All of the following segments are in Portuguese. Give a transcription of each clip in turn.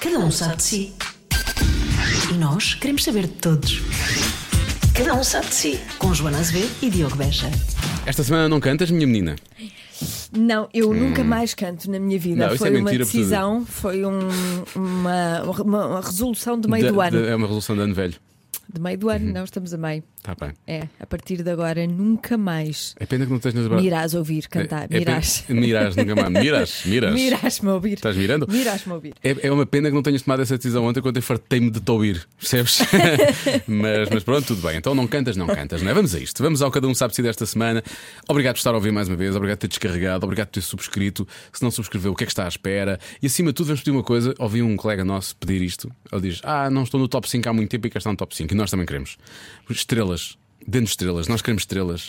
Cada um sabe de si. E nós queremos saber de todos. Cada um sabe de si. Com Joana Azevedo e Diogo Beja. Esta semana não cantas, minha menina? Não, eu nunca mais canto na minha vida. Hum. Não, isso foi é uma mentira, decisão, foi um- uma, uma- uma resolução de meio Da- do ano. da- é uma resolução de Uhum. ano velho. De meio do ano, não estamos a meio. Está bem. É, a partir de agora nunca mais É pena que não estejas nas me bra- irás ouvir cantar. É- é mirás. pena- Mirás, nunca mais. Mirás, mirás. Mirás-me a ouvir. Estás mirando? Mirás-me a ouvir. É, é uma pena que não tenhas tomado essa decisão ontem quando eu fartei-me de te ouvir, percebes? mas, mas pronto, tudo bem. Então não cantas, não cantas, não é? Vamos a isto. Vamos ao Cada Um Sabe-se desta semana. Obrigado por estar a ouvir mais uma vez, obrigado por ter descarregado, obrigado por ter subscrito. Se não subscreveu, o que é que está à espera? E acima de tudo, vamos pedir uma coisa. Ouvi um colega nosso pedir isto. Ele diz: Ah, não estou no top 5 há muito tempo e quero estar no top 5. E nós também queremos. Estrelas. Dentro estrelas, nós queremos estrelas.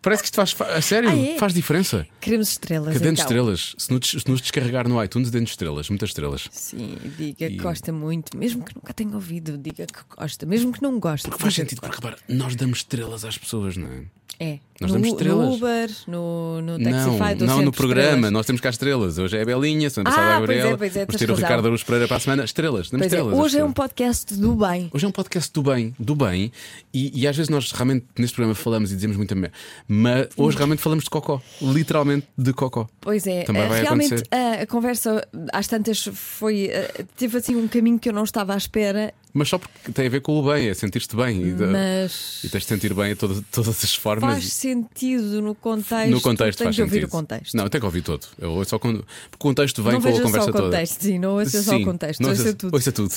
Parece que isto faz. A sério, Ah, é? faz diferença. Queremos estrelas. Que dentro de então. estrelas, se nos, se nos descarregar no iTunes, dentro de estrelas, muitas estrelas. Sim, diga que gosta muito, mesmo que nunca tenha ouvido, diga que gosta, mesmo que não goste. Porque faz diga que sentido, porque repara, nós damos estrelas às pessoas, não é? É. Nós no, damos no estrelas. Uber, no, no Não, Taxify, dou não sempre no programa, estrelas. nós temos cá estrelas. Hoje é a Belinha, Sandra Ah, Sá pois é, Gabriela. pois é, vamos tens ter o razão. Ricardo Aruz Pereira para a semana. Estrelas, damos Pois é, estrelas. às hoje é pessoas. um podcast do bem. Hoje é um podcast do bem, do bem, e, e às vezes nós realmente neste programa falamos e dizemos muita merda, mas hoje realmente falamos de cocó, literalmente de cocó. Pois é, Também eh, vai realmente acontecer. a, a conversa às tantas foi. eh, teve assim um caminho que eu não estava à espera, Mas só porque tem a ver com o bem, é sentir-te bem e, de- mas e tens de sentir bem a todas, todas as formas. faz sentido no contexto. no contexto tem faz de ouvir sentido. o contexto. Não, tem que ouvir todo. Eu ouço só con- porque o contexto vem não com a veja conversa só o toda. contexto, sim, não ouça só o contexto, não ouça tudo. Ouça tudo.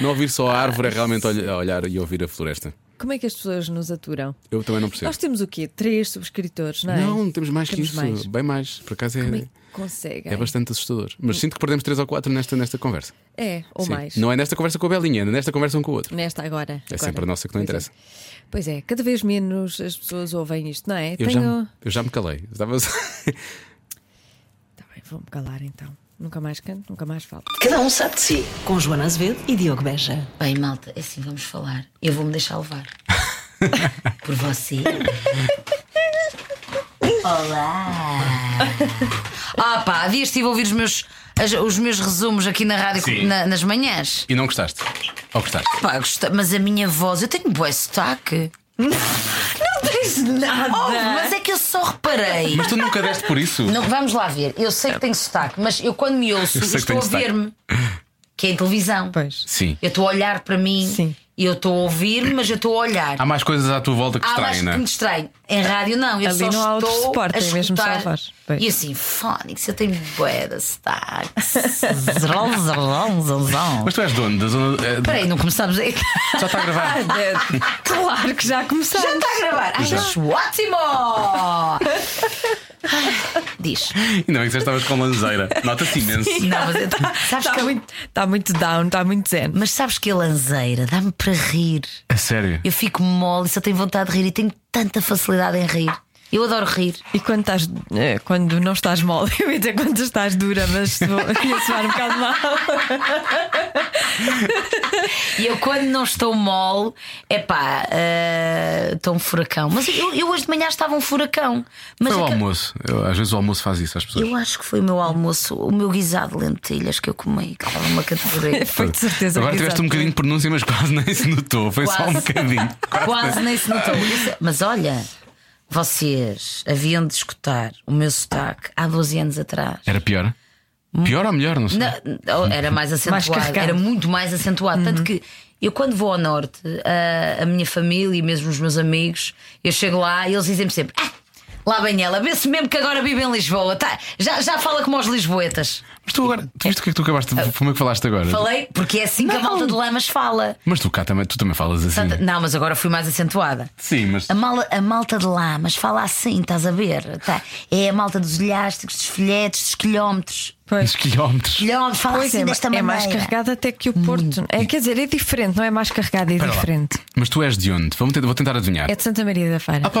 não ouvir só a árvore é realmente olha- olhar e ouvir a floresta. Como é que as pessoas nos aturam? Eu também não percebo. Nós temos o quê? Três subscritores, não é? Não, temos mais Temos que isso. mais. Bem mais. Por acaso Como é é, que conseguem? é bastante assustador. Mas sinto que perdemos três ou quatro nesta, nesta conversa. É, ou Sim. mais. Não é nesta conversa com a Belinha, é nesta conversa um com o outro. Nesta agora. É agora. sempre a nossa que não Pois é. interessa. Pois é, cada vez menos as pessoas ouvem isto, não é? Eu, já, eu já me calei. Estava... Tá bem, vou-me calar então. Nunca mais canto, nunca mais falo. Cada um sabe de si. Com Joana Azevedo e Diogo Beja. Bem, malta, é assim vamos falar. Eu vou-me deixar levar. Por você. Olá! Ah pá, havias estive a ouvir os meus, as- os meus resumos aqui na rádio Sim. na- nas manhãs. e não gostaste? Ou gostaste? Pá, gosta- mas a minha voz, eu tenho bué sotaque. Não tens nada! mas é que eu só reparei. Mas tu nunca deste por isso? Não, vamos lá ver, eu sei que tenho sotaque, mas eu quando me ouço, Eu sei que estou a tenho sotaque. ver-me. Que é em televisão. Pois. Sim. Eu estou a olhar para mim Sim. e eu estou a ouvir-me, mas eu estou a olhar. Há mais coisas à tua volta que Há mais distraem, que não é? me distraem. Em rádio, não. Eu Ali só não há outro estou suporte, a é mesmo só a escutar. voz. Pois. E assim, fónix, eu tenho bué de sotaques. Zrol, zrol, zrol, zrol. Mas tu és dono da zona. eh, Espera aí, não começamos aí. Já está a gravar. claro que já começamos. Já está a gravar. Ai, acho ótimo! Ai, Diz. Ainda bem que já estavas com lanzeira. Nota-se imenso. Não, mas eu- Tá sabes que Está eu- é muito, está muito down, está muito zen. Mas sabes que a lanzeira dá-me para rir. A sério. Eu fico mole e só tenho vontade de rir e tenho tanta facilidade em rir. Eu adoro rir. E quando estás. eh, Quando não estás mole, eu ia dizer quando estás dura, mas vou- ia soar um bocado mal. E eu, quando não estou mole, é pá, estou um furacão. Mas eu, eu hoje de manhã estava um furacão. Mas Foi o aca- almoço. Eu- às vezes o almoço faz isso às pessoas. eu acho que foi o meu almoço, o meu guisado de lentilhas que eu comi, que estava uma categoria. Foi de certeza. Agora que tiveste um exato. bocadinho de pronúncia, mas quase nem se notou. Foi só um Quase. bocadinho. Quase nem se notou. Isso- Mas olha, vocês haviam de escutar o meu sotaque há 12 anos atrás. Era pior? Pior ou melhor? Não sei. Na- oh, era mais Uhum. acentuado, carregado. era muito mais acentuado. Tanto que eu, quando vou ao norte, ah, a, a minha família e mesmo os meus amigos, eu chego lá e eles dizem-me sempre: ah, lá vem ela, vê-se mesmo que agora vive em Lisboa, tá, já, já fala como aos Lisboetas. Mas tu agora. Tu viste o que é que tu acabaste de. Como é que falaste agora? Falei, porque é assim que a malta de Lamas fala. Mas tu cá também. Tu também falas assim. Tanta- Não, mas agora fui mais acentuada. Sim, mas. A, mala- a malta de lá, mas fala assim, estás a ver? Tá. É a malta dos elásticos, dos filhetes, dos quilómetros. Os Pois. quilómetros. Quilómetros, fala Pois assim é, desta é maneira. mais carregado até que o Porto. É, quer dizer, é diferente, não é mais carregado, é Espera lá. diferente. Mas tu és de onde? Vamos tentar- vou tentar adivinhar. É de Santa Maria da Feira. Ah, pá,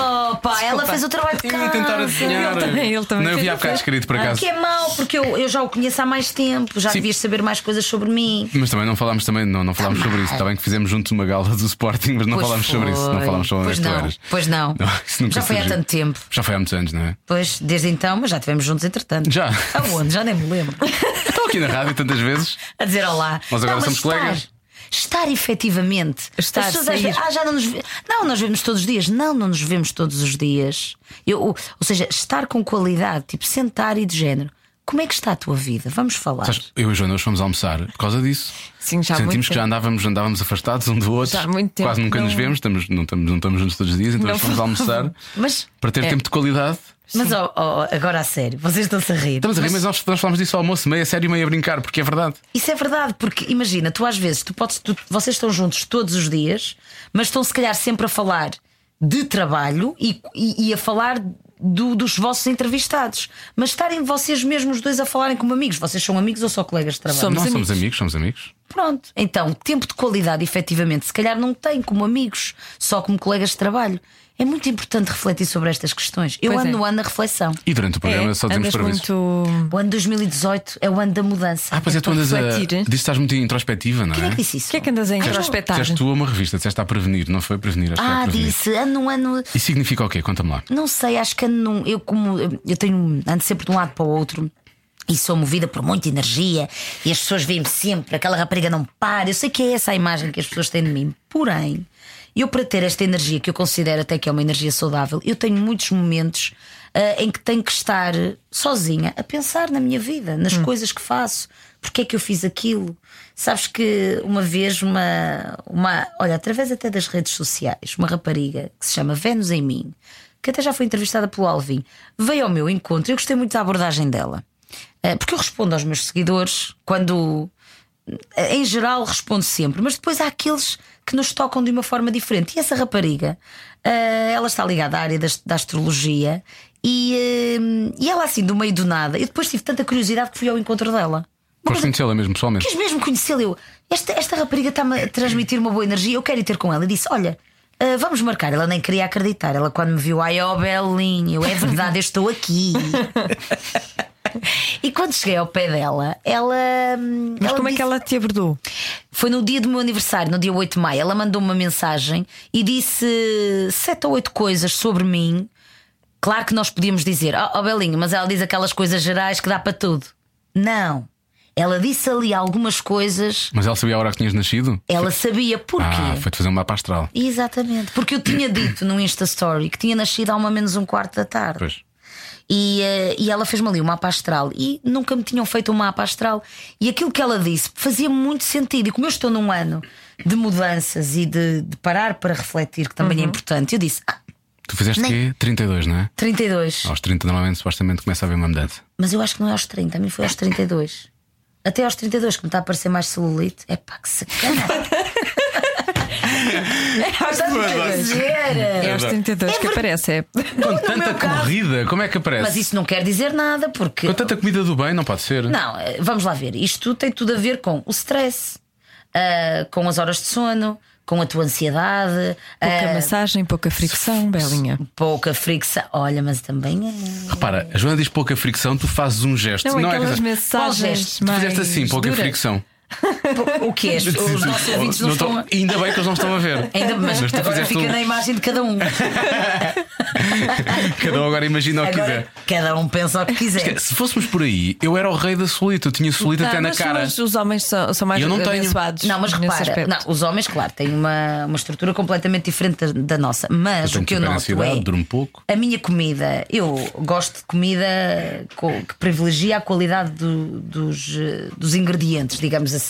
pá. Oh, pá, ela fez o trabalho de Eu casa. ia tentar adivinhar. Ele também- ele também Não, eu vi fez há bocado escrito por Ah, acaso. que é mau, porque eu, eu já o conheço há mais tempo, já Sim. devias saber mais coisas sobre mim. Mas também não falámos também, não, não falámos sobre isso. Está bem que fizemos juntos uma gala do Sporting, mas não Ah, Pois falámos sobre isso. Não foi. falámos sobre Pois onde é que tu não, eras. pois não. isso nunca Já foi há surgiu. tanto tempo. Já foi há muitos anos, não é? Pois, desde então, mas já estivemos juntos entretanto. Já. A onde? Já nem me lembro. Estou aqui na rádio tantas vezes. A dizer olá. Mas agora Não, somos colegas. Estar efetivamente. Estar, As pessoas às sair. vezes, ah, já não nos ve- Não, nós vemos todos os dias. Não, não nos vemos todos os dias. Eu, ou, ou seja, estar com qualidade, tipo sentar e de género. Como é que está a tua vida? Vamos falar. Sabes, eu e o Joana hoje fomos almoçar por causa disso. Sim, já há Sentimos muito que já andávamos, andávamos afastados um do outro. Já há muito tempo Quase nunca que nos não- vemos, estamos, não, estamos, não estamos juntos todos os dias, então Não é. hoje fomos almoçar Mas, para ter tempo de qualidade. mas ó, ó, agora a sério, vocês estão-se a rir. Estamos a rir, mas nós, nós falamos disso ao almoço, meio a sério e meio a brincar, porque é verdade. Isso é verdade, porque imagina, tu às vezes, tu podes, tu- vocês estão juntos todos os dias, mas estão se calhar sempre a falar de trabalho e, e- e a falar do- dos vossos entrevistados. Mas estarem vocês mesmos os dois a falarem como amigos, vocês são amigos ou só colegas de trabalho? Somos. nós somos amigos. amigos, somos amigos. Pronto. Então, tempo de qualidade, efetivamente, se calhar não tem como amigos, só como colegas de trabalho. É muito importante refletir sobre estas questões. Eu Pois é. ando, ano na reflexão. E durante o programa É, só dizemos andas para muito. O ano 2018 é o ano da mudança. Ah, pois é, tu para andas a. refletir, hein? Diz que estás muito introspectiva, não Quem é é? que disse isso? O que é que andas a introspectar? Disseste tu a uma revista, disseste a prevenir, não foi prevenir, acho que é Ah, prevenir. disse, ano num ano. E significa o quê? Conta-me lá. Não sei, acho que ando num, eu como eu tenho ando sempre de um lado para o outro. E sou movida por muita energia e as pessoas veem-me sempre, aquela rapariga não para. Eu sei que é essa a imagem que as pessoas têm de mim. Porém, eu para ter esta energia, que eu considero até que é uma energia saudável, eu tenho muitos momentos ah, em que tenho que estar sozinha a pensar na minha vida, nas coisas que faço, porque é que eu fiz aquilo. Sabes que uma vez, uma, uma. Olha, através até das redes sociais, uma rapariga que se chama Vênus em Mim que até já foi entrevistada pelo Alvin, veio ao meu encontro. Eu gostei muito da abordagem dela. Eh, Porque eu respondo aos meus seguidores quando. eh, Em geral, respondo sempre, mas depois há aqueles que nos tocam de uma forma diferente. E essa rapariga, eh, ela está ligada à área das- da astrologia e, eh, e ela, assim, do meio do nada, eu depois tive tanta curiosidade que fui ao encontro dela. Podes conhecê-la mesmo pessoalmente. Quis mesmo conhecê-la. Eu, esta, esta rapariga está-me a transmitir uma boa energia, eu quero ir ter com ela. E disse: Olha, ah, vamos marcar. Ela nem queria acreditar. Ela, quando me viu, ai, ó, Belinha, eu, é verdade, eu estou aqui. e quando cheguei ao pé dela, ela. hum, Mas como é disse- que ela te abordou? foi no dia do meu aniversário, no dia 8 de maio. Ela mandou-me uma mensagem e disse sete ou oito coisas sobre mim. Claro que nós podíamos dizer, ó oh, Belinho, mas ela diz aquelas coisas gerais que dá para tudo. Não. Ela disse ali algumas coisas, Mas ela sabia a hora que tinhas nascido? ela sabia porquê. Ah, foi-te fazer um mapa astral. Exatamente. Porque eu tinha dito no Insta Story que tinha nascido há uma menos um quarto da tarde. Pois. E, eh, e ela fez-me ali um mapa astral e nunca me tinham feito um mapa astral. E aquilo que ela disse fazia muito sentido. E como eu estou num ano de mudanças e de, de parar para refletir, que também é importante, eu disse: ah, Tu fizeste quê? 32, não é? 32. Aos 30 normalmente supostamente começa a haver uma mudança. Mas eu acho que não é aos 30, a mim foi aos 32. Até aos 32 que me está a aparecer mais celulite. É pá, que sacana! Estás a dizer? É aos 32 que aparece. É. Com meu tanta caso- corrida, como é que aparece? Mas isso não quer dizer nada, porque Com tanta comida do bem, não pode ser. Não, eh, vamos lá ver. Isto tem tudo a ver com o stress, ah, com as horas de sono, com a tua ansiedade, Pouca ah, massagem, pouca fricção, Belinha. pouca fricção. Olha, mas também é. Repara, a Joana diz pouca fricção, tu fazes um gesto. Não, é que aquelas tu mensagens. gesto? mais fizeste assim, pouca duras. fricção. O que é? Os nossos ouvintes não, Não estão. estão- Ainda bem que eles não estão a ver. Ainda, mas tu agora fizeste fica um- na imagem de cada um. Cada um agora imagina o que Agora, quiser. cada um pensa o que quiser. Se fôssemos por aí, eu era o rei da solita, eu tinha solita Tá, até na Não, Tá, mas cara. Os, os homens são, são mais Eu não tenho. abençoados. Não, mas nesse repara, aspecto. não, os homens, claro, têm uma, uma estrutura completamente diferente da, da nossa. Mas tenho o que eu super noto ansiedade, é durmo pouco. a minha comida. Eu gosto de comida co- que privilegia a qualidade do- dos, eh, dos ingredientes, digamos assim.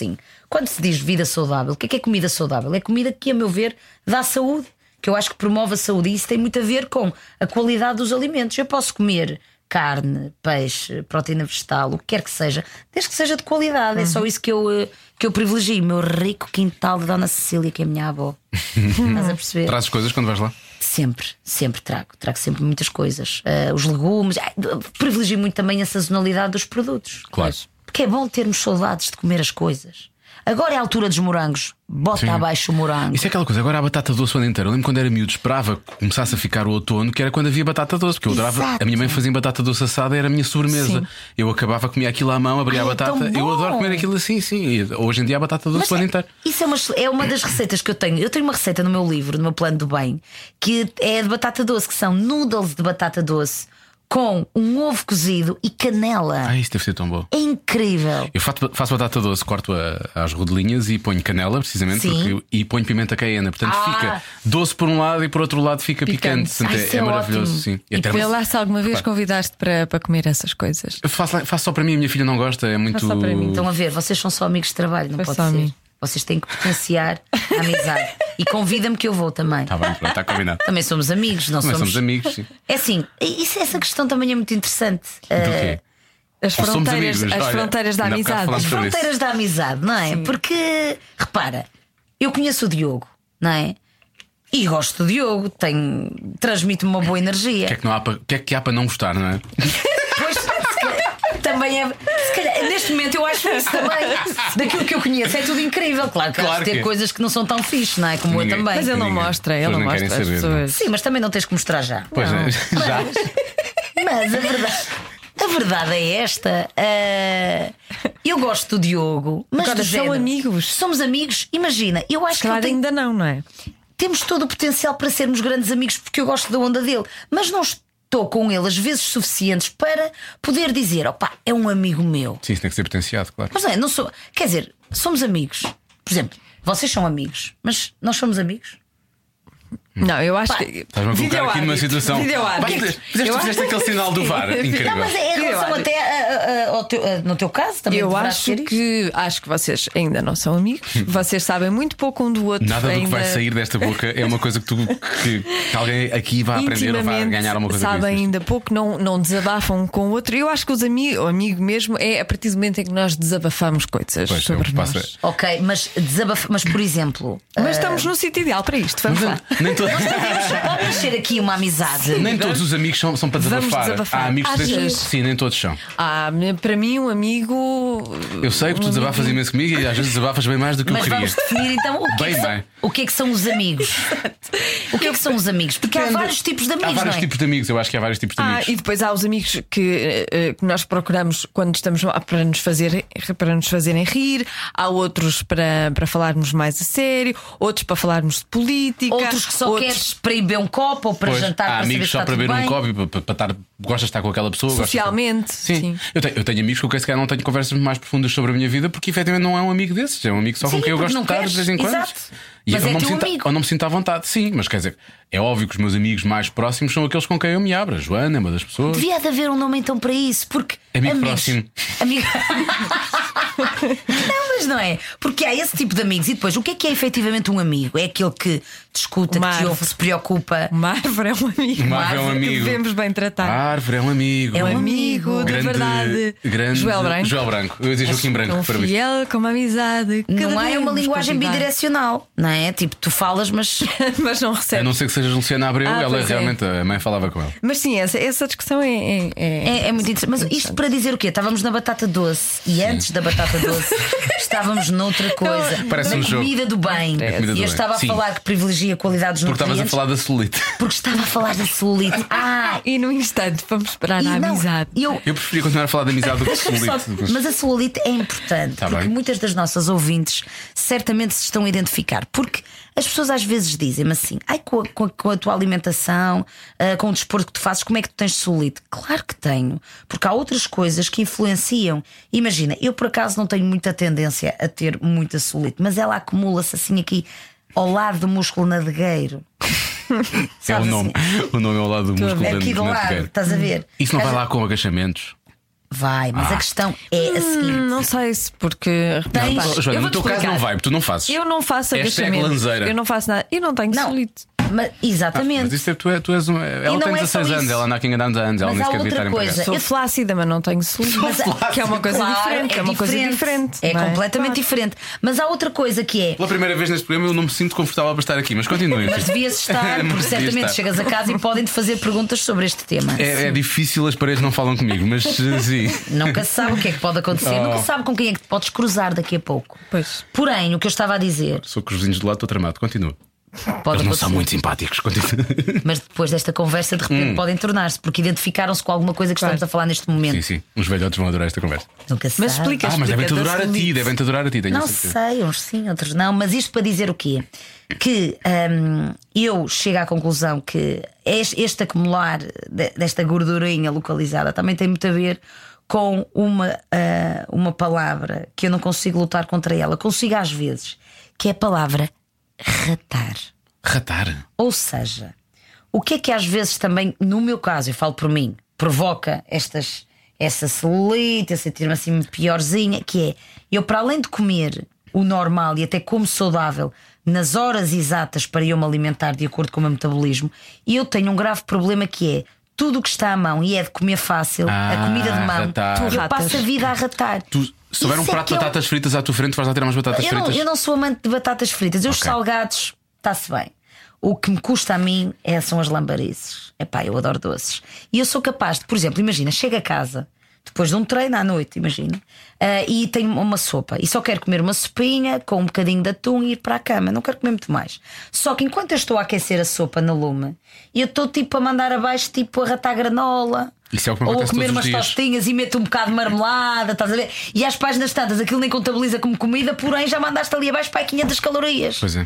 Quando se diz vida saudável, o que é, que é comida saudável? É comida que, a meu ver, dá saúde, que eu acho que promove a saúde e isso tem muito a ver com a qualidade dos alimentos. Eu posso comer. Carne, peixe, proteína vegetal, o que quer que seja, desde que seja de qualidade, é só isso que eu, eh, que eu privilegio. Meu rico quintal de Dona Cecília, que é a minha avó. Estás a perceber? Trazes coisas quando vais lá? Sempre, sempre trago. Trago sempre muitas coisas. Ah, os legumes. Ah, privilegio muito também a sazonalidade dos produtos. Claro. Porque é bom termos saudades de comer as coisas. Agora é a altura dos morangos. Bota Sim. abaixo o morango. Isso é aquela coisa, agora há batata doce o ano inteiro. Eu lembro quando era miúdo, esperava que começasse a ficar o outono, que era quando havia batata doce, porque eu adorava. Exato. A minha mãe fazia batata doce assada, era a minha sobremesa. Sim. Eu acabava, comia aquilo à mão, abria Ai, a é tão batata. eu bom. adoro comer aquilo assim, sim. E hoje em dia há batata doce Mas o ano é- inteiro. Isso é uma, é uma das receitas que eu tenho. Eu tenho uma receita no meu livro, no meu plano do bem, que é de batata doce, que são noodles de batata doce com um ovo cozido e canela. Ah, isto deve ser tão bom. É incrível. Eu faço, faço batata doce, corto a- às rodelinhas e ponho canela, precisamente, Sim. porque- e ponho pimenta caiena. Portanto, Ah. fica doce por um lado e por outro lado fica Picante. picante. Portanto, Ah, é- isso é, é maravilhoso, ótimo. sim. E E até- vê lá se alguma vez convidaste para, para comer essas coisas. Eu faço, lá- faço só para mim, a minha filha não gosta, é muito. só para mim. Estão a ver, vocês são só amigos de trabalho, não Foi pode só ser. amigo. Vocês têm que potenciar a amizade. E convida-me que eu vou também. Está bem, pronto, está combinado. Também somos amigos, não Mas Tá somos. somos amigos, sim. É assim, isso, essa questão também é muito interessante. Do Eh, quê? As Ou somos fronteiras, amigos, as olha, fronteiras da ainda há bocado amizade. falámos As Então, sobre isso. fronteiras da amizade, não é? Porque, repara, eu conheço o Diogo, não é? E gosto do Diogo, tenho, transmite-me uma boa energia. O que é que, não há para, o que é que há para não gostar, não é? Pois, se calhar, também é. Se calhar, neste momento eu acho isso também. Daquilo que eu conheço é tudo incrível. Claro que Claro há de ter que é. coisas que não são tão fixe, não é? Como Ninguém- eu também. Mas ele não Ninguém- mostra, as ele não pessoas nem mostra as querem saber, pessoas. Sim, mas também não tens que mostrar já. Pois Não. é, já. Mas a verdade. A verdade é esta. eh, eu gosto do Diogo, mas Agora, do são género. amigos. Somos amigos, imagina. Eu acho Claro, que eu tenho- ainda não, não é? temos todo o potencial para sermos grandes amigos porque eu gosto da onda dele, mas não estou com ele às vezes suficientes para poder dizer: opá, é um amigo meu. Sim, isso tem que ser potenciado, claro. Mas não é, não sou. Quer dizer, somos amigos. Por exemplo, vocês são amigos, mas nós somos amigos? Não, eu acho Pá, que. Hum. Estás-me a colocar aqui Videoárbitro, numa situação. videoárbitro. Basta- Fizeste, Eu fizeste acho- aquele sinal do VAR. Sim. Incrível. Não, mas é em Eu relação acho- até a- a- a- ao teu- a- no teu caso também. Eu deverá acho ser isso. que acho que vocês ainda não são amigos, vocês sabem muito pouco um do outro. Hum. Nada do que vai ainda sair desta boca é uma coisa que tu que, que alguém aqui vai aprender ou vai intimamente ganhar alguma coisa com Sabem isto. ainda pouco, não, não desabafam um com o outro. Eu acho que os amigos, o amigo mesmo, é a partir do momento em que nós desabafamos coisas Pois, é o sobre que nós. passa. Ok, mas desabafo, mas por exemplo, Mas estamos no sítio ideal para isto, vamos lá. Mas Nem, to- eh, pode nascer aqui uma amizade. nem todos os amigos são, são para Vamos desabafar. desabafar. Há amigos que tens- Achas? Sim, nem todos são. Ah, para mim, um amigo. Eu sei que tu desabafas imenso comigo e às vezes desabafas bem mais do que Mas eu queria. vamos definir então o que, é Bem, bem. que são, o que é que são os amigos. O que é que são os amigos? Porque há vários tipos de amigos, Há vários não é? tipos de amigos, eu acho que há vários tipos de Ah, amigos. e depois há os amigos que, eh, que nós procuramos quando estamos lá para nos, fazer, para nos fazerem rir, há outros para, para falarmos mais a sério, outros para falarmos de política, Outros que só queres para ir beber um copo ou para Pois, jantar há para saber amigos se só está para tudo ver um bem. copo para, para estar, gostas de estar com aquela pessoa. gostas de estar- Socialmente, Sim. sim. Eu, tenho, eu tenho amigos com quem se calhar não tenho conversas mais profundas sobre a minha vida porque efetivamente não é um amigo desses. É um amigo só Sim, com quem eu porque gosto de não estar de queres. vez em quando. Exato. E Mas eu é não me teu sinto, amigo. eu não me sinto à vontade, sim. Mas quer dizer, é óbvio que os meus amigos mais próximos são aqueles com quem eu me abro. A Joana é uma das pessoas. Devia de haver um nome então para isso, porque. Amigo amigos, próximo. Amigo... não, mas não é. Porque há esse tipo de amigos. E depois, o que é que é efetivamente um amigo? É aquele que discuta, Uma que te ouve, que árvore. se preocupa. Uma árvore é um amigo. Uma árvore é um que amigo. devemos bem tratar. A árvore é um amigo. É um amigo, de grande, verdade. grande Joel Branco. Joel Branco. Eu ia dizer Joaquim Branco Tão para mim. fiel, com uma amizade. que Não é devemos uma linguagem cultivar. bidirecional, não é? Tipo, tu falas, mas. Mas não A recebe. não ser que seja Luciana Abreu, Ah, ela pois é. realmente, a mãe falava com ela. Mas sim, essa, essa discussão é. é- é- É, é muito interessante. Mas isto para dizer o quê? Estávamos na batata doce e antes da batata doce estávamos noutra coisa. Parece na um jogo. comida do bem. É a comida E do eu bem. estava Sim. a falar que privilegia qualidades Porque estavas a nutrientes. falar da solita. Porque estava a falar da celulite. Ah! E no instante, vamos esperar e a não, amizade. Eu, Eu preferia continuar a falar de amizade do que de Deixa-me solito. só- Mas a celulite é importante Tá porque bem. muitas das nossas ouvintes certamente se estão a identificar. Porque as pessoas às vezes dizem-me assim: ai, com a, com a- com a tua alimentação, ah, com o desporto que tu fazes, como é que tu tens celulite? Claro que tenho, porque há outras coisas que influenciam. Imagina, eu por acaso não tenho muita tendência a ter muita celulite, mas ela acumula-se assim aqui ao lado do músculo nadegueiro. É o Sabes, nome. O nome é ao lado do músculo Assim, da aqui do lado, navegueira. estás a ver? Isso não vai Às- lá Ah. com agachamentos. Vai, mas a questão é a seguinte. Hum, Não sei se porque. Tens- Repara, Joana, eu no vou-te teu caso explicar. não vai, porque tu não fazes. Eu não faço Hashtag agachamento. lanzeira. Eu não faço nada. Eu não tenho Não, solito. mas- Mas exatamente. isso é, tu, é, tu és uma. Ela não tem é só 16 anos, isso. ela anda aqui a andar há anos, ela nem Mas há seguer devia estar outra empregada. coisa. Sou eu- flácida, mas não tenho solito. Que é uma coisa Claro, diferente. que é uma coisa diferente. É não é? completamente diferente. Mas há outra coisa que é. Pela primeira vez neste programa eu não me sinto confortável para estar aqui, mas continuem. Mas devias estar, Mas devia porque certamente estar. chegas a casa e podem-te fazer perguntas sobre este tema. É, é difícil, as paredes não falam comigo, mas eh, sim. Nunca se sabe o que é que pode acontecer, Oh. nunca se sabe com quem é que te podes cruzar daqui a pouco. Pois. Porém, o que eu estava a dizer, Sou com os vizinhos do lado, estou tramado, continua. Pode Eles não são acontecer. muito simpáticos. continua. Mas depois desta conversa, de repente, podem tornar-se, porque identificaram-se com alguma coisa que Claro. estamos a falar neste momento. sim, sim. Os velhotes vão adorar esta conversa. Nunca se Mas sabe. explica ah, mas devem-te explica, adorar a ti, Dulce. devem-te adorar a ti, tenho Não a certeza. sei, uns sim, outros não, mas isto para dizer o quê? Que hum, eu chego à conclusão que es- este acumular de- desta gordurinha localizada também tem muito a ver com uma, ah, uma palavra que eu não consigo lutar contra ela, consigo às vezes, que é a palavra ratar. Ratar. Ou seja, o que é que às vezes também, no meu caso, eu falo por mim, provoca estas, essa celulite, eu sentir-me assim piorzinha, que é eu, para além de comer o normal e até como saudável, nas horas exatas para eu me alimentar de acordo com o meu metabolismo, eu tenho um grave problema que é tudo o que está à mão e é de comer fácil, Ah, a comida de mão, ratar. eu Tu ratas. passo a vida a ratar. Tu, se houver um Isso é prato de que é batatas fritas à tua frente, vais lá tirar umas batatas eu não, fritas. eu não sou amante de batatas fritas. Eu, os Ok. salgados, está-se bem. O que me custa a mim é- são as lambarices. Epá, eu adoro doces. E eu sou capaz de, por exemplo, imagina, chego a casa, depois de um treino à noite, imagina, ah, e tenho uma sopa. E só quero comer uma sopinha com um bocadinho de atum e ir para a cama. Não quero comer muito mais. Só que enquanto eu estou a aquecer a sopa no lume, eu estou tipo a mandar abaixo, tipo a ratar granola. Isso é o que me ou a acontece comer todos umas os dias. tostinhas tinhas e mete um bocado de marmelada, estás a ver? E às páginas tantas, aquilo nem contabiliza como comida, porém já mandaste ali abaixo para aí 500 calorias. Pois é.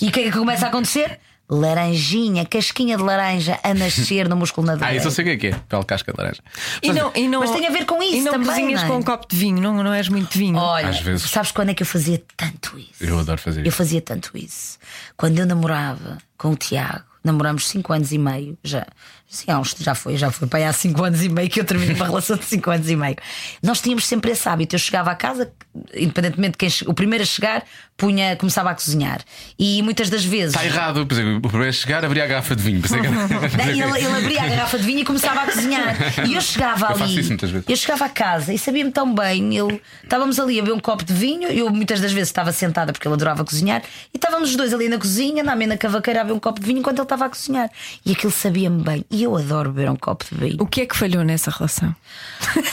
E o que é que começa a acontecer? Laranjinha, casquinha de laranja a nascer no músculo Ah, nadoeiro. isso eu sei o que é que é. Pele casca de laranja. E não, e não, Mas tem a ver com isso E não também, cozinhas não é? com um copo de vinho, não, não és muito de vinho. Olha, Às vezes. sabes quando é que eu fazia tanto isso? Eu adoro fazer Eu isso. fazia tanto isso. Quando eu namorava com o Tiago, namorámos 5 anos e meio, já, assim, há uns, já foi, já foi para aí há 5 anos e meio que eu terminei uma relação de 5 anos e meio. Nós tínhamos sempre esse hábito. Eu chegava à casa, independentemente de quem che- o primeiro a chegar, punha, começava a cozinhar. E muitas das vezes. Está errado. Por exemplo, o primeiro a chegar abria a garrafa de vinho. Pensei que era- Daí ele, ele abria a garrafa de vinho e começava a cozinhar. E eu chegava é Eu ali. faço isso muitas vezes. Eu chegava a casa e sabia-me tão bem. Ele, estávamos ali a beber um copo de vinho. Eu muitas das vezes estava sentada porque ele adorava cozinhar. E estávamos os dois ali na cozinha, na amena cavaqueira, a beber um copo de vinho enquanto ele estava a cozinhar. E aquilo sabia-me bem. E eu adoro beber um copo de vinho. O que é que falhou nessa relação?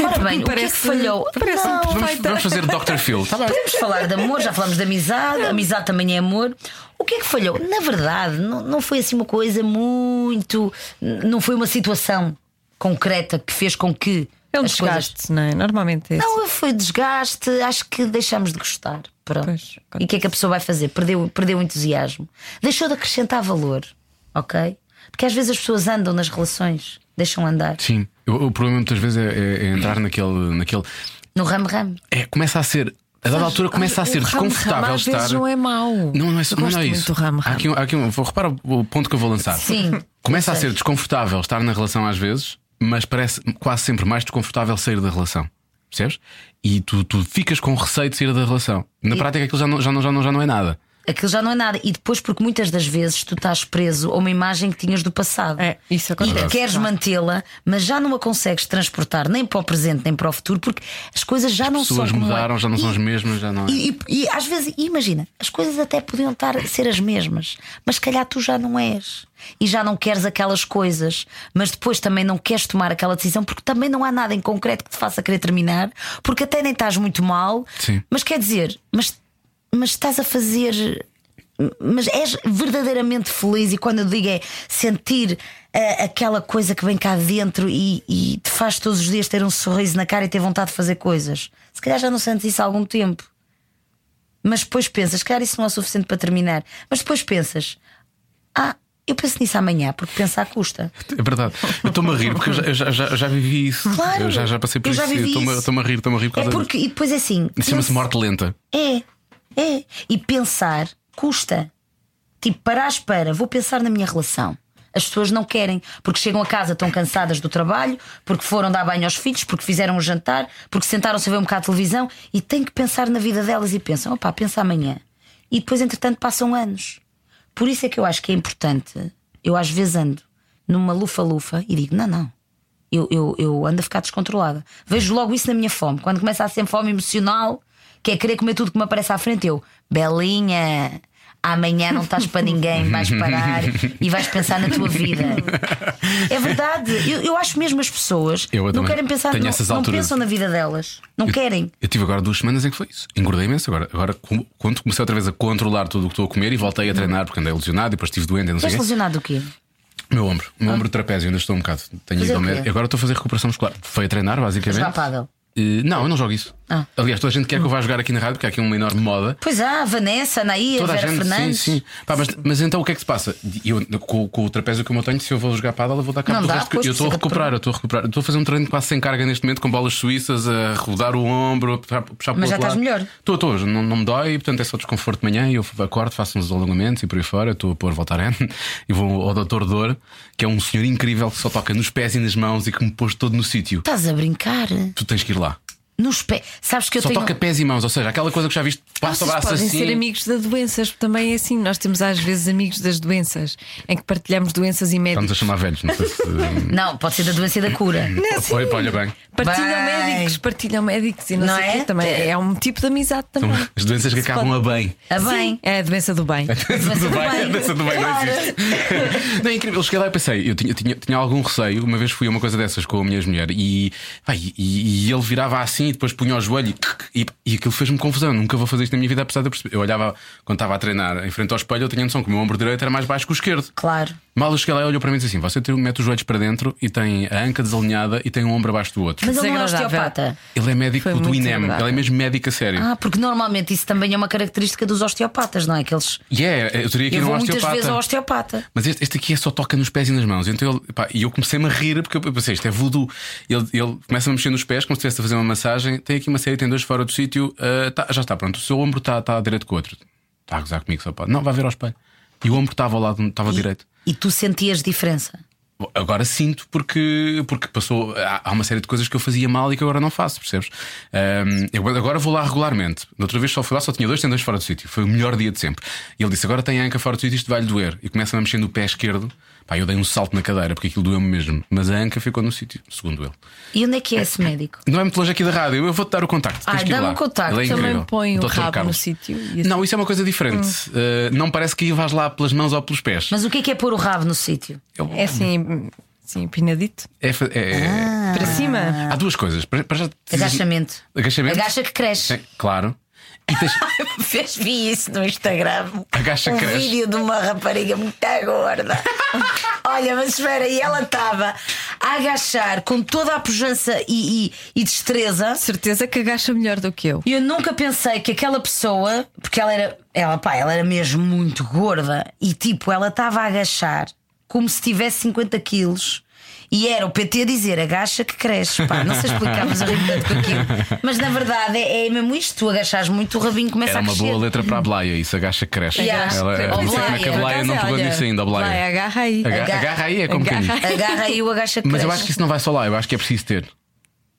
Ora bem, o que é que Parece- falhou? parece Não, Vamos, vamos fazer Dr. Phil. Está bem. Podemos falar de amor, já falamos de amizade, amizade também é amor. O que é que falhou? Na verdade, não, não foi assim uma coisa muito. n- Não foi uma situação concreta que fez com que. É um as coisas- desgaste, não é? Normalmente é assim. Não, foi desgaste, acho que deixámos de gostar. Pronto. Pois, e o que é que a pessoa vai fazer? Perdeu, perdeu o entusiasmo. Deixou de acrescentar valor, ok? Porque às vezes as pessoas andam nas relações, deixam andar. Sim. O, o problema muitas vezes é, é- é entrar naquele. naquele No ramo-ramo. é, começa a ser. A dada altura começa a ser O ramo-ramo desconfortável às vezes estar. não é mau. Não, não é, Eu não, gosto não é muito isso. do ramo Há aqui, um- há aqui um, repara o ponto que eu vou lançar. Sim. Começa a Eu sei. ser desconfortável estar na relação às vezes, mas parece quase sempre mais desconfortável sair da relação. Percebes? E tu, tu ficas com receio de sair da relação. Na prática, aquilo já não, já, não, já, não, já não é nada. Aquilo já não é nada. E depois, porque muitas das vezes tu estás preso a uma imagem que tinhas do passado. É, isso acontece. E queres Claro. mantê-la, mas já não a consegues transportar nem para o presente nem para o futuro, porque as coisas já não As pessoas são como mudaram, eram. já não são E- as mesmas, já não é. E, e- e às vezes, e imagina, as coisas até podiam estar a ser as mesmas, mas se calhar tu já não és e já não queres aquelas coisas, mas depois também não queres tomar aquela decisão porque também não há nada em concreto que te faça querer terminar, porque até nem estás muito mal, Sim. mas quer dizer, mas, mas estás a fazer. Mas és verdadeiramente feliz, e quando eu digo é sentir ah, aquela coisa que vem cá dentro e, e te faz todos os dias ter um sorriso na cara e ter vontade de fazer coisas. Se calhar já não sentes isso há algum tempo. Mas depois pensas, cara, isso não é o suficiente para terminar. Mas depois pensas, ah, eu penso nisso amanhã, porque pensar custa. É verdade. Eu estou-me a rir porque eu já, eu já, já, já vivi isso. Claro. Eu já, já passei por Eu isso. já vivi Estou-me a- isso. estou-me a rir, estou-me a rir por É causa porque, e depois é assim. disso. Chama-se pensa- morte lenta. É, é. E pensar custa. Tipo, parás para, vou pensar na minha relação. As pessoas não querem, porque chegam a casa tão cansadas do trabalho, porque foram dar banho aos filhos, porque fizeram o jantar, porque sentaram-se a ver um bocado de televisão e têm que pensar na vida delas e pensam, opá, pensa amanhã. E depois, entretanto, passam anos. Por isso é que eu acho que é importante. Eu às vezes ando numa lufa-lufa e digo, não, não. Eu, eu, eu ando a ficar descontrolada. Vejo logo isso na minha fome. Quando começa a ser fome emocional, que é querer comer tudo que me aparece à frente, eu, Belinha, amanhã não estás para ninguém, vais parar e vais pensar na tua vida. É verdade. Eu, eu acho mesmo as pessoas Eu não também. querem pensar, Tenho não, essas não alturas. pensam na vida delas. Não Eu- querem. Eu tive agora duas semanas em que foi isso. Engordei imenso agora. Agora, com- quando comecei outra vez a controlar tudo o que estou a comer e voltei a treinar, porque andei lesionado e depois estive doente e não sei Estás o quê. lesionado o quê? Meu ombro, meu ombro de trapézio, ainda estou um bocado. Tenho Ah. Fazer ido ao o quê? médico. Agora estou a fazer recuperação muscular. Foi a treinar, basicamente. Jogar pádel? Eh, não, eu não jogo isso. Ah. Aliás, toda a gente quer que eu vá jogar aqui na rádio, porque há aqui uma enorme moda. Pois há, a Vanessa, a Anaí, a Toda a Vera gente, Fernandes. sim, sim. Pá, mas, mas então o que é que se passa? Eu, com, com o trapézio que eu tenho, se eu vou jogar pádel, eu vou dar cabo do Não dá, resto. que- pois, eu estou a precisa de recuperar, eu estou a recuperar. Eu Estou a fazer um treino quase sem carga neste momento, com bolas suíças, a rodar o ombro, a puxar, puxar Mas já para o outro estás lado. melhor? Estou, estou, não, não me dói, portanto é só desconforto de manhã. e Eu acordo, faço uns alongamentos e por aí fora. Estou a pôr Voltaren e vou ao Dr. Dor, que é um senhor incrível que só toca nos pés e nas mãos e que me pôs todo no sítio. Estás a brincar? Tu tens que ir lá. Nos pés. Sabes que eu só tenho. um- Ah, toca pés e mãos, ou seja, aquela coisa que já viste, passa o Vocês braço podem assim. ser amigos da doenças também é assim. Nós temos às vezes amigos das doenças, em que partilhamos doenças e médicos. Estamos a chamar velhos, não sei se. Não, pode ser da doença e da cura. Não, sim. Olha, olha bem. Partilham Bem. médicos, partilham médicos e não, Não sei é? o quê também. É um tipo de amizade também. Então, As doenças que Se acabam pode- a bem. A Sim, bem. é a doença do bem. Doença do bem. a doença do bem não Claro. existe. Não, é incrível. Eu cheguei lá e pensei, eu tinha, tinha, tinha algum receio. Uma vez fui a uma coisa dessas com a minha mulher e, pá, e, e ele virava assim e depois punha o joelho e, e, e aquilo fez-me confusão. Nunca vou fazer isto na minha vida, apesar de eu perceber. Eu olhava, quando estava a treinar em frente ao espelho, eu tinha noção que o meu ombro direito era mais baixo que o esquerdo. Claro. Mal eu cheguei lá e olhou para mim e disse assim: você tem, mete os joelhos para dentro e tem a anca desalinhada e tem um ombro abaixo do outro. Mas ele não é Desagradável. osteopata. Ele é médico Foi do muito INEM, agradável. ele é mesmo médico a sério. Ah, porque normalmente isso também é uma característica dos osteopatas, não é? Aqueles. E é, eu teria que ir Eu a um vou muitas osteopata. vezes ao osteopata. Mas este, este aqui é só toca nos pés e nas mãos. Então ele, pá, e eu comecei-me a rir porque eu pensei, isto é voodoo. Ele, ele começa a mexer nos pés, como se estivesse a fazer uma massagem. Tem aqui uma série, tem dois fora do sítio. ah, tá, já está pronto. O seu ombro está está direito com o outro. Está a gozar comigo, só pá. Não, vai ver ao espelho. E o ombro estava ao lado, estava direito. E tu sentias diferença. Bom, Agora sinto porque, porque passou. Há há uma série de coisas que eu fazia mal e que agora não faço, percebes? Ahm, eu agora vou lá regularmente. Da outra vez só fui lá, só tinha dois tendões fora do sítio. Foi o melhor dia de sempre. E ele disse: Agora tem a anca fora do sítio, isto vai-lhe doer. E começa-me a mexer no pé esquerdo. Pá, eu dei um salto na cadeira porque aquilo doeu-me mesmo. Mas a anca ficou no sítio, segundo ele. E onde é que é esse médico? Não é muito longe aqui da rádio, eu vou-te dar o contacto. Ah, Ai, tens que ir dá-me lá. o contacto. Ele é Também incrível. põe o Dr. rabo no Carlos. sítio. e Hum. assim. Não, isso é uma coisa diferente. Ah, não parece que vais lá pelas mãos ou pelos pés. Mas o que é que é pôr o rabo no sítio? Eu- É assim, assim, empinadito. é fa- é- Para Ah. cima. Há duas coisas. Para para já É te- Agachamento. Agachamento? Agacha que cresce. Sim, claro. E tens- Fez, vi isso no Instagram. É. Agacha um cresce. vídeo de uma rapariga muito gorda. Olha, mas espera, e ela estava a agachar com toda a pujança e, e- e destreza. Certeza que agacha melhor do que eu. E eu nunca pensei que aquela pessoa, porque ela era, ela, pá, ela era mesmo muito gorda e tipo, ela estava a agachar como se tivesse 50 quilos. E era o PT a dizer agacha que cresce, pá. Não sei explicar, mas eu ri tanto com aquilo. Mas na verdade é, é mesmo isto: tu agachas muito, o rabinho começa Era a uma crescer. boa letra para a Blaia, isso agacha cresce. Yeah. Ela, Ou não sei como é Blaia. que a Blaia não Por acaso, pegou olha, nisso ainda, a Blaia, Blaia. agarra aí. Aga- Aga- Agarra aí, é como Agarra. quem diz. Agarra e o agacha que Mas cresce. eu acho que isso não vai só lá, eu acho que é preciso ter.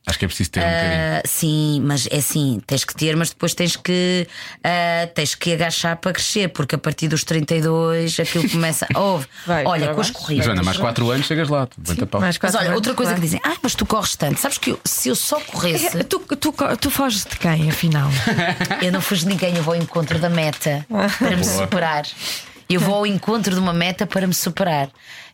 Acho que é preciso ter um bocadinho. Ah, sim, mas é assim, tens que ter, mas depois tens que ah, tens que agachar para crescer, porque a partir dos 32 aquilo começa. Ouve, Vai olha, para com as baixo. corridas. Joana, mais 4 anos chegas lá. levanta pau. Mais Mas quatro olha, outra metros, coisa claro. que dizem, ah, mas tu corres tanto. Sabes que eu- se eu só corresse, É, Tu, tu, tu foges de quem, afinal? eu não fujo de ninguém, eu vou ao encontro da meta para me superar. Eu vou ao encontro de uma meta para me superar.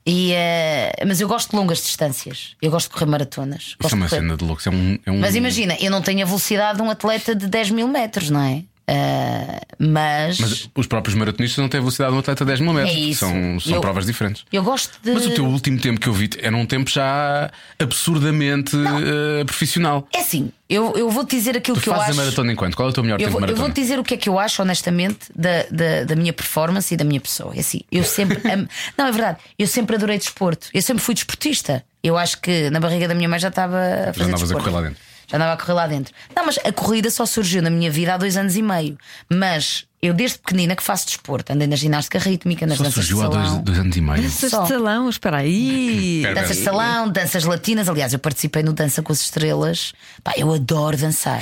E, ah, mas eu gosto de longas distâncias, eu gosto de correr maratonas. Gosto Isso é uma de correr- cena de louco. isso É um, é um... Mas imagina, eu não tenho a velocidade de um atleta de 10 mil metros, não é? Ah, mas, Mas os próprios maratonistas não têm a velocidade de um atleta a 10 mil metros. É isso. São, são Eu- provas diferentes. eu gosto de. Mas o teu último tempo que eu vi era um tempo já absurdamente eh, profissional. É assim, eu, eu vou te dizer aquilo Tu que eu fazes acho. a maratona em quanto? Qual é o teu melhor Eu tempo vou, de eu maratona? vou te dizer o que é que eu acho, honestamente, da, da, da minha performance e da minha pessoa. É assim, eu sempre. am- Não, é verdade, eu sempre adorei desporto. Eu sempre fui desportista. Eu acho que na barriga da minha mãe já estava a fazer. andavas a desporto. correr lá dentro. Já andava a correr lá dentro. Não, mas a corrida só surgiu na minha vida há dois anos e meio. Mas eu, desde pequenina, que faço desporto. Andei na ginástica rítmica, nas Só danças surgiu de há salão. dois, dois anos e meio. Danças Só. de salão, espera aí. Espera. Danças de salão, danças latinas. Aliás, eu participei no Dança com as Estrelas. Pá, eu adoro dançar.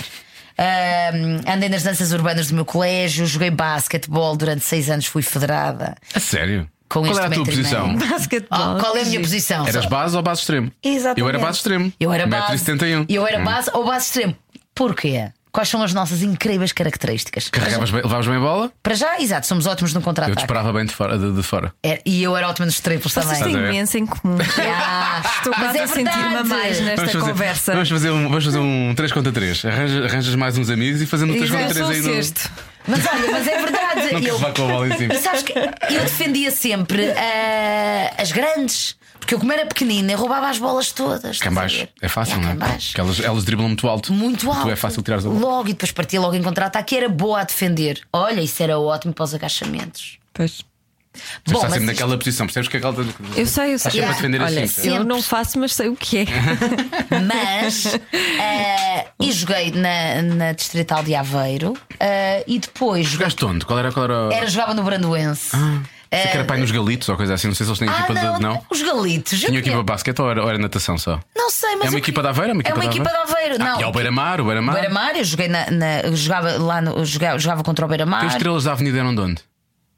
Ahm, andei nas danças urbanas do meu colégio, joguei basquetebol durante seis anos, fui federada. A sério? Com Qual este era a tua metro e posição? meio. Basquetebol. Ah, qual é a minha posição? Eras base ou base extremo? Exatamente. Eu era base extremo. Eu 1,71 era m. base. Eu era base ou base extremo. Porquê? Quais são as nossas incríveis características? Carregavas bem, levavas bem a bola? Para já, exato, somos ótimos no Eu contra-ataque. disparava bem de fora. De, de fora. É, E eu era ótimo nos triplos também. Vocês têm Estás a ver? imenso em comum. Ah, Estou mas quase é a sentir-me a verdade. mais nesta fazer, conversa. Vamos fazer, um, vamos fazer um 3 contra 3. Arranjas, arranjas mais uns amigos e fazemos um 3 contra 3 Exato, sou aí o no. sexto. Mas olha, mas é verdade. Não eu, queres levar com a bola em cima. E sabes que eu defendia sempre ah, as grandes. Porque eu, como era pequenina, eu roubava as bolas todas. Cá em baixo. É fácil, não é? Porque Baixo. elas, elas driblam muito alto. Muito alto. Tu é fácil tirar a bola. Logo, e depois partia logo em contra-ataque. e Era boa a defender. Olha, isso era ótimo para os agachamentos. Pois. Tu estás mas sempre isto- naquela posição. Percebes que aquela. Eu sei, eu Estás sei. sempre a defender Olha, assim. sim. eu não faço, mas sei o que é. Mas eh, e joguei na, na Distrital de Aveiro eh, e depois joguei- Jogaste onde? Qual era, qual era... era, jogava no Brandoense. Sei que era pai nos galitos ou coisa assim. Não sei se eles têm É. Ah, equipa não, de. Não? os galitos. eu Tinha conheço. equipa de basquete ou era, ou era natação só? Não sei, mas é uma eu equipa conhe- de Aveiro? É uma equipa de Aveiro, Ah, não. e ao Beira-Mar, o Beira-Mar. Beira-Mar, eu joguei na, na- eu jogava lá no, eu jogava, jogava contra o Tem Beira-Mar. estrelas da Avenida eram de onde?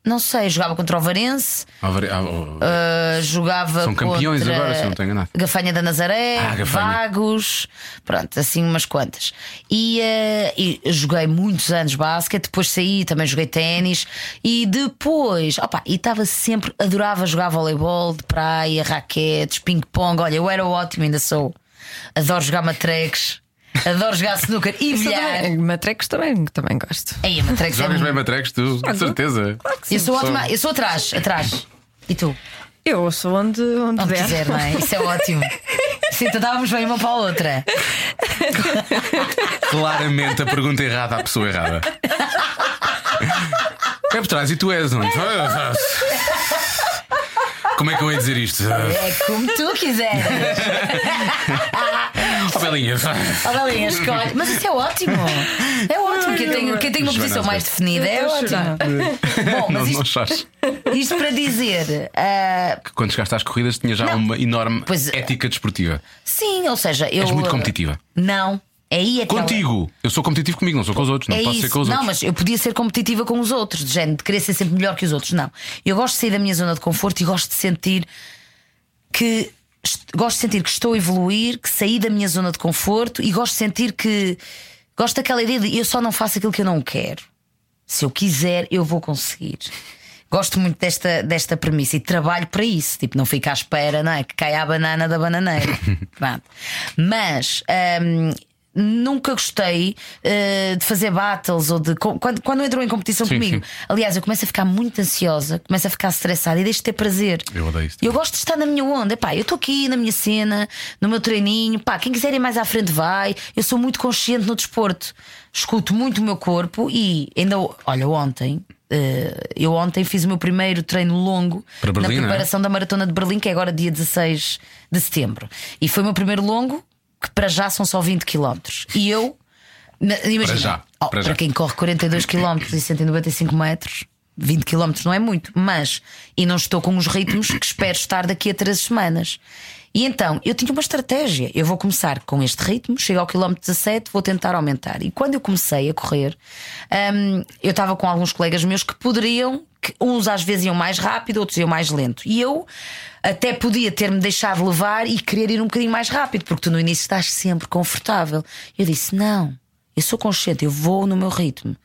Não sei, jogava contra o Varense, Avare- ah, oh, eh, jogava São campeões contra agora, se eu não estou enganado. Gafanha da Nazaré, Ah, Gafanha. Vagos, pronto, assim umas quantas. E, eh, e joguei muitos anos basquete, depois saí, também joguei ténis e depois, opa, e estava sempre, adorava jogar voleibol de praia, raquetes, ping-pong. Olha, eu era ótimo, ainda sou. Adoro jogar matreques, adoro jogar snooker e Isso bilhar. também- Matrecos também, também gosto. Aí, a matreques é Jogas muito- bem matrex, tu? Com certeza. Eu sou ótima, eu sou atrás, atrás. E tu? Eu sou onde, onde, Onde der. quiser, não é? Isso é ótimo. Sim, então estávamos bem uma para a outra. Claramente a pergunta errada à pessoa errada. É por trás e tu és onde? Como é que eu ia dizer isto? É como tu quiseres. Oh, Belinha. Olha ali, escolhe. Mas isso é ótimo. É ótimo. Quem tem, quem tem uma Joana, posição mais não definida é Eu estou a ótimo. chorar. Bom, Não, mas não isto, achas isto para dizer. ah, que quando chegaste às corridas tinha já Não. uma enorme Pois é. ética desportiva. sim, ou seja, eu. És muito ah, competitiva. Não. Aí é que ela- Contigo! Eu sou competitivo comigo, não sou com os outros, não é posso isso. ser com os não, outros. mas eu podia ser competitiva com os outros, de género, de querer ser sempre melhor que os outros. Não. Eu gosto de sair da minha zona de conforto e gosto de sentir que est- gosto de sentir que estou a evoluir, que saí da minha zona de conforto e gosto de sentir que gosto daquela ideia de eu só não faço aquilo que eu não quero. Se eu quiser, eu vou conseguir. Gosto muito desta, desta premissa e trabalho para isso. Tipo, não fico à espera, não é? Que caia a banana da bananeira. Pronto. Mas. hum, Nunca gostei eh, de fazer battles ou de. co- Quando, quando entram em competição Sim, comigo. sim. Aliás, eu começo a ficar muito ansiosa, começo a ficar estressada e deixo de ter prazer. Eu odeio isso Eu gosto de estar na minha onda. Epá, eu estou aqui na minha cena, no meu treininho. Pá, quem quiser ir mais à frente vai. Eu sou muito consciente no desporto. Escuto muito o meu corpo e ainda. Olha, ontem. eh, eu ontem fiz o meu primeiro treino longo Para Berlim, não é? na preparação da Maratona de Berlim, que é agora dia 16 de setembro. E foi o meu primeiro longo, que para já são só 20 km. E eu. na- Imagina, já, Oh, para para, já. quem corre 42 km e 195 metros, 20 km não é muito, mas e não estou com os ritmos que espero estar daqui a três semanas. E então, eu tinha uma estratégia. Eu vou começar com este ritmo, chego ao quilómetro 17, vou tentar aumentar. E quando eu comecei a correr, hum, eu estava com alguns colegas meus que poderiam, que uns às vezes iam mais rápido, outros iam mais lento. E eu até podia ter-me deixado levar e querer ir um bocadinho mais rápido, porque tu no início estás sempre confortável. Eu disse: não, eu sou consciente, eu vou no meu ritmo.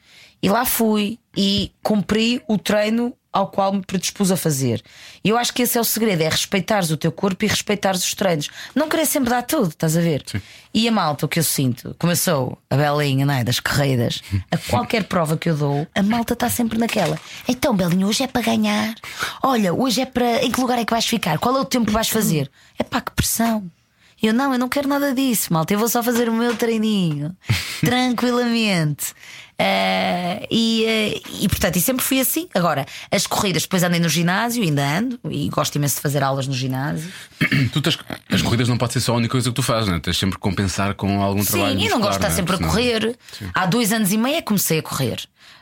E lá fui e cumpri o treino ao qual me predispus a fazer. E eu acho que esse é o segredo: é respeitares o teu corpo e respeitares os treinos. Não querer sempre dar tudo, estás a ver? E a malta, o que eu sinto, como eu sou a belinha não é, das corridas, a qualquer prova que eu dou, a malta está sempre naquela. Então, belinha, hoje é para ganhar. Olha, hoje é para. Em que lugar é que vais ficar? Qual é o tempo que vais fazer? É pá, que pressão. Eu não, eu não quero nada disso, malta. Eu vou só fazer o meu treininho, tranquilamente. Eh, e, eh, e portanto, e sempre fui assim. Agora, as corridas, depois andei no ginásio, ainda ando, e gosto imenso de fazer aulas no ginásio. Tu tens- as corridas não pode ser só a única coisa que tu fazes, não é? Tens sempre que compensar com algum um trabalho. Sim, e não gosto de estar muscular, sempre a não é? correr. Há dois anos e meio é que comecei a correr.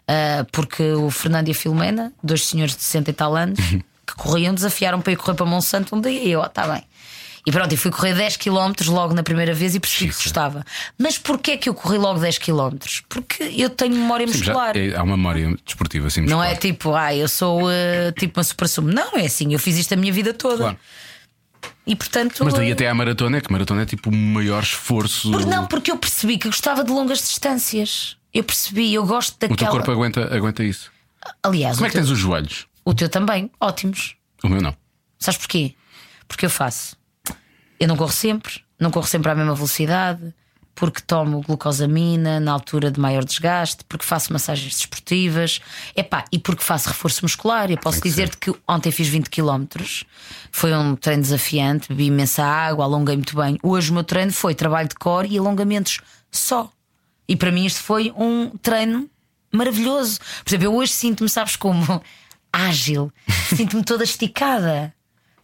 Ah, porque o Fernando e a Filomena, dois senhores de 60 e tal anos, que corriam, desafiaram para ir correr para Monsanto um dia e eu, ó, está bem. E pronto, e fui correr 10 km logo na primeira vez e percebi que gostava. Mas porquê é que eu corri logo 10 km? Porque eu tenho memória Sim, já- muscular. é- há uma memória desportiva assim. Não muscular. é tipo, ah, eu sou eh, tipo uma super sumo. Não, é assim, eu fiz isto a minha vida toda. Claro. E portanto. Mas daí até à maratona, é que maratona é tipo o maior esforço. Por- não, porque eu percebi que eu gostava de longas distâncias. Eu percebi, eu gosto O teu daquela. corpo aguenta, aguenta isso. Aliás, Como o, é que teu, tens os joelhos? o teu também, ótimos. O meu não. Sabes porquê? Porque eu faço. Eu não corro sempre, não corro sempre à mesma velocidade, porque tomo glucosamina na altura de maior desgaste, porque faço massagens desportivas, epá, e porque faço reforço muscular. Eu posso que dizer-te que ontem fiz 20 km, foi um treino desafiante, bebi imensa água, alonguei muito bem. Hoje o meu treino foi trabalho de core e alongamentos só. E para mim este foi um treino maravilhoso. Por exemplo, eu hoje sinto-me, sabes como? Ágil. Sinto-me toda esticada.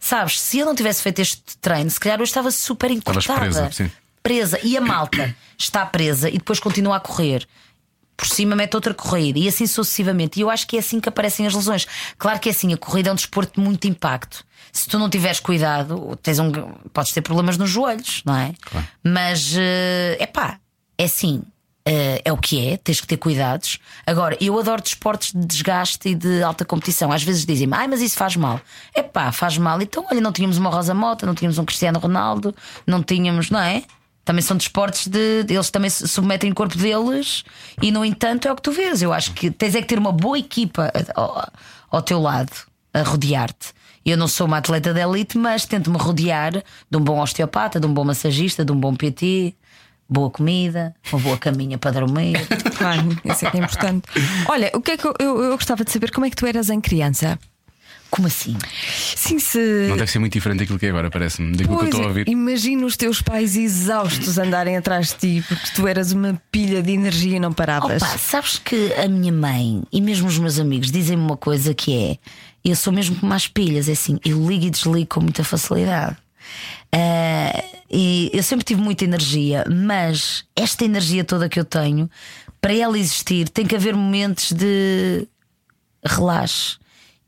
Sabes? Se eu não tivesse feito este treino, se calhar eu estava super encurtada. presa, sim. Presa. E a malta está presa e depois continua a correr. Por cima mete outra corrida e assim sucessivamente. E eu acho que é assim que aparecem as lesões. Claro que é assim, a corrida é um desporto de muito impacto. Se tu não tiveres cuidado, tens um, podes ter problemas nos joelhos, não é? Mas é pá, é assim. eh, é o que é, tens que ter cuidados. Agora, eu adoro desportos de desgaste e de alta competição. Às vezes dizem-me, ai, mas isso faz mal. É pá, faz mal. Então, olha, não tínhamos uma Rosa Mota, não tínhamos um Cristiano Ronaldo, não tínhamos, não é? Também são desportos de. Eles também se submetem o corpo deles e, no entanto, é o que tu vês. Eu acho que tens é que ter uma boa equipa eh, ao, ao teu lado, a rodear-te. Eu não sou uma atleta de elite, mas tento-me rodear de um bom osteopata, de um bom massagista, de um bom PT, boa comida, uma boa caminha para dormir. Claro, isso é que é importante. Olha, o que é que eu, eu- eu gostava de saber como é que tu eras em criança? Como assim? Sim, se. Não deve ser muito diferente daquilo que é agora, parece-me. Digo o que eu Pois, estou a ouvir. Imagina os teus pais exaustos andarem atrás de ti porque tu eras uma pilha de energia e não paravas. Opa, sabes que a minha mãe e mesmo os meus amigos dizem-me uma coisa que é: eu sou mesmo como as pilhas, é assim, eu ligo e desligo com muita facilidade. Ah, e eu sempre tive muita energia, mas esta energia toda que eu tenho, para ela existir, tem que haver momentos de relaxe.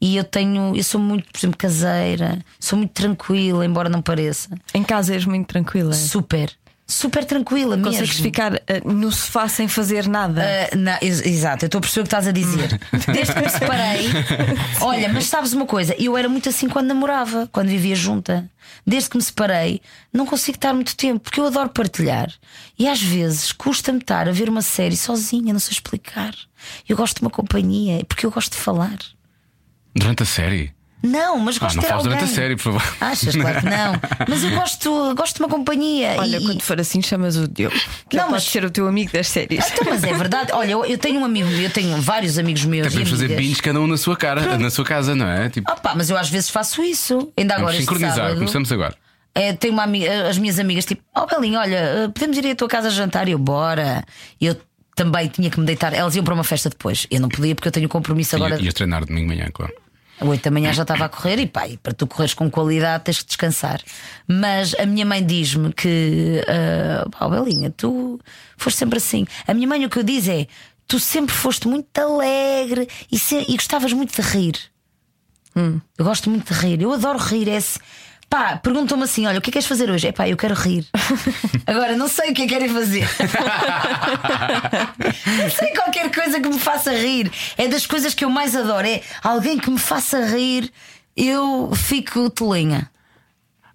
E eu tenho, eu sou muito, por exemplo, caseira, sou muito tranquila, embora não pareça. Em casa és muito tranquila. Super, super tranquila mesmo. Consegues ficar eh, no sofá sem fazer nada. Ah, não, ex- exato, eu estou a perceber o que estás a dizer. Desde que me separei. Olha, mas sabes uma coisa? Eu era muito assim quando namorava, quando vivia junta. Desde que me separei, não consigo estar muito tempo, porque eu adoro partilhar. E às vezes custa-me estar a ver uma série sozinha, não sei explicar. Eu gosto de uma companhia, porque eu gosto de falar. Durante a série? Não, mas Ah, gosto não de ter fales alguém. durante a série, por favor. Achas? Claro que não. Mas eu gosto, gosto de uma companhia. Olha, e- quando for assim, chamas o Diogo. Que Não, ele mas- pode ser o teu amigo das séries. Então, mas é verdade. Olha, eu, eu tenho um amigo, eu tenho vários amigos meus. Até podemos e fazer amigas. binhos cada um na sua cara, na sua casa, não é? Tipo, Ah pá, mas eu às vezes faço isso. Ainda agora vamos este sincronizar. sábado, Começamos agora. eh, tenho uma ami- eh, as minhas amigas tipo, oh Belinho, olha, eh, podemos ir aí à tua casa jantar? E Eu, bora. Eu também tinha que me deitar. Elas iam para uma festa depois. Eu não podia porque eu tenho um compromisso agora. Ias treinar domingo de manhã, claro. A 8 da manhã já estava a correr e pá, e para tu correres com qualidade tens que descansar. Mas a minha mãe diz-me que, ah, pá, Belinha, tu foste sempre assim. A minha mãe o que eu diz é: tu sempre foste muito alegre e, se- e gostavas muito de rir. Hum, Eu gosto muito de rir, eu adoro rir. É esse... Pá, perguntam-me assim: olha, o que é que queres fazer hoje? É pá, eu quero rir. Agora, não sei o que é que querem fazer. Não sei qualquer coisa que me faça rir. É das coisas que eu mais adoro. É alguém que me faça rir, eu fico tolinha.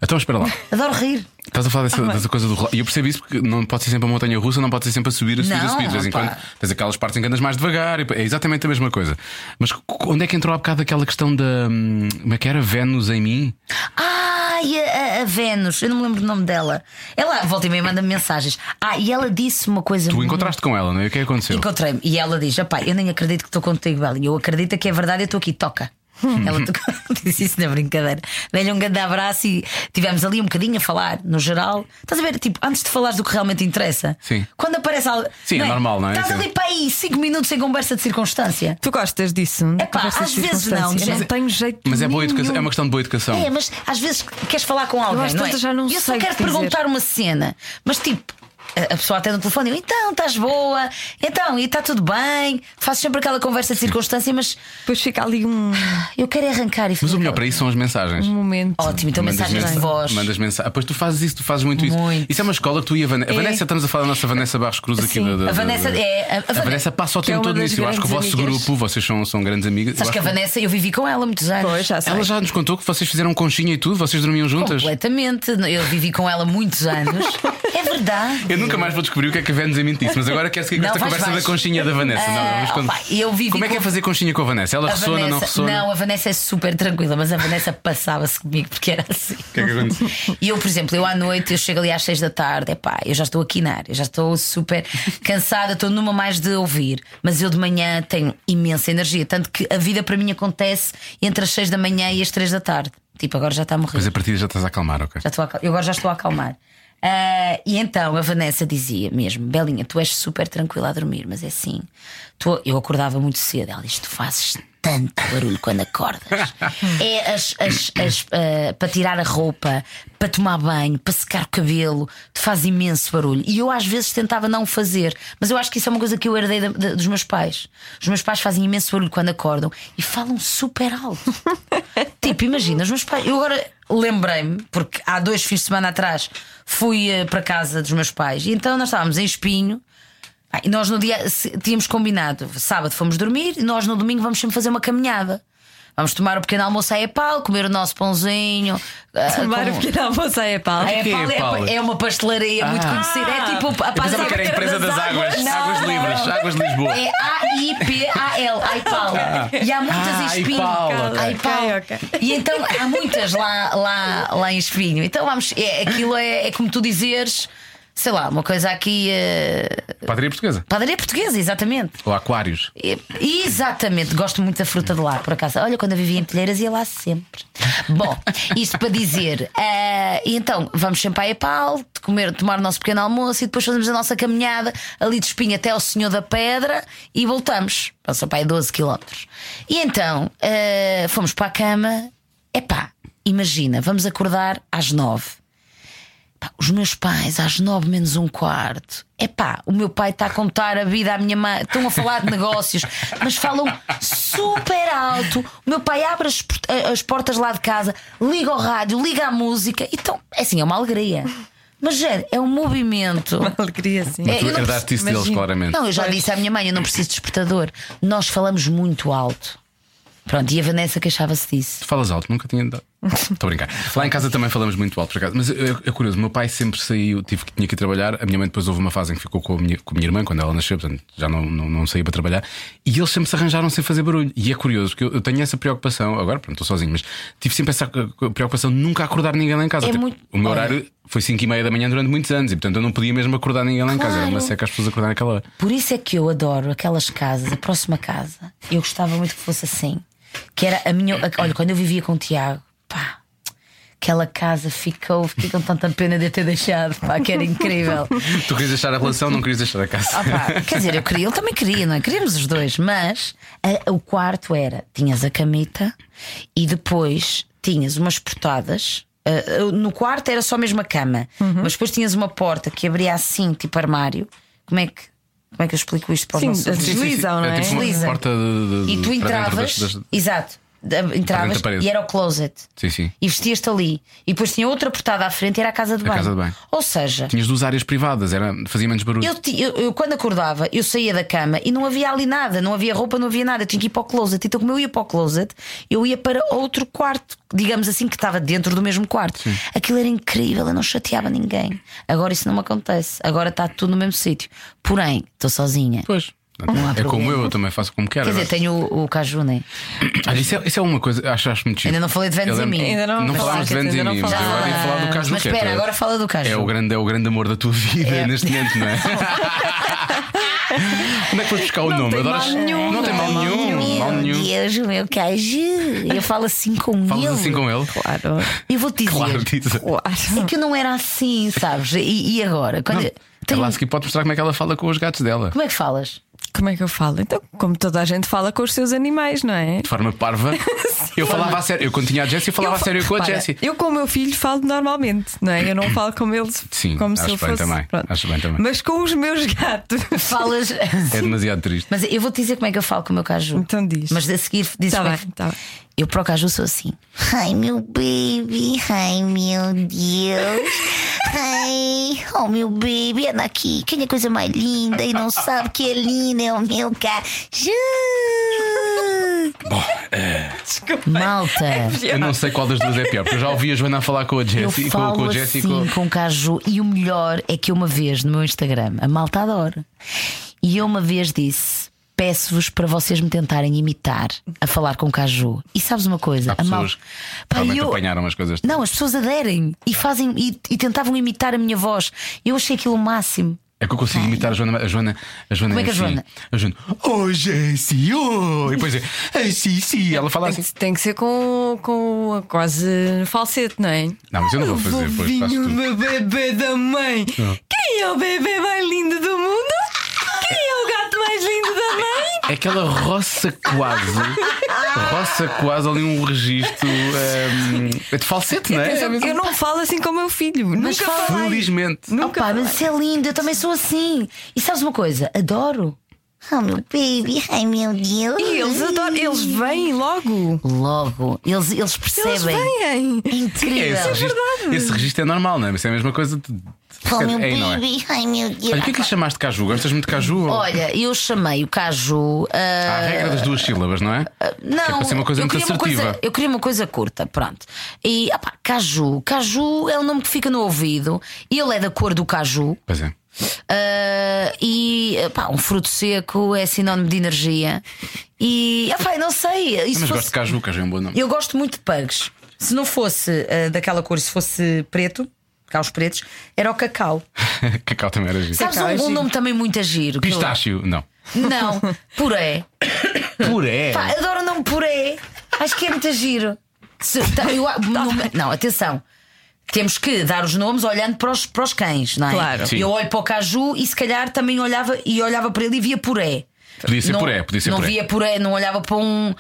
Então espera lá. Adoro rir. Estás a falar Ah, dessa, dessa coisa do relógio. E eu percebo isso porque não pode ser sempre a montanha russa, não pode ser sempre a subir, a subir, a Não, subir. De vez em pá. quando tens aquelas partes em que andas mais devagar. e É exatamente a mesma coisa. Mas c- onde é que entrou há bocado aquela questão da. hum, Como é que era? Vênus em mim? Ai, a, a- a Vênus, eu não me lembro o nome dela. Ela volta e meia manda -me mensagens. Ah, e ela disse uma coisa. Tu muito- encontraste com ela, não é? O que é que aconteceu? Encontrei-me. E ela diz: Rapaz, eu nem acredito que estou contigo, Belly. Eu acredito que é verdade, eu estou aqui, toca. Ela tocou- disse isso na brincadeira. Dei-lhe um grande abraço e tivemos ali um bocadinho a falar, no geral. Estás a ver, tipo, antes de falares do que realmente interessa, Sim. quando aparece algo. Sim, é normal, não é? Estás Sim. ali para aí 5 minutos em conversa de circunstância. Tu gostas disso? de Epá, conversas às de vezes circunstância? não, Eu mas é- não tenho jeito. Mas é, boa nenhum. educação, é uma questão de boa educação. É, mas às vezes queres falar com alguém. às não é? tantas já não eu só sei o quero que dizer. perguntar uma cena, mas tipo, a- a pessoa atende o telefone e eu, então, estás boa, então, e está tudo bem. Faço sempre aquela conversa de circunstância, mas Depois fica ali um eu quero é arrancar e Mas fazer o melhor aquela- para isso são as mensagens. momento. Ótimo, então mensagens de voz. Mandas mensagem. Pois tu fazes isso, tu fazes muito, isso. Muito. Isso é uma escola que tu e a Vanessa. A Vanessa, estamos a falar da nossa Vanessa Barros Cruz aqui Sim. da, da- A da- Vanessa da- é- a- a A Vanessa passa o é tempo uma todo das nisso. Eu acho que o grandes vosso amigas. grupo, vocês são, são grandes amigas. Eu Sabes acho que a que- Vanessa, eu vivi com ela muitos anos. Pois, já sei. Ela já nos contou que vocês fizeram conchinha e tudo, vocês dormiam juntas. Completamente. Eu vivi com ela muitos anos. é Eu verdade. nunca mais vou descobrir o que é que a Vanessa me disse, mas agora quero seguir com Não, esta vais, conversa vais. da conchinha da Vanessa. Ah, Não, vamos quando- opa, eu vivi Como é que é com- fazer conchinha com a Vanessa? Ela A ressona, não Vanessa, ressona? a Vanessa é super tranquila, mas a Vanessa passava-se comigo porque era assim. O que é que aconteceu? E eu, por exemplo, eu à noite, eu chego ali às seis da tarde, epá, eu já estou aqui na área, já estou super cansada, estou numa mais de ouvir, mas eu de manhã tenho imensa energia, tanto que a vida para mim acontece entre as seis da manhã e as três da tarde. Tipo, agora já está a morrer. Pois a partir já estás a acalmar, ok? Já estou a acal- eu agora já estou a acalmar. Ah, e então a Vanessa dizia mesmo: Belinha, tu és super tranquila a dormir, mas é assim. tu- eu acordava muito cedo. Ela diz: Tu fazes tanto barulho quando acordas. é as, as- as, ah, para tirar a roupa, para tomar banho, para secar o cabelo, tu fazes imenso barulho. E eu às vezes tentava não fazer, mas eu acho que isso é uma coisa que eu herdei da- da- dos meus pais. Os meus pais fazem imenso barulho quando acordam e falam super alto. Tipo, imagina, os meus pais. Eu agora lembrei-me, porque há dois fins de semana atrás fui eh, para casa dos meus pais e então nós estávamos em espinho. Ah, E nós no dia se- tínhamos combinado, sábado fomos dormir e nós no domingo vamos sempre fazer uma caminhada. Vamos tomar o pequeno almoço à Epal, comer o nosso pãozinho. ah, Tomar com- o pequeno almoço à Epal. A é que é Epal é, Epal? é uma pastelaria muito Ah. conhecida. É tipo a Eu pensava que era a empresa das águas, águas livres, águas de Lisboa. É A-I-P-A-L, AIPAL. E há muitas Ah, em espinho. AIPAL, ok. AIPAL. Ok, E então há muitas lá, lá, lá em espinho. Então vamos, é, aquilo é, é como tu dizeres, sei lá, uma coisa aqui. eh, Padaria portuguesa. padaria portuguesa, exatamente. Ou aquários. E- Exatamente, gosto muito da fruta de lá, por acaso. Olha, quando eu vivia em Telheiras ia lá sempre. Bom, isto para dizer, eh, e então vamos sempre à Epal, de comer, tomar o nosso pequeno almoço e depois fazemos a nossa caminhada ali de espinho até ao Senhor da Pedra e voltamos. Passa para aí 12 quilómetros. E então eh, fomos para a cama, epá, imagina, vamos acordar às 9. Pá, os meus pais, às nove menos um quarto. É pá, o meu pai está a contar a vida à minha mãe. Estão a falar de negócios, mas falam super alto. O meu pai abre as, port- a- as portas lá de casa, liga ao rádio, liga à música. Então, é assim, é uma alegria. Mas, gente, é um movimento. Uma alegria, sim. É, Tu eu não herdaste isso deles, imagino. claramente. Não, eu já disse à minha mãe, eu não preciso de despertador. Nós falamos muito alto. Pronto, e a Vanessa queixava-se disso. Tu falas alto, nunca tinha dado. Estou a brincar. Lá em casa também falamos muito alto, por acaso. Mas é, é curioso, o meu pai sempre saiu, tive, que- tinha que ir trabalhar. A minha mãe depois houve uma fase em que ficou com a minha, com a minha irmã, quando ela nasceu, portanto já não, não, não saía para trabalhar. E eles sempre se arranjaram sem fazer barulho. E é curioso, porque eu, eu tenho essa preocupação, agora, pronto, estou sozinho, mas tive sempre essa eh, preocupação de nunca acordar ninguém lá em casa. É Tipo, muito- O meu Olha. horário foi 5 e meia da manhã durante muitos anos e, portanto, eu não podia mesmo acordar ninguém lá em casa. Era uma Claro. seca as pessoas acordarem naquela hora. Por isso é que eu adoro aquelas casas, a próxima casa. Eu gostava muito que fosse assim. Que era a minha. a- olha, quando eu vivia com o Tiago, pá, aquela casa ficou. Fiquei com tanta pena de a ter deixado, pá, que era incrível. Tu querias deixar a relação, não querias deixar a casa. Ah, pá, quer dizer, eu queria, ele também queria, não é? Queríamos os dois, mas a- o quarto era: tinhas a camita e depois tinhas umas portadas. Ah, ah, no quarto era só mesmo a cama, mas depois tinhas uma porta que abria assim, tipo armário. Como é que, como é que eu explico isto para os Sim, nossos assim, ouvintes? Deslizam, não é? É tipo uma Deslizam. porta de, de- E tu Hum, para dentro entravas, das- das- exato, da- entravas da parede. e era o closet. Sim, sim. E vestias-te ali. E depois tinha outra portada à frente e era a casa de banho. casa de banho. Ou seja, Tinhas duas áreas privadas, era, fazia menos barulho. eu, ti- eu- eu quando acordava, eu saía da cama e não havia ali nada, não havia roupa, não havia nada. Eu tinha que ir para o closet. Então, como eu ia para o closet, eu ia para outro quarto, digamos assim, que estava dentro do mesmo quarto. Aquilo era incrível, eu não chateava ninguém. Agora isso não me acontece. Agora está tudo no mesmo sítio. Porém, estou sozinha. Pois. há é problema. como eu, eu também faço como quero. Quer Agora- dizer, tenho o, o Caju, né? Ah, isso, é, isso é uma coisa, acho, acho muito giro. Ainda não falei de Vênus Eu em lembro- mim. Ainda não- Não mas falámos de claro que Vênus em ainda não mim, mas falámos. agora ia falar do Caju Ah, Mas que é espera, teu- agora fala do Caju. É o, grande, é o grande amor da tua vida É. neste momento, não é? Onde é que foste buscar o nome? tem Adoro mal as- nenhum, Não tem mal nenhum. Mal Meu nenhum. Deus, o meu Caju. Eu falo assim com ele. Falas assim com ele? Claro, Eu vou-te dizer. Claro, diz. É claro. que eu não era assim, sabes? E, e agora? Quando eu- Não, tenho- um- Ela a seguir pode mostrar como é que ela fala com os gatos dela. Como é que falas? Como é que eu falo? Então, como toda a gente fala com os seus animais, não é? De forma parva. eu falava a sério. Eu, quando tinha a Jessie, eu falava a fa- sério com a repara, Jessie. Eu com o meu filho falo normalmente, não é? Eu não falo com eles Sim, como acho se eu bem fosse. também, pronto. acho bem também. Mas com os meus gatos. Falas. É demasiado triste. Mas eu vou te dizer como é que eu falo com o meu caju. Então diz. Mas a seguir dizes Tá como é bem, que- tá bem. Eu para o caju sou assim. Ai, meu baby. Ai, meu Deus. Ai, oh, meu baby. Anda aqui. Quem é a coisa mais linda e não sabe que é linda é o meu caju. Bom, eh, É Malta. eu não sei qual das duas é pior, porque eu já ouvi a Joana a falar com a Eu Jessie, com, falo com a Jessie e assim com. com o caju e o melhor é que eu uma vez no meu Instagram, a malta adora, e eu uma vez disse. Peço-vos para vocês me tentarem imitar a falar com o caju. E sabes uma coisa? Há a mal- pessoas que Pá, realmente eu- apanharam as coisas. Não, as pessoas aderem e fazem e, e tentavam imitar a minha voz. Eu achei aquilo o máximo. É que eu consigo imitar a Joana. A Joana, a Joana Como é que é a assim. Joana? A Joana. Oh, Jessie, oh! E depois é. Ai, sim, sim. Ela fala assim. Tem que, tem que ser com, com quase falsete, não é? Não, mas eu não vou fazer, pois, faço Vovinho, tudo. meu bebê da mãe. Quem é o bebê mais lindo do mundo? Quem é o gato mais lindo da mãe? É que ela roça quase. roça quase ali um registro. ehm, É de falsete, não é? Atenção, eu não falo assim com o meu filho. Nunca fala- falei. Felizmente. Nunca Opa, mas isso é lindo, eu também sou assim. E sabes uma coisa? Adoro. Oh, meu baby. Ai, meu Deus. E eles adoram, eles vêm logo. Logo, eles, eles Eles percebem. vêm. É É, incrível. esse, registro, esse registro é normal, não é? Mas é a mesma coisa. De... Oh, meu É, não é? baby. Ai, meu Deus. Olha, o que é que lhe chamaste de caju? Gostas muito de caju? Olha, eu chamei o caju. Há a ah, regra das duas sílabas, não é? não, para ser uma coisa eu muito queria uma assertiva. coisa- eu queria uma coisa curta, pronto. E opá, caju, caju é o nome que fica no ouvido. E ele é da cor do caju. Pois é. Ah, e pá, um fruto seco é sinónimo de energia. E opá, eu não sei. Mas Isso fosse- gosto de caju, caju é um bom nome. Eu gosto muito de pugs. Se não fosse ah, daquela cor, se fosse preto, cá os pretos, era o cacau. Cacau também era giro. Sabes um, um nome também muito a giro? que eu- Pistácio, não. Não, puré. Puré. Pá, adoro o nome puré. Acho que é muito giro. Se- tá, eu- não, não, atenção. Temos que dar os nomes olhando para os, para os cães, não é? Claro. Sim. Eu olho para o caju e se calhar também olhava e olhava para ele e via puré. Podia ser não, puré, podia ser não puré. via puré, não olhava para um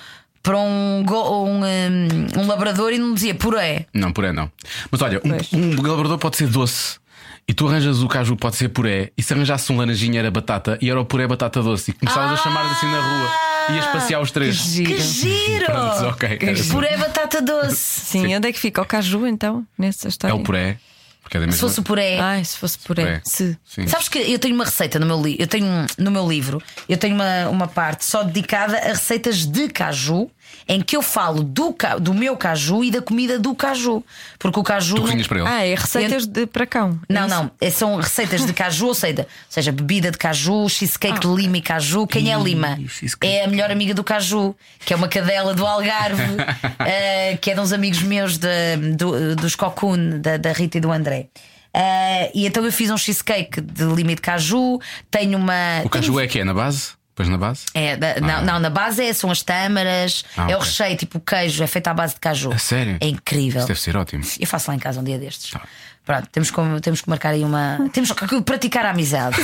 para um, go- um, um, um labrador e não dizia puré. Não, puré não. Mas olha, um, um labrador pode ser doce. E tu arranjas o caju, pode ser puré. E se arranjasse um laranjinha era batata. E era o puré batata doce. E começavas a chamar assim na rua. Ias passear os três. Giro. Ah! Que giro! Pronto, ok. era assim. Puré batata doce. Sim, onde é que fica o caju então? Nessa É história. o puré. Porque é da mesma... Se fosse o puré. Ai, se fosse por aí. puré. Se. Sim. Sabes que eu tenho uma receita no meu, li eu tenho um- no meu livro, eu tenho uma, uma parte só dedicada a receitas de caju, em que eu falo do, ca- do meu caju e da comida do caju. Porque o caju. Tu não- cozinhas para ele. Ah, é receitas de para cão. É Não, isso? não, é- são receitas de caju, ou seja, ou seja, bebida de caju, cheesecake de lima e caju. Quem é lima? cheesecake. É a melhor amiga do caju, que é uma cadela do Algarve, eh, que é de uns amigos meus de- do- dos Cocoon, da, da Rita e do André. Eh, e então eu fiz um cheesecake de lima e de caju, tenho uma. O caju é que é na base? Pois na base? É, da- não, não, na base é, são as tâmaras, Ah, é o ok. recheio, tipo o queijo, é feito à base de caju. A sério? É incrível. Isso deve ser ótimo. Eu faço lá em casa um dia destes. Pronto, temos que, temos que marcar aí uma. Temos que praticar a amizade.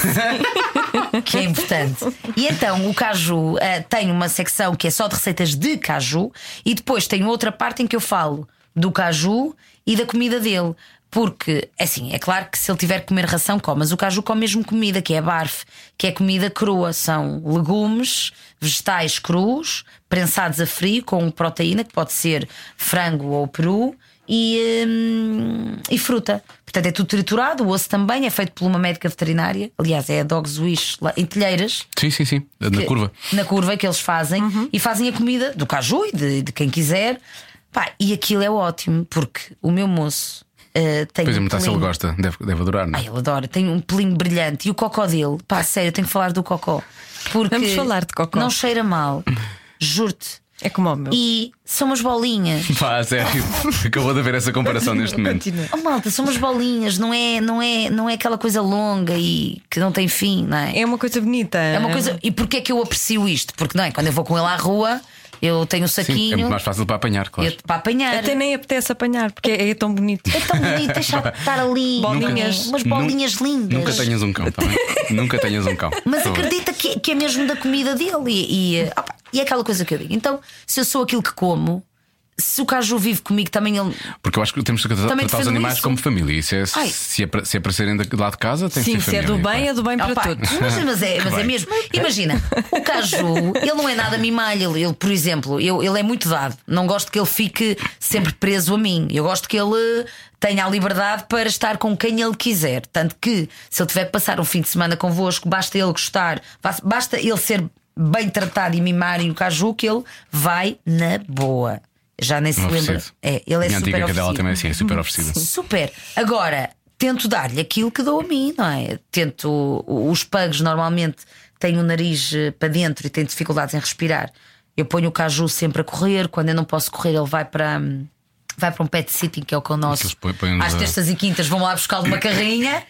que é importante. E então o caju eh, tem uma secção que é só de receitas de caju e depois tem outra parte em que eu falo do caju e da comida dele. Porque, assim, é claro que se ele tiver que comer ração, come, mas o caju come mesmo comida, que é barf, que é comida crua. São legumes, vegetais crus, prensados a frio, com proteína, que pode ser frango ou peru, e, hum, e fruta. Portanto, é tudo triturado, o osso também é feito por uma médica veterinária, aliás, é a Dog's Wish lá em Telheiras. Sim, sim, sim. Na que- curva. Na curva que eles fazem Uhum. e fazem a comida do caju e de, de quem quiser. Pá, e aquilo é ótimo, porque o meu moço eh, tem. Pois é, um muito se ele pelinho- gosta. Deve, deve adorar, não Ai, é? ele adora, tem um pelinho brilhante. E o cocó dele, pá, sério, eu tenho que falar do cocó. Porque Vamos falar de cocó. Não cheira mal, juro-te. É como o meu. E são umas bolinhas. Pá, a sério. é, tipo, Acabou de haver essa comparação neste momento. Continua. Oh, malta, são umas bolinhas, não é, não, é, não é aquela coisa longa e que não tem fim, não é? É uma coisa bonita. É uma coisa. E porquê é que eu aprecio isto? Porque não é? Quando eu vou com ele à rua, Eu tenho o Sim, é saquinho muito mais fácil para apanhar, claro. eu- para apanhar. Até nem apetece apanhar, porque é, é tão bonito. É tão bonito, deixa de estar ali. Bolinhas. né? Umas bolinhas lindas. Nunca tenhas um cão, também. nunca tenhas um cão. Mas Por favor. acredita que, que é mesmo da comida dele. E, e, opa, e é aquela coisa que eu digo. Então, se eu sou aquilo que como, se o caju vive comigo também, ele. Porque eu acho que temos que tratar Também tratar os defendo animais isso. como família. E se é, Ai. se é, para- se é para serem de- de lá de casa, tem Sim, que ser se é família. do bem, pá. é do bem para Opa, todos. Mas, mas é, mas é bem. mesmo. Imagina, o caju, ele não é nada mimalho. Ele, ele, por exemplo, eu- ele é muito dado. Não gosto que ele fique sempre preso a mim. Eu gosto que ele tenha a liberdade para estar com quem ele quiser. Tanto que, se ele tiver que passar um fim de semana convosco, basta ele gostar, basta- basta ele ser bem tratado e mimarem o caju, que ele vai na boa. Já nem se Não lembra. oferecido. É, ele é Minha super antiga cadela oferecido. também é assim, é super oferecida. Super. Agora, tento dar-lhe aquilo que dou a mim, não é? Tento. o- Os pugs normalmente têm o nariz eh, para dentro e têm dificuldades em respirar. Eu ponho o caju sempre a correr. Quando eu não posso correr, ele vai para. hum, Vai para um pet sitting que é o que é o nosso. Aqueles põe- põe-nos Às a- terças e quintas vão lá buscá-lo uma carrinha.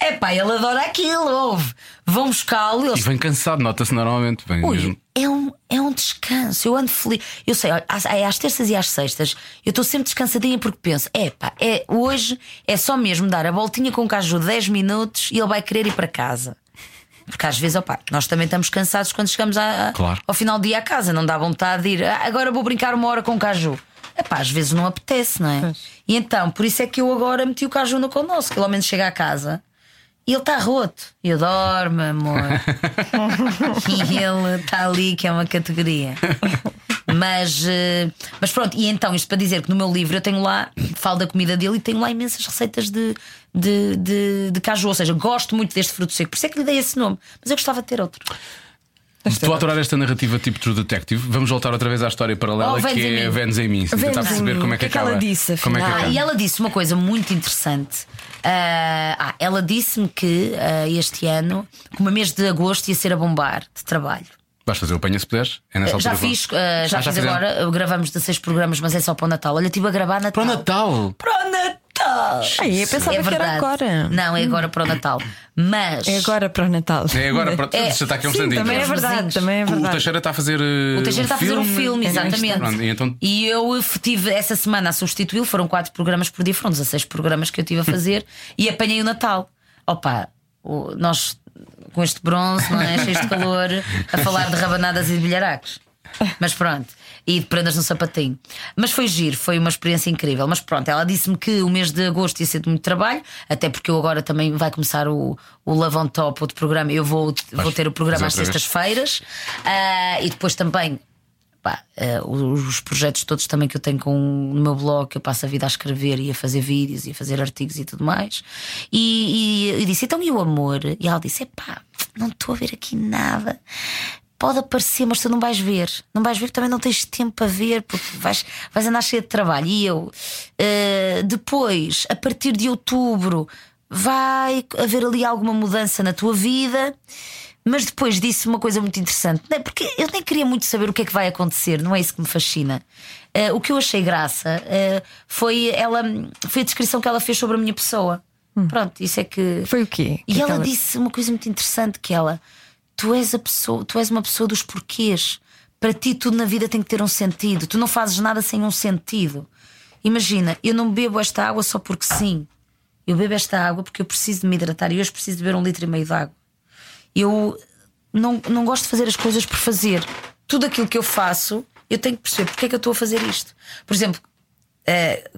Epá, ele adora aquilo, ouve. Vão buscá-lo. ele E vem cansado, nota-se normalmente. Vem mesmo. Ui, é um, é um descanso. Eu ando feliz. Eu sei, olha, às, é às terças e às sextas eu estou sempre descansadinha porque penso: epá, é, hoje é só mesmo dar a voltinha com o caju 10 minutos e ele vai querer ir para casa. Porque às vezes, opá, nós também estamos cansados quando chegamos a- a- Claro. ao final do dia à casa, não dá vontade de ir. "Ah, agora vou brincar uma hora com o caju. Epá, às vezes não apetece, não é? E então, por isso é que eu agora meti o caju no connosco, que ele ao menos chega à casa. E ele está roto. E eu dorme, amor. e ele está ali, que é uma categoria. Mas, eh, mas pronto, e então, isto para dizer que no meu livro eu tenho lá, falo da comida dele e tenho lá imensas receitas de, de, de, de caju. Ou seja, gosto muito deste fruto seco, por isso é que lhe dei esse nome. Mas eu gostava de ter outro. Estou a adorar esta narrativa tipo True Detective. Vamos voltar outra vez à história paralela Oh, que Vens em é Vens Mim. em mim. Sim, Vens tentar em perceber Mim. como é O que que é que acaba. ela disse, como é que afinal? acaba. Ah, e ela disse uma coisa muito interessante. Ah, ah, ela disse-me que ah, este ano, como a mês de agosto, ia ser a bombar de trabalho. Vais fazer o apanha se puderes? É nessa Já altura que fiz, vamos. ah, já Ah, fiz fizeram? agora, ah, gravamos 16 programas, mas é só para o Natal. Olha, eu estive a gravar Natal. Para o Natal! Para o Natal! Ai, eu pensava é que verdade. era agora. Não, é agora para o Natal. Mas É agora para o Natal. É agora, pronto, É, já está aqui um Sim, instantinho. também é Os verdade, vizinhos. também é O verdade. Teixeira está a fazer. uh, O Teixeira está a fazer um filme, é no exatamente. Instagram. Pronto, e então- E eu eh, tive essa semana a substituí-lo, foram quatro programas por dia, foram 16 programas que eu tive a fazer e apanhei o Natal. Opa, o- nós com este bronze, não é? Cheio de calor, a falar de rabanadas e de bilharacos. Mas pronto, e de prendas no sapatinho. Mas foi giro, foi uma experiência incrível. Mas pronto, ela disse-me que o mês de agosto ia ser de muito trabalho, até porque eu agora também vai começar o, o Love on Top, outro programa. Eu vou, vou ter o programa às fazer outra vez. sextas feiras ah, e depois também pá, ah, os, os projetos todos também que eu tenho com, no meu blog, que eu passo a vida a escrever e a fazer vídeos e a fazer artigos e tudo mais. E, e eu disse, então e o amor? E ela disse: pá, não estou a ver aqui nada. Pode aparecer, mas tu não vais ver. Não vais ver, porque também não tens tempo para ver, porque vais, vais andar cheia de trabalho. E eu, ah, depois, a partir de outubro, vai haver ali alguma mudança na tua vida. Mas depois disse uma coisa muito interessante, não é? porque eu nem queria muito saber o que é que vai acontecer, não é isso que me fascina. Eh, o que eu achei graça eh, foi, ela, foi a descrição que ela fez sobre a minha pessoa. Pronto, isso é que. Hum. Foi o quê? E Que ela aquela- disse uma coisa muito interessante: que ela, tu és, a pessoa, tu és uma pessoa dos porquês. Para ti, tudo na vida tem que ter um sentido. Tu não fazes nada sem um sentido. Imagina, eu não bebo esta água só porque sim. Eu bebo esta água porque eu preciso de me hidratar e hoje preciso de beber um litro e meio de água. Eu não, não gosto de fazer as coisas por fazer. Tudo aquilo que eu faço, eu tenho que perceber porque é que eu estou a fazer isto. Por exemplo, eh,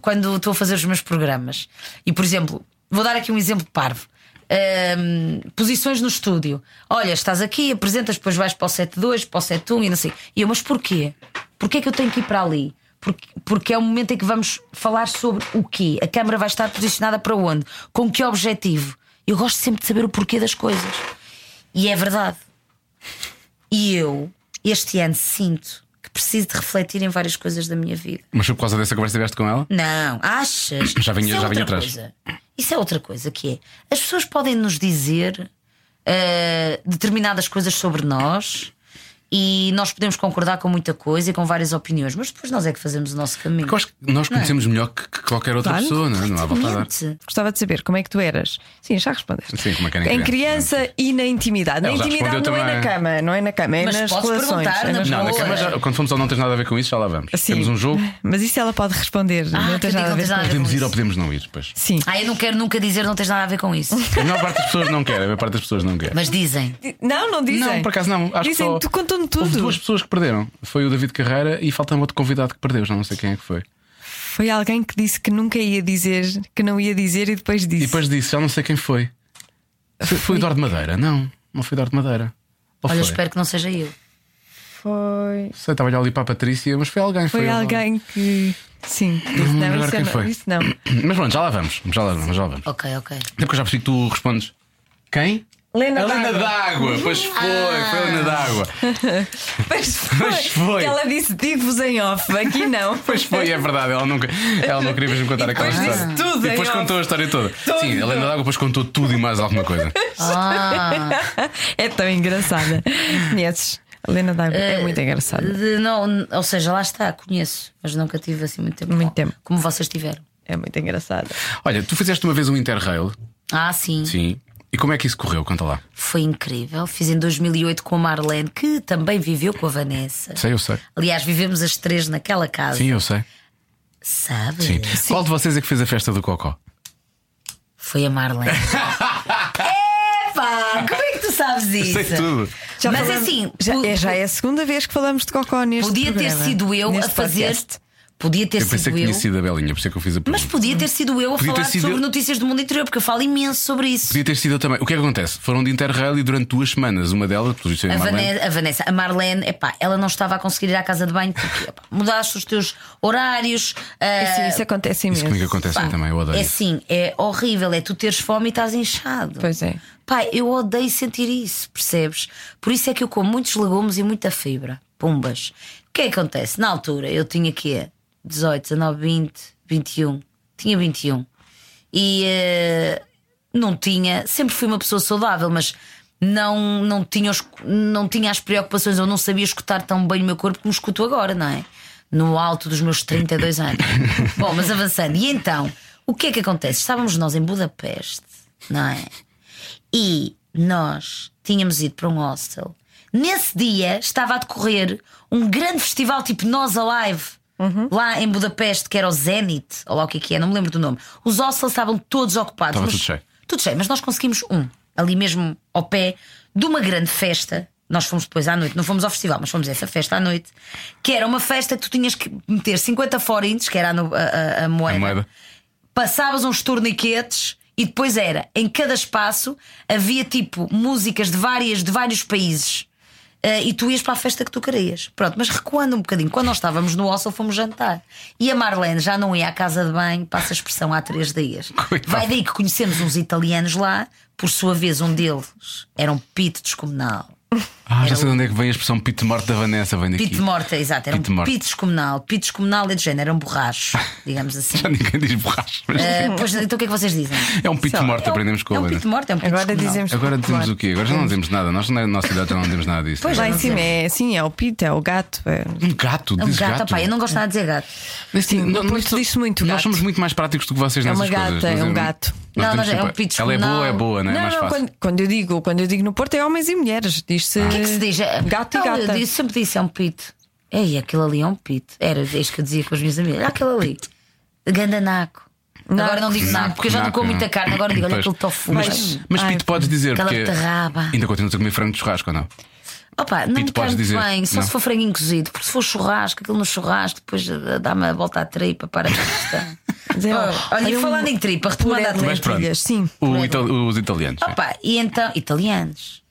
quando estou a fazer os meus programas, e por exemplo, vou dar aqui um exemplo parvo. Ehm, posições no estúdio. Olha, estás aqui, apresentas, depois vais para o 7-2, para o 7-1 e não sei. E eu, mas porquê? Porquê é que eu tenho que ir para ali? Porque, porque é o momento em que vamos falar sobre o quê? A câmara vai estar posicionada para onde? Com que objetivo? Eu gosto sempre de saber o porquê das coisas. E é verdade. E eu, este ano, sinto que preciso de refletir em várias coisas da minha vida. Mas foi por causa dessa conversa que tiveste com ela? Não, achas? Já vinha- Isso é já vinha outra atrás. coisa. Isso é outra coisa que é. As pessoas podem nos dizer eh, determinadas coisas sobre nós e nós podemos concordar com muita coisa e com várias opiniões, mas depois nós é que fazemos o nosso caminho. Porque eu acho que nós conhecemos melhor que, que qualquer outra Claro. pessoa, não é? Não há volta a dar. é? Exatamente. Gostava de saber como é que tu eras. Sim, já respondeste. Sim, como é que era em em criança. criança e na intimidade. Na Ela já intimidade respondeu não é na também. cama, não é na cama, é Mas nas podes relações. perguntar é na nas Não, na Boa. cama já, quando fomos ao não tens nada a ver com isso, já lá vamos. Sim. Temos um jogo, Mas isso ela pode responder. não tu tens nada a digo, não ver tens com nada a ver. podemos ir ou podemos não ir, pois. isso. Sim. Ah, eu não quero nunca dizer não tens nada a ver com isso. A maior parte das pessoas não quer, a maior parte das pessoas não quer. Mas dizem. Não, não dizem. Não, por acaso não. Acho dizem, que só... tu contou-me Houve tudo. duas pessoas que perderam. Foi o David Carreira e falta um outro convidado que perdeu, já não sei quem é que foi. Foi alguém que disse que nunca ia dizer, que não ia dizer e depois disse. E depois disse, já não sei quem foi. Se- Foi o Eduardo Madeira? Não, não foi o Eduardo Madeira. Ou Olha, foi? espero que não seja eu. Foi. Sei, estava ali para a Patrícia, mas foi alguém. Foi o- alguém que. Sim, disse, lembro não, agora isso, quem eu não, foi." isso não. Mas pronto, já lá vamos. Já lá vamos, já lá vamos. Ok, ok. Até porque eu já percebi que tu respondes. Quem? Helena Helena D'Água. d'Água, pois foi, foi a Helena d'Água. Pois foi. Pois foi. Que ela disse digo-vos em off, aqui não. Pois foi, é verdade, ela nunca, ela não queria mesmo contar E aquela depois história. disse tudo, e depois hein, contou a história toda. Sim, a Helena d'Água depois contou tudo e mais alguma coisa. É tão engraçada. Conheces? Helena D'Água Eh, é muito engraçada. De- não, ou seja, lá está, conheço, mas nunca tive assim muito tempo. Muito tempo. Como vocês tiveram. É muito engraçada. Olha, tu fizeste uma vez um Interrail. Ah, sim. Sim. E como é que isso correu? Conta lá. Foi incrível. Fiz em 2008 com a Marlene, que também viveu com a Vanessa. Sei, eu sei. Aliás, vivemos as três naquela casa. Sim, eu sei. Sabe? Sim. Qual de vocês é que fez a festa do Cocó? Foi a Marlene. Epá, como é que tu sabes isso? Sei tudo. Já Mas falamos- assim, já po- é, já é a segunda vez que falamos de Cocó neste podia ter programa, sido eu a neste fazer. podcast. Podia ter Eu pensei sido que eu. tinha sido a Belinha, por isso é que eu fiz a Mas pergunta. podia ter sido eu a Podia ter falar sido sobre eu. notícias do mundo interior, porque eu falo imenso sobre isso. Podia ter sido eu também. O que é que acontece? Foram de Interrail e durante duas semanas, uma delas, pelo visto, é a A Marlene. Vanessa, a Vanessa, a Marlene, epá, ela não estava a conseguir ir à casa de banho porque epá, mudaste os teus horários. ah, Isso, isso acontece Isso comigo imenso. acontece pá, também, eu odeio. É isso. assim, é horrível, é tu teres fome e estás inchado. Pois é. Pá, eu odeio sentir isso, percebes? Por isso é que eu como muitos legumes e muita fibra. Pumbas. O que é que acontece? Na altura eu tinha quê? 18, 19, 20, 21. Tinha 21. E eh, não tinha. Sempre fui uma pessoa saudável, mas não, não, tinha os- não tinha as preocupações. Eu não sabia escutar tão bem o meu corpo como escuto agora, não é? No alto dos meus 32 anos. Bom, mas avançando. E então, o que é que acontece? Estávamos nós em Budapeste, não é? E nós tínhamos ido para um hostel. Nesse dia estava a decorrer um grande festival tipo Nós Alive. Uhum. Lá em Budapeste, que era o Zenit, ou lá o que é que é, não me lembro do nome. Os hostels estavam todos ocupados. Estava mas- tudo cheio. Tudo cheio, mas nós conseguimos um, ali mesmo ao pé de uma grande festa. Nós fomos depois à noite, não fomos ao festival, mas fomos a essa festa à noite, que era uma festa que tu tinhas que meter 50 forintes, que era a no- a- a- a A moeda. passavas uns torniquetes e depois era, em cada espaço havia tipo músicas de várias de vários países. Eh, e tu ias para a festa que tu querias. Pronto, mas recuando um bocadinho, quando nós estávamos no Ossel, fomos jantar. E a Marlene já não ia à casa de banho, passa a expressão, há três dias. Coitado. Vai daí que conhecemos uns italianos lá, por sua vez, um deles era um pito descomunal. Ah, já sei de onde é que vem a expressão pito morte da Vanessa, vem daqui. Pito morta, exato, era Pito um morto. pito descomunal. Pito descomunal é de género, era um borracho, digamos assim. Já ninguém diz borracha, mas Eh, pois, então o que é que vocês dizem? é um pito morte, É um- aprendemos com É a um Helena. pito morto, é um pito Agora descomunal. dizemos. Agora dizemos Claro. o quê? Agora já não dizemos nada. Nós na nossa idade já não dizemos nada disso. Lá em cima é assim, é o pito, é o gato. é- Um gato, É um diz gato, gato. pá, eu não gosto nada de dizer gato. Sim, o Porto diz muito Nós gato. somos muito mais práticos do que vocês É uma nessas gata, coisas. é Nós um temos- gato. nós Não, temos não, é um sempre- pito Ela é boa, é descomunal. boa, não é? Não, mais não, fácil. quando, quando eu digo, quando eu digo no Porto é homens e mulheres. Diz-se. O que é que se diz? É- Eh, Gato e Não, gata. Eu disse- sempre disse é um pito. Ei, aquele ali é um pito. Era isto que eu dizia com os meus amigos. Olha aquele ali. Gandanaco. Agora não digo naco, porque eu já não Naco, como não. muita carne. Agora digo, olha Pois. aquele tofu. Mas, mas Ai, Pito, podes dizer aquela porque beterraba. ainda continuas a comer frango de churrasco ou não? Opa, não me Pito, podes cai muito dizer. bem, só Não. se for franguinho cozido, porque se for churrasco, aquilo no churrasco, depois eh, dá-me a volta à tripa para a festa. Dizer, ó, Oh, olha, e um falando em tripa, retomando puré à de tripa. Mas pronto. lentilhas, sim. O ita- os italianos. sim. Opa, e então, italianos.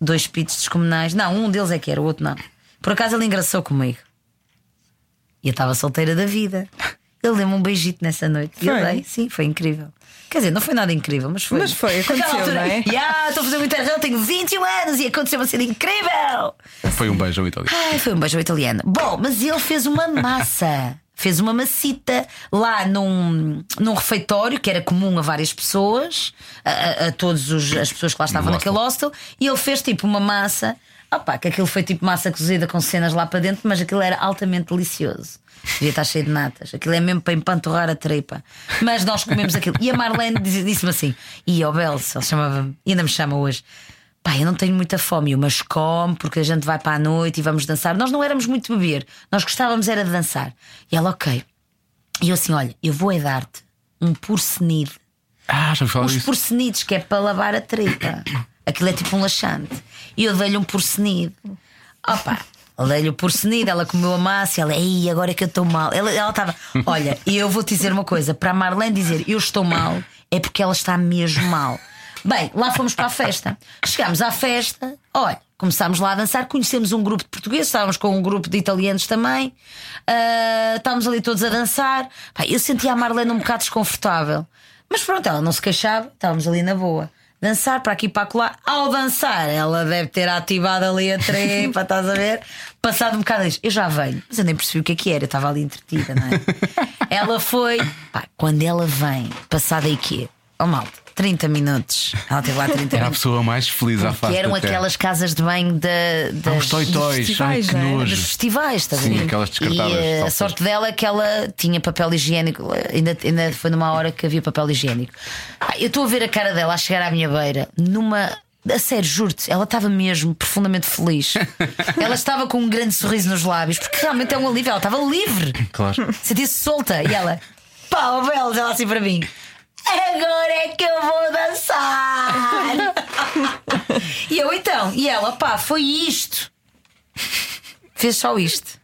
Dois pitos descomunais. Não, um deles é que era, o outro não. Por acaso ele engraçou comigo. E eu estava solteira da vida. Ele deu-me um beijito nessa noite. E eu Foi? dei, sim, foi incrível. Quer dizer, não foi nada incrível, mas foi. Mas foi, aconteceu, Naquela altura, não é? "Ya, estou a fazer muito errado, tenho 21 anos e aconteceu uma cena incrível. Ah, Foi um beijo ao italiano. Ai, foi um beijo ao italiano. Bom, mas ele fez uma massa. fez uma macita lá num, num refeitório que era comum a várias pessoas, a, a, a todas as pessoas que lá estavam No naquele hostel, e ele fez tipo uma massa. Opá, que aquilo foi tipo massa cozida com cenas lá para dentro, mas aquilo era altamente delicioso. Devia estar cheio de natas. Aquilo é mesmo para empanturrar a tripa. Mas nós comemos aquilo. E a Marlene diz- disse-me assim: e ao Belso, ele chamava-me, e ainda me chama hoje. Pá, eu não tenho muita fome, eu, mas come, porque a gente vai para a noite e vamos dançar. Nós não éramos muito de beber, nós gostávamos era de dançar. E ela, ok. E eu assim: olha, eu vou é dar-te um porcenide Ah, já me falaram os disso. porcenides, que é para lavar a tripa. Aquilo é tipo um laxante. E eu dei-lhe um porcenide. Opa! Dei-lhe o porcenide, ela comeu a massa, e ela, ei, agora é que eu estou mal. Ela ela estava, olha, e eu vou te dizer uma coisa: para a Marlene dizer eu estou mal, é porque ela está mesmo mal. Bem, lá fomos para a festa. Chegámos à festa, olha, começámos lá a dançar, conhecemos um grupo de portugueses, estávamos com um grupo de italianos também, ah, estávamos ali todos a dançar. Pá, eu sentia a Marlene um bocado desconfortável. Mas pronto, ela não se queixava, estávamos ali na boa. Dançar para aqui e para acolá. Ao dançar, ela deve ter ativado ali a trepa, estás a ver? Passado um bocado, diz: Eu já venho, mas eu nem percebi o que é que era, eu estava ali entretida, não é? ela foi. Pá, quando ela vem, passado aí quê? Oh malta, 30 minutos. Ela teve lá 30 Era a minutos. pessoa mais feliz à face. Que eram da terra. aquelas casas de banho da Ah, das- os toitóis. Ai, festivais, que não é? dos nojo. festivais, estás Sim, a ver? aquelas descartáveis, E eh, a saltas. sorte dela é que ela tinha papel higiênico, eh, ainda, ainda foi numa hora que havia papel higiênico. Ah, eu estou a ver a cara dela a chegar à minha beira, numa. A sério, juro-te, ela estava mesmo profundamente feliz. ela estava com um grande sorriso nos lábios, porque realmente é um alívio, ela estava livre. Claro. Sentia-se solta. E ela, pá, o Belos, ela assim para mim. Agora é que eu vou dançar! e eu então, e ela, pá, foi isto. Fez só isto.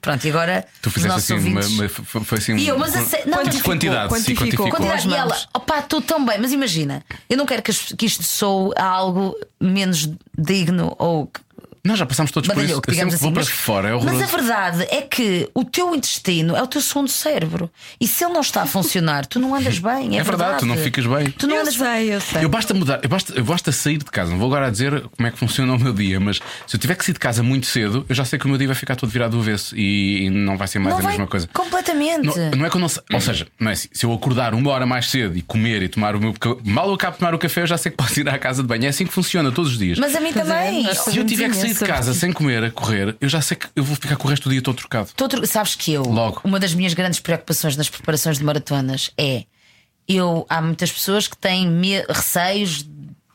Pronto, e agora Tu os fizeste nossos assim, uma, ouvintes. uma- foi foi assim. E eu, um- mas a sé- não, mas- tipo, Quantidade, sim, Quantificou, quantificou. Quantidade. E ela, mãos. opá, estou tão bem, mas imagina, eu não quero que, as- que isto soe a algo menos digno ou que- Nós já passámos todos por isso. badalhoco, Eu sempre digamos que vou assim. para mas, fora, é mas horroroso. a verdade é que o teu intestino é o teu segundo cérebro. E se ele não está a funcionar, tu não andas bem. É, É verdade, tu não ficas bem. Tu não eu andas bem. sei, eu sei. Eu basta mudar, eu basta, eu basta sair de casa. Não vou agora dizer como é que funciona o meu dia, mas se eu tiver que sair de casa muito cedo, eu já sei que o meu dia vai ficar todo virado do avesso e, e não vai ser mais Não a vai mesma coisa. completamente. Não, não é quando não se- Ou seja, não é assim, se eu acordar uma hora mais cedo e comer e tomar o meu. ca- Mal eu acabo de tomar o café, eu já sei que posso ir à casa de banho. É assim que funciona todos os dias. Mas a mim Pois é, também. nós se eu tiver que sabemos sair de imenso. casa sem comer, a correr, eu já sei que eu vou ficar com o resto do dia todo trocado. Tô tro- Sabes que eu, Logo. uma das minhas grandes preocupações nas preparações de maratonas é eu há muitas pessoas que têm me- receios de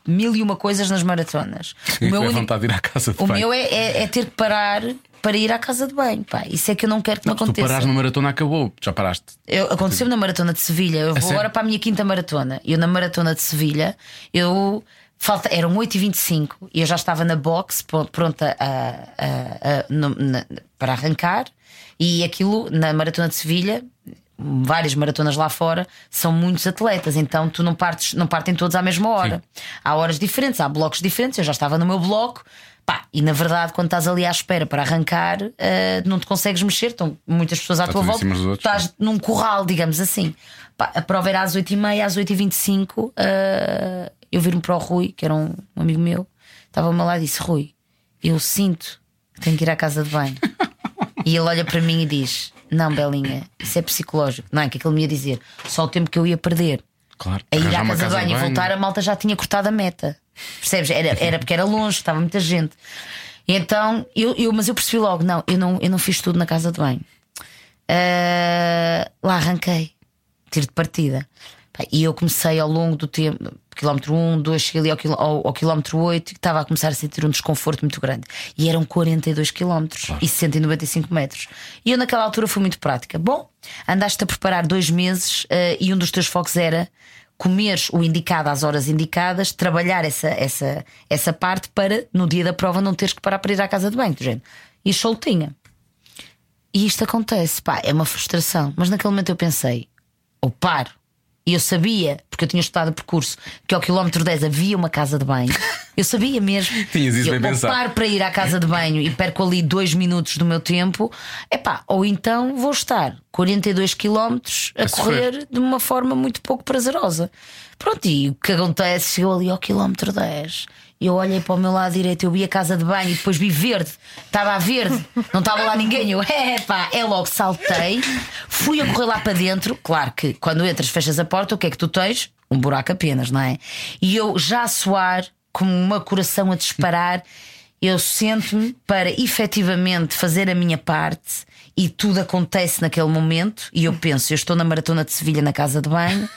mil e uma coisas nas maratonas. E o é meu, único- vontade de ir à casa de o banho. meu é, é- é ter que parar para ir à casa de banho. Pá. Isso é que eu não quero que me Se tu aconteça. parares numa maratona, acabou. Já paraste. Eu, aconteceu na maratona de Sevilha. Eu vou sério? agora para a minha quinta maratona. Eu na maratona de Sevilha, eu falta, eram 8h25 e eu já estava na box pr- pronta a- a- a- no- na- para arrancar. E aquilo na maratona de Sevilha, várias maratonas lá fora, são muitos atletas, então tu não partes, não partem todos à mesma hora. Há horas diferentes, há blocos diferentes. Eu já estava no meu bloco. Pá, e na verdade, quando estás ali à espera para arrancar, eh, não te consegues mexer, estão muitas pessoas à Está tua Tá tudo em cima volta. dos outros, é? Estás num curral, digamos assim. Pá, a prova era às 8h30, às 8h25. ah, eu viro-me para o Rui, que era um, um amigo meu, estava-me lá e disse: Rui, eu sinto que tenho que ir à casa de banho. e ele olha para mim e diz: Não, Belinha, isso é psicológico. Não, é que aquilo me ia dizer: só o tempo que eu ia perder. Claro. A ir Arranjar à uma casa de banho e voltar, a malta já tinha cortado a meta. Percebes? Era, era porque era longe, estava muita gente. E Então, eu, eu- mas eu percebi logo: não eu, não, eu não fiz tudo na casa de banho. Ah, lá arranquei, tiro de partida. Pá, E eu comecei ao longo do tempo, quilómetro 1, 2, cheguei ali ao, quiló- ao- ao quilómetro 8 e estava a começar a sentir um desconforto muito grande. E eram 42 quilómetros e 195 metros. E eu naquela altura fui muito prática. Bom, andaste a preparar dois meses ah, e um dos teus focos era comeres o indicado às horas indicadas, trabalhar essa, essa, essa parte para no dia da prova não teres que parar para ir à casa de banho, do género. E soltinha. E isto acontece, pá, é uma frustração. Mas naquele momento eu pensei, ou paro. E eu sabia, porque eu tinha estudado o percurso, que ao quilómetro 10 havia uma casa de banho. Eu sabia mesmo. Tinhas isso eu, bem ou pensado. paro para ir à casa de banho e perco ali dois minutos do meu tempo. É pá, ou então vou estar 42 quilómetros a, A sofrer. correr de uma forma muito pouco prazerosa. Pronto, e o que acontece? Chegou ali ao quilómetro 10 Eu olhei para o meu lado direito, eu vi a casa de banho e depois vi verde. Estava a verde, não estava lá ninguém. Eu, é pá, é logo saltei. Fui a correr lá para dentro. Claro que quando entras, fechas a porta, o que é que tu tens? Um buraco apenas, não é? E eu já a suar, como uma coração a disparar, eu sento-me para efetivamente fazer a minha parte e tudo acontece naquele momento. E eu penso, eu estou na maratona de Sevilha na casa de banho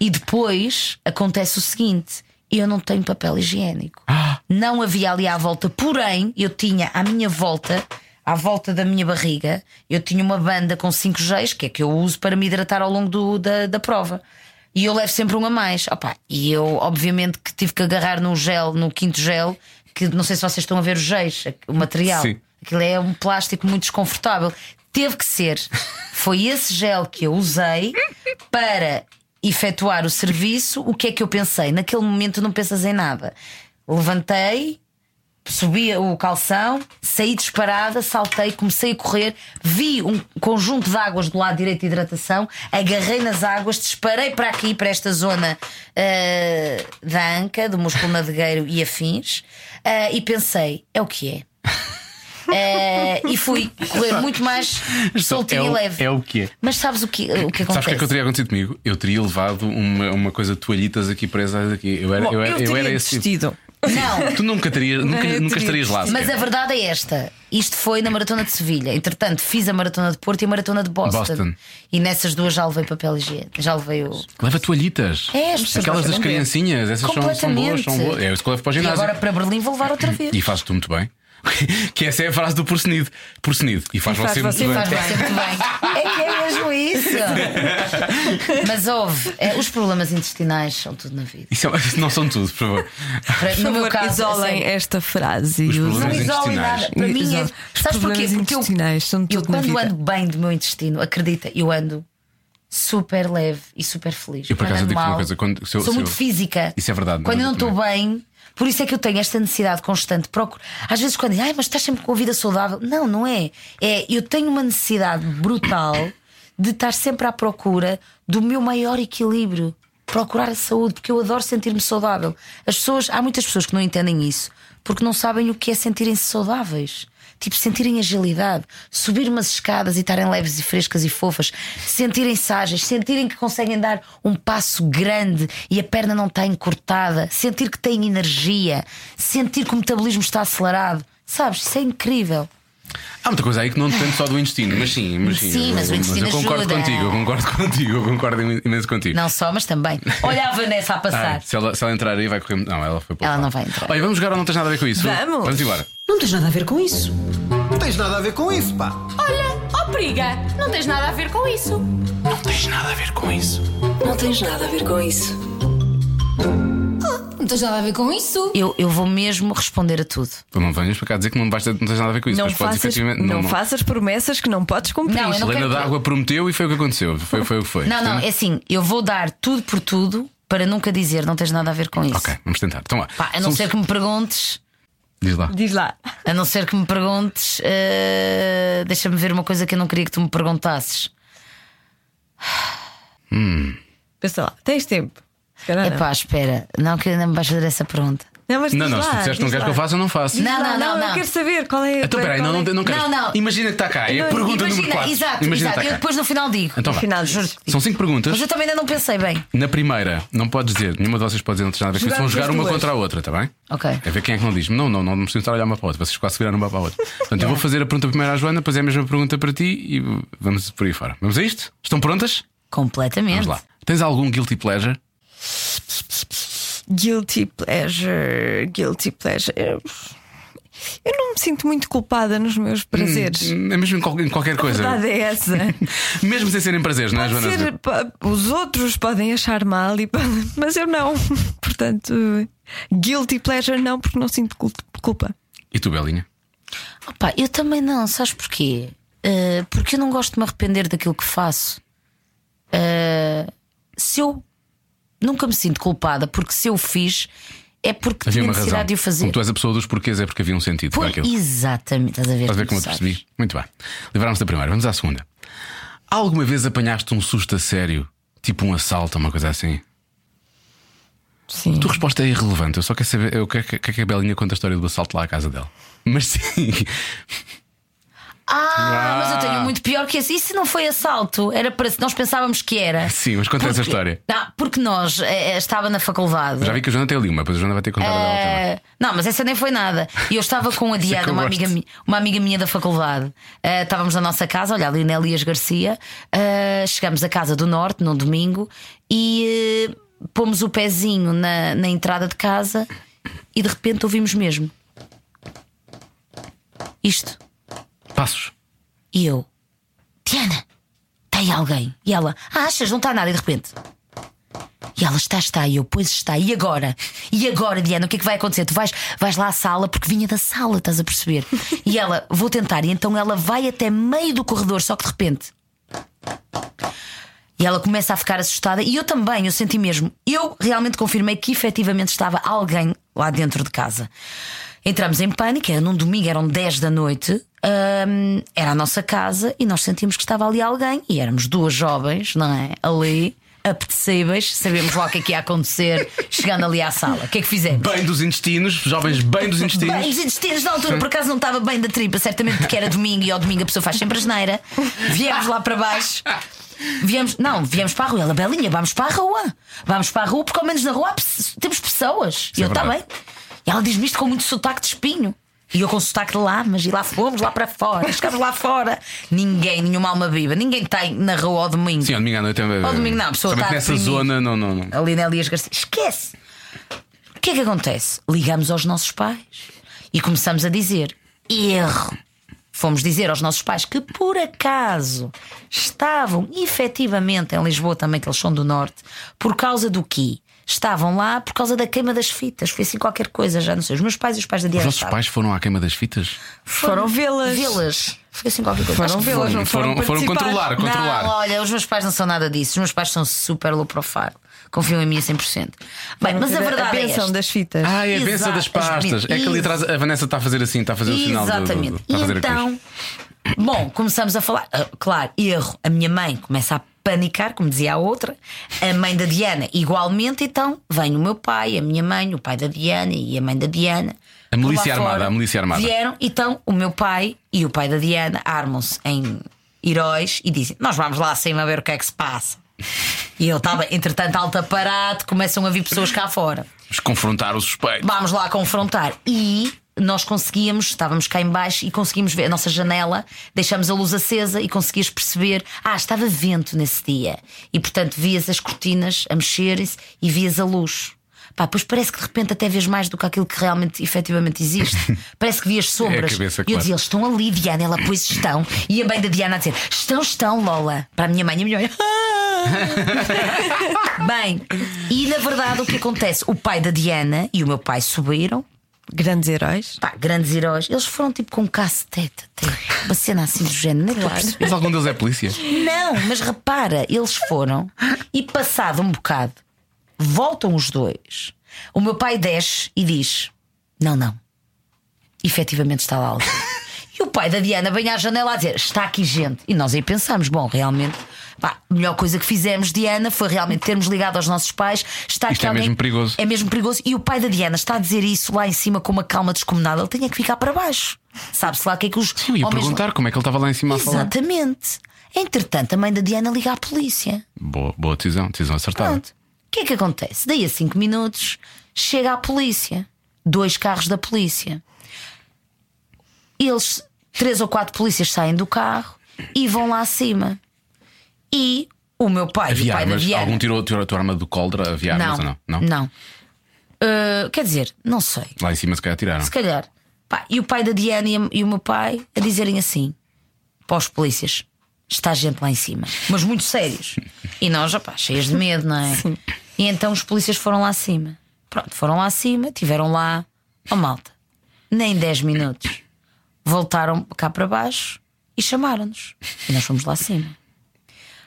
e depois acontece o seguinte: eu não tenho papel higiênico. Não havia ali à volta, porém, eu tinha à minha volta. À volta da minha barriga, eu tinha uma banda com 5 Gs, que é que eu uso para me hidratar ao longo do- da, da prova. E eu levo sempre um a mais. Opa, e eu, obviamente, que tive que agarrar num gel, no quinto gel, que não sei se vocês estão a ver os Gs, o material. Sim. Aquilo é um plástico muito desconfortável. Teve que ser. Foi esse gel que eu usei para efetuar o serviço. O que é que eu pensei? Naquele momento não pensas em nada. Levantei, subi o calção, saí disparada, saltei, comecei a correr, vi um conjunto de águas do lado direito de hidratação, agarrei nas águas, disparei para aqui, para esta zona eh, da anca, do músculo navegueiro e afins, eh, e pensei: é o que é. Eh, e fui correr muito mais soltinho e leve. É o que é. Mas sabes o que, o que Sabes o que é acontece? que eu teria acontecido comigo? Eu teria levado uma, uma coisa de toalhitas aqui presas aqui. Eu era, Bom, eu era, eu teria era esse tipo. desistido. Não, Tu nunca terias, nunca, Eu nunca teria estarias lá. Mas sequer. a verdade é esta: isto foi na Maratona de Sevilha. Entretanto, fiz a Maratona de Porto e a Maratona de Boston. Boston. E nessas duas já levei papel higiênico. Já levei o. Leva toalhitas. É, as Aquelas das pessoas gostam de ver. criancinhas, essas são, são boas, são boas. É isso que eu levo para o E ginásio. agora para Berlim vou levar outra vez. E fazes tu muito bem. que essa é a frase do porcenido. Porcenido. E faz, E faz você, você muito Faz bem. você muito bem. É que é mesmo isso. Mas houve, é, os problemas intestinais são tudo na vida. Isso é- não são tudo, por favor. Para- Por no meu favor, caso, isolem assim, esta frase. Os e problemas não Problemas isolem intestinais. nada. Para mim é. Exato. Os Sabes porquê? problemas Porque eu, intestinais são eu tudo na quando vida. ando bem do meu intestino, acredita, eu ando super leve e super feliz. Eu, por acaso, Quando ando digo-te uma mal, coisa, quando- se eu- sou se muito eu- física. Isso é verdade, Quando mas eu não eu estou bem. Por isso é que eu tenho esta necessidade constante de procurar. Às vezes, quando ai, mas estás sempre com a vida saudável. Não, não é. É, eu tenho uma necessidade brutal de estar sempre à procura do meu maior equilíbrio. Procurar a saúde, porque eu adoro sentir-me saudável. As pessoas, há muitas pessoas que não entendem isso, porque não sabem o que é sentirem-se saudáveis. Tipo, sentirem agilidade, subir umas escadas e estarem leves e frescas e fofas, sentirem-se ágeis, sentirem que conseguem dar um passo grande e a perna não está encurtada, sentir que têm energia, sentir que o metabolismo está acelerado. Sabes, isso é incrível. Há muita coisa aí que não depende só do intestino, mas sim, mas sim. Sim, eu- mas o intestino eu concordo ajuda. contigo, eu concordo contigo, eu concordo im- imenso contigo. Não só, mas também. Olha a Vanessa a Ai, passar. Ah, se, ela, se ela entrar aí, vai correr. Não, ela foi para o Ela lado. não vai entrar. Olha, vamos jogar ou não tens nada a ver com isso? Vamos. Vamos embora. Não tens nada a ver com isso. Não tens nada a ver com isso, pá. Olha, ó periga, Oh, não tens nada a ver com isso. Não tens nada a ver com isso. Não tens nada a ver com isso. Eu, eu vou mesmo responder a tudo. Tu não venhas para cá dizer que não, basta, não tens nada a ver com isso, Não mas podes faças, efetivamente. não faças promessas que não podes cumprir. Não, eu não Helena quero- d'Água prometeu e foi o que aconteceu. Foi, foi o que foi. Não, não, Portanto, é assim, eu vou dar tudo por tudo para nunca dizer não tens nada a ver com isso. Ok, vamos tentar. Então lá. Pá, a não Somos- ser que me perguntes. Diz lá. Diz lá. A não ser que me perguntes, eh, deixa-me ver uma coisa que eu não queria que tu me perguntasses. Pensa lá, tens tempo. Se calhar não. Epá, espera, não que ainda me vais fazer essa pergunta. Não, mas Não, diz não, se lá, tu disseres que não diz queres que lá. eu faça, eu não faço. Não, Diz lá, não, não, Eu não. quero saber qual é Então qual é- peraí, não, não, qual é- não queres. Não, não. Imagina que está cá. É a pergunta número 4. exato, Imagina que exato. está Eu cá. depois no final digo. Então vá. Afinal, Juro-te. São cinco perguntas. Mas eu também ainda não pensei bem. Na primeira, não podes dizer, nenhuma de vocês pode dizer, não tens nada a ver com isso. Vão Juramos jogar as uma duas. contra a outra, está bem? Ok. É ver quem é que não diz. Não, não, não, não preciso estar a olhar uma para a outra. Vocês quase viraram uma para a outra. Portanto, eu vou fazer a pergunta primeiro à Joana, depois é a mesma pergunta para ti e vamos por aí fora. Vamos a isto? Estão prontas? Completamente. Vamos lá. Tens algum guilty pleasure? Guilty pleasure, guilty pleasure. Eu eu não me sinto muito culpada nos meus prazeres. Hum, É mesmo em qual- em qualquer A coisa. verdade é essa. Mesmo sem serem prazeres, não é, Pode Joana? ser, pa- os outros podem achar mal, e, mas eu não. Portanto, guilty pleasure não, porque não sinto cul- culpa. E tu, Belinha? Opa, eu também não, sabes porquê? Eh, porque eu não gosto de me arrepender daquilo que faço. Eh, se eu nunca me sinto culpada, porque se eu fiz, é porque Havia tinha uma razão. necessidade de o fazer. Como tu és a pessoa dos porquês, é porque havia um sentido Pois, para aquilo. exatamente, estás a ver? Estás a ver como como eu te tu sabes. percebi? Muito bem. Livrámos da primeira, vamos à segunda. Alguma vez apanhaste um susto a sério? Tipo um assalto, uma coisa assim? Sim. tua resposta é irrelevante. Eu só quero saber o que é que, que é que a Belinha conta a história do assalto lá à casa dela. Mas sim. Ah, Ah. mas eu tenho muito pior que esse. Isso não foi assalto, era para nós pensávamos que era. Sim, mas conta essa Porque- história. Não, porque nós eh, eh, estava na faculdade. Já vi que a Joana tem ali uma, depois a Joana vai ter contado dela também. Eh, não, mas essa nem foi nada. E eu estava com Isso a é que Diana, eu uma gosto. amiga, mi- uma amiga minha da faculdade. Eh, estávamos na nossa casa, olha, ali na Elias Garcia. Eh, chegámos à Casa do Norte num domingo e eh, pomos o pezinho na, na entrada de casa e de repente ouvimos mesmo isto. Passos. E eu, Diana, tem alguém? E ela, ah, achas, não está nada, e de repente. E ela está, está, e eu, pois está, e agora? E agora, Diana, o que é que vai acontecer? Tu vais, vais lá à sala, porque vinha da sala, estás a perceber? E ela, vou tentar, e então ela vai até meio do corredor, só que de repente. E ela começa a ficar assustada, e eu também, eu senti mesmo. Eu realmente confirmei que efetivamente estava alguém lá dentro de casa. Entramos em pânico, era num domingo, eram 10 da noite, hum, era a nossa casa e nós sentimos que estava ali alguém e éramos duas jovens, não é? Ali, apetecíveis, sabíamos lá o que é que ia acontecer chegando ali à sala. O que é que fizemos? Bem dos intestinos, jovens bem dos intestinos. Bem, os intestinos na altura, por acaso não estava bem da tripa, certamente porque era domingo e ao domingo a pessoa faz sempre a geneira. Viemos lá para baixo. Viemos, não, viemos para a rua. Ela, Belinha, vamos para a rua. Vamos para a rua, porque ao menos na rua há pe- temos pessoas. e é eu, está verdade. bem. E ela diz-me isto com muito sotaque de espinho. E eu com sotaque de lá, mas e lá fomos, lá para fora, chegámos lá fora. Ninguém, nenhuma alma viva, ninguém tem na rua ao domingo Sim, ao domingo à noite também. Ao domingo não, a pessoa Também está nessa deprimida. zona, não, não, não. ali na Elias Garcia. Esquece! O que é que acontece? Ligamos aos nossos pais e começamos a dizer: erro. Fomos dizer aos nossos pais que por acaso estavam efetivamente em Lisboa, também que eles são do Norte, por causa do quê? Estavam lá por causa da queima das fitas, foi assim qualquer coisa, já não sei. Os meus pais e os pais da Os Diana nossos estavam. pais foram à queima das fitas? Foram vê-las. Vê-las. Foi assim qualquer coisa. Foram Acho que vê-las, não foram, Foram, foram participar. controlar, controlar. Não, olha, os meus pais não são nada disso. Os meus pais são super low profile. Confiam em mim a 100%. Bem, mas a verdade a é. benção esta. das fitas. Ah, é a Exato, benção das as pastas. É que ali meninas. atrás a Vanessa está a fazer assim, está a fazer o sinal do- do- do- Exatamente. está a fazer e a cruz. então, bom, começamos a falar. Ah, claro, erro. A minha mãe começa a panicar, como dizia a outra. A mãe da Diana, igualmente. Então, vem o meu pai, a minha mãe, o pai da Diana e a mãe da Diana. A milícia Por lá armada, a milícia armada. Vieram, então o meu pai e o pai da Diana armam-se em heróis e dizem: Nós vamos lá acima ver o que é que se passa. E eu estava, entretanto, alto aparato, começam a vir pessoas cá fora Vamos confrontar o suspeito. vamos lá confrontar. E nós conseguíamos, estávamos cá em baixo e conseguimos ver a nossa janela, deixámos a luz acesa e conseguias perceber, ah, estava vento nesse dia. E portanto vias as cortinas a mexerem-se e vias a luz. Pá, pois parece que de repente até vês mais do que aquilo que realmente efetivamente existe. Parece que vias sombras. É cabeça, e eu claro. dizia, eles estão ali, Diana, ela, pois estão. E a mãe da Diana a dizer, estão, estão, Lola. Para a minha mãe, a minha mãe, "Ah!" Bem, e na verdade o que acontece? O pai da Diana e o meu pai subiram, Grandes heróis. pá, grandes heróis. Eles foram tipo com um cacetete, até. uma cena assim do género, nem estou a perceber. Mas algum deles é polícia? Não, mas repara, eles foram e passado um bocado, voltam os dois. O meu pai desce e diz: Não, não, efetivamente está lá alguém. E o pai da Diana vem à janela a dizer: Está aqui gente. E nós aí pensamos: Bom, realmente, pá, a melhor coisa que fizemos, Diana, foi realmente termos ligado aos nossos pais. Isto Está aqui é alguém- mesmo perigoso. É mesmo perigoso. E o pai da Diana está a dizer isso lá em cima com uma calma descomunada. Ele tinha que ficar para baixo. Sabe-se lá o que é que os. Eu ia ao mesmo- perguntar como é que ele estava lá em cima a falar. Exatamente. Entretanto, a mãe da Diana liga à polícia. Boa, boa decisão, decisão acertada. Pronto. O que é que acontece? Daí a cinco minutos chega a polícia. Dois carros da polícia. Eles, três ou quatro polícias saem do carro e vão lá acima. E o meu pai, e o Havia pai da armas? Diana. Algum tirou, tirou a tua arma do coldra? Havia armas não, ou não? não. Ah, quer dizer, não sei. Lá em cima se calhar tiraram. Se calhar. Pá, e o pai da Diana e, a- e o meu pai a dizerem assim para os polícias: está gente lá em cima, mas muito sérios. E nós, opá, cheias de medo, não é? E então os polícias foram lá acima. Pronto, foram lá acima, tiveram lá, ó malta, nem 10 minutos. Voltaram cá para baixo e chamaram-nos. E nós fomos lá acima.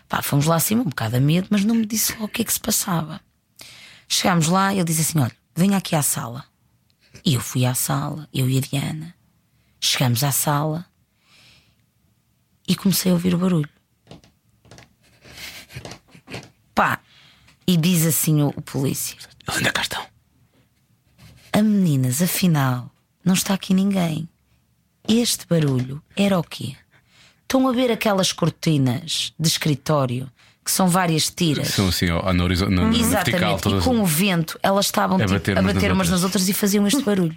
Pá, fomos lá acima, um bocado a medo, mas não me disse logo o que é que se passava. Chegámos lá e ele disse assim: olha, venha aqui à sala. E eu fui à sala, eu e a Diana. Chegamos à sala e comecei a ouvir o barulho. Pá, E diz assim o, o polícia: Linda Cartão. A meninas, afinal, não está aqui ninguém. Este barulho era o quê? Estão a ver aquelas cortinas de escritório que são várias tiras? São assim, ó, no horizonte, no, no vertical, Exatamente. E todas. com o vento, elas estavam A tipo, bater a umas bater nas umas nas outras e faziam este barulho.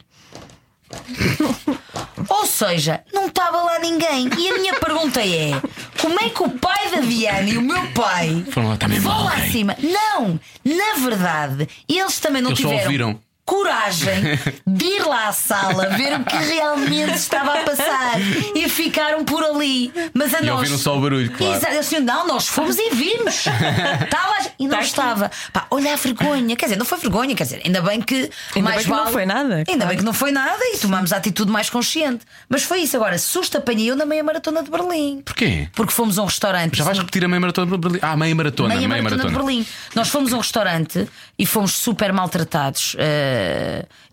Ou seja, não estava lá ninguém. E a minha pergunta é: como é que o pai da Diana e o meu pai Foram lá também vão mal, lá hein? acima? Não! Na verdade, eles também não Eles só tiveram. ouviram. Coragem de ir lá à sala ver o que realmente estava a passar e ficaram por ali. Mas a E nós. ouviram só o barulho, claro. Exato. Assim, não, nós fomos e vimos. Está lá- e Tá não estava. Pá, olha a vergonha. Quer dizer, não foi vergonha, quer dizer, ainda bem que. Ainda mais bem que não vale- foi nada, Ainda claro. bem que não foi nada e tomámos a atitude mais consciente. Mas foi isso. Agora, susto apanhei eu na meia maratona de Berlim. Porquê? Porque fomos a um restaurante. Já vais Isso- repetir a meia maratona de Berlim? Ah, meia maratona, meia, maratona, de Berlim. Nós fomos a um restaurante e fomos super maltratados. Eh,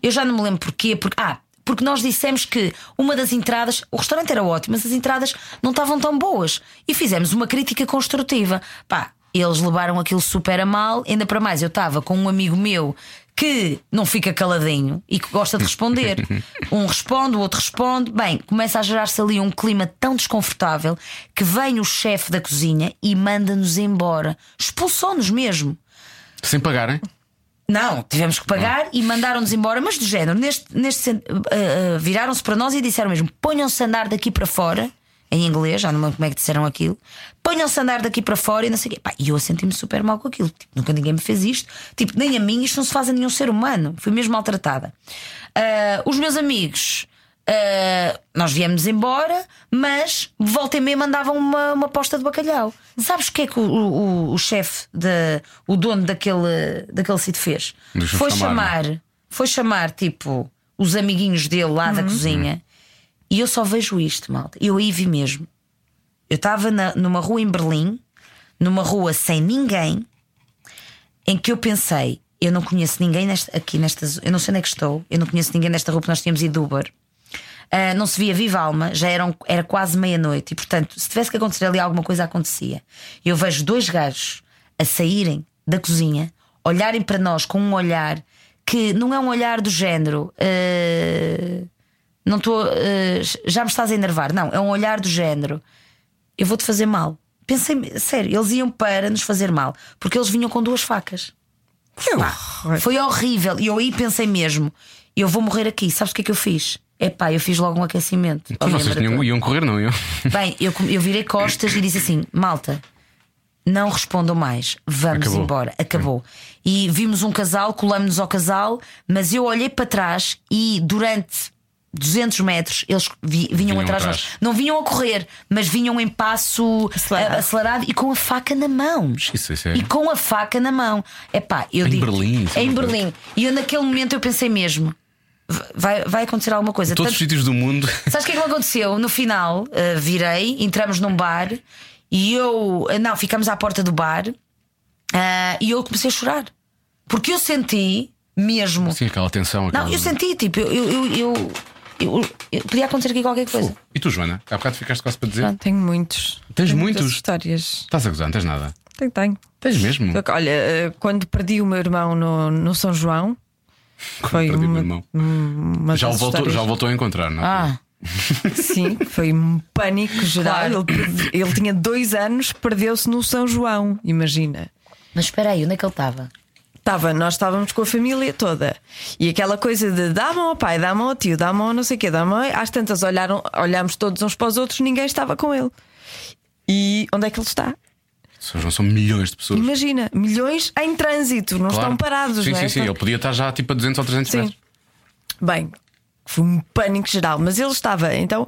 eu já não me lembro porquê. Porque, ah, porque nós dissemos que uma das entradas, o restaurante era ótimo, mas as entradas não estavam tão boas. E fizemos uma crítica construtiva. Pá, eles levaram aquilo super a mal. Ainda para mais, eu estava com um amigo meu que não fica caladinho e que gosta de responder. um responde, o outro responde. Bem, começa a gerar-se ali um clima tão desconfortável que vem o chefe da cozinha e manda-nos embora. Expulsou-nos mesmo. Sem pagarem? Não, tivemos que pagar e mandaram-nos embora, mas do género, neste, neste sen- ah, ah, viraram-se para nós e disseram mesmo: ponham-se a andar daqui para fora, em inglês, já não me lembro como é que disseram aquilo, ponham-se a andar daqui para fora e não sei o quê. Pá, E eu senti-me super mal com aquilo. Tipo, nunca ninguém me fez isto, tipo, nem a mim, isto não se faz a nenhum ser humano. Fui mesmo maltratada. Ah, os meus amigos. ah, nós viemos embora, mas volta e meia mandavam uma, uma posta de bacalhau. Sabes o que é que o, o- o chefe, da- o dono daquele, daquele sítio fez? Deixa-me foi chamar, chamar, foi chamar tipo os amiguinhos dele lá da cozinha e eu só vejo isto, malta. Eu aí vi mesmo. Eu estava na- numa rua em Berlim, numa rua sem ninguém, em que eu pensei, eu não conheço ninguém nesta- aqui nesta zo- eu não sei onde é que estou, eu não conheço ninguém nesta rua porque nós tínhamos ido de Uber. Ah, não se via viva alma, já eram, era quase meia-noite e, portanto, se tivesse que acontecer ali alguma coisa, acontecia. Eu vejo dois gajos a saírem da cozinha, olharem para nós com um olhar que não é um olhar do género. ah, não estou. eh, já me estás a enervar. Não, é um olhar do género. Eu vou-te fazer mal. Pensei, sério, eles iam para nos fazer mal, porque eles vinham com duas facas. Pá, foi horrível. E eu aí pensei mesmo: eu vou morrer aqui. Sabes o que é que eu fiz? É pá, eu fiz logo um aquecimento. Então Olha, vocês tinham- maratona. iam correr, não iam? Bem, eu, com- eu virei costas e disse assim: malta, não respondam mais, vamos Acabou. Hum. embora, acabou. E vimos um casal, colamos-nos ao casal, mas eu olhei para trás e durante 200 metros eles vi- vinham, Vinham atrás de atrás. nós. Não vinham a correr, mas vinham em passo Acelerado. acelerado, acelerado e com a faca na mão. Isso, isso é- E com a faca na mão. Epá, eu Em digo. Berlim, isso é Em uma coisa. Berlim. E eu naquele momento eu pensei mesmo. Vai, vai acontecer alguma coisa. Todos os Tanto- sítios do mundo. Sabes o que é que me aconteceu? No final, eh, virei, entramos num bar e eu. eh, Não, ficamos à porta do bar ah, e eu comecei a chorar. Porque eu senti mesmo. Sim, aquela tensão. Não, aquela- eu senti, tipo, eu. eu, eu, eu- eu- eu- podia acontecer aqui qualquer coisa. Uh, E tu, Joana? Há bocado ficaste quase para dizer. Não, tenho muitos. Tens Tenho muitos? Hum. muitas histórias. Estás a gozar, não tens nada. Tenho, tenho. Tens mesmo? Só que, Olha, eh, quando perdi o meu irmão no, no São João, foi Perdi o meu uma, irmão. uma Já o, das voltou, histórias- já o voltou a encontrar, não? é? Ah, Sim, foi um pânico geral. Claro. Ele, perde- ele tinha dois anos, perdeu-se no São João, imagina. mas espera aí, onde é que ele estava? Tava, nós estávamos com a família toda e aquela coisa de dá a mão ao pai, dá a mão ao tio, dá a mão ao não sei o quê, dá a mão. Às tantas olharam, olhámos todos uns para os outros, ninguém estava com ele. E onde é que ele está? São, João, são milhões de pessoas. Imagina, milhões em trânsito, não Claro. estão parados, Sim, não é? sim, sim. Ele Estão- podia estar já tipo a 200 ou 300 Sim. metros. Bem, foi um pânico geral, mas ele estava, então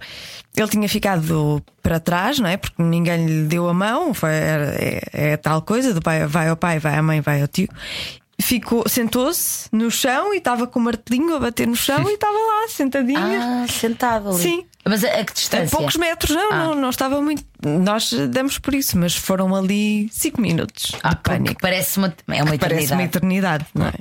ele tinha ficado para trás, não é? Porque ninguém lhe deu a mão, foi, era- é, é tal coisa, do pai vai ao pai, vai à mãe, vai ao tio. Ficou, sentou-se no chão e estava com o martelinho a bater no chão e estava lá, sentadinho. Ah, sentado ali. Sim. Mas a, a que A distância? Ah. poucos metros, não, não, não estava muito. Nós demos por isso, mas foram ali cinco minutos Ah, de que- que pânico. parece uma, é uma Parece uma eternidade. eternidade, não é?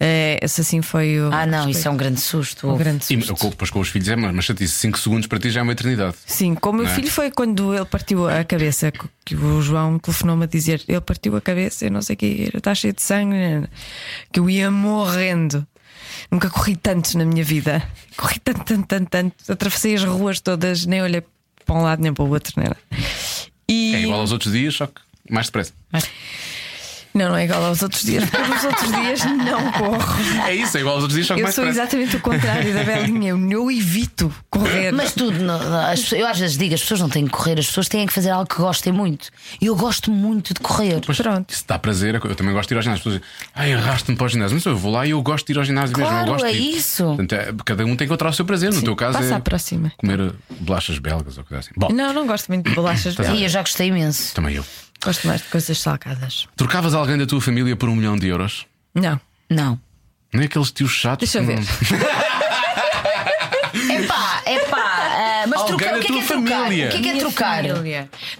Eh, esse assim foi o. Ah, não, isso é um grande susto. um grande E, susto. com, pois com os filhos é mais, mas chatice, 5 segundos para ti já é uma eternidade. Sim, como o meu Não é? filho foi quando ele partiu a cabeça, que- que o João telefonou-me a dizer: ele partiu a cabeça, eu não sei o que, está cheio de sangue, né? que eu ia morrendo. Nunca corri tanto na minha vida. Corri tanto, tanto, tanto, tanto. Atravessei as ruas todas, nem olhei para um lado nem para o outro, né? E... É igual aos outros dias, só que mais depressa. Não, não é igual aos outros dias, porque nos outros dias não corro. É isso, é igual aos outros dias, só que Eu mais sou depressa. exatamente o contrário da Belinha, eu não evito correr. Mas tudo, não- não, as pessoas- eu às vezes digo, as pessoas não têm que correr, as pessoas têm que fazer algo que gostem muito. E eu gosto muito de correr. Pois, Pronto. Isso dá prazer, eu também gosto de ir ao ginásio. As pessoas dizem, ai, arrasto-me para o ginásio. Mas eu vou lá e eu gosto de ir ao ginásio mesmo. Claro, Eu gosto é de ir. isso. Portanto, é- cada um tem que encontrar o seu prazer. No teu caso passa é à próxima. comer bolachas belgas ou coisa assim. Bom, Não, não gosto muito de bolachas, é. E eu já gostei imenso. também eu. gosto mais de coisas salgadas. Trocavas alguém da tua família por um milhão de euros? Não. Não. Nem aqueles tios chatos. Deixa eu que não- ver. Epá, epá. Uh, mas Alguém trocar, da o que é que tua é trocar? O que família. é que é trocar?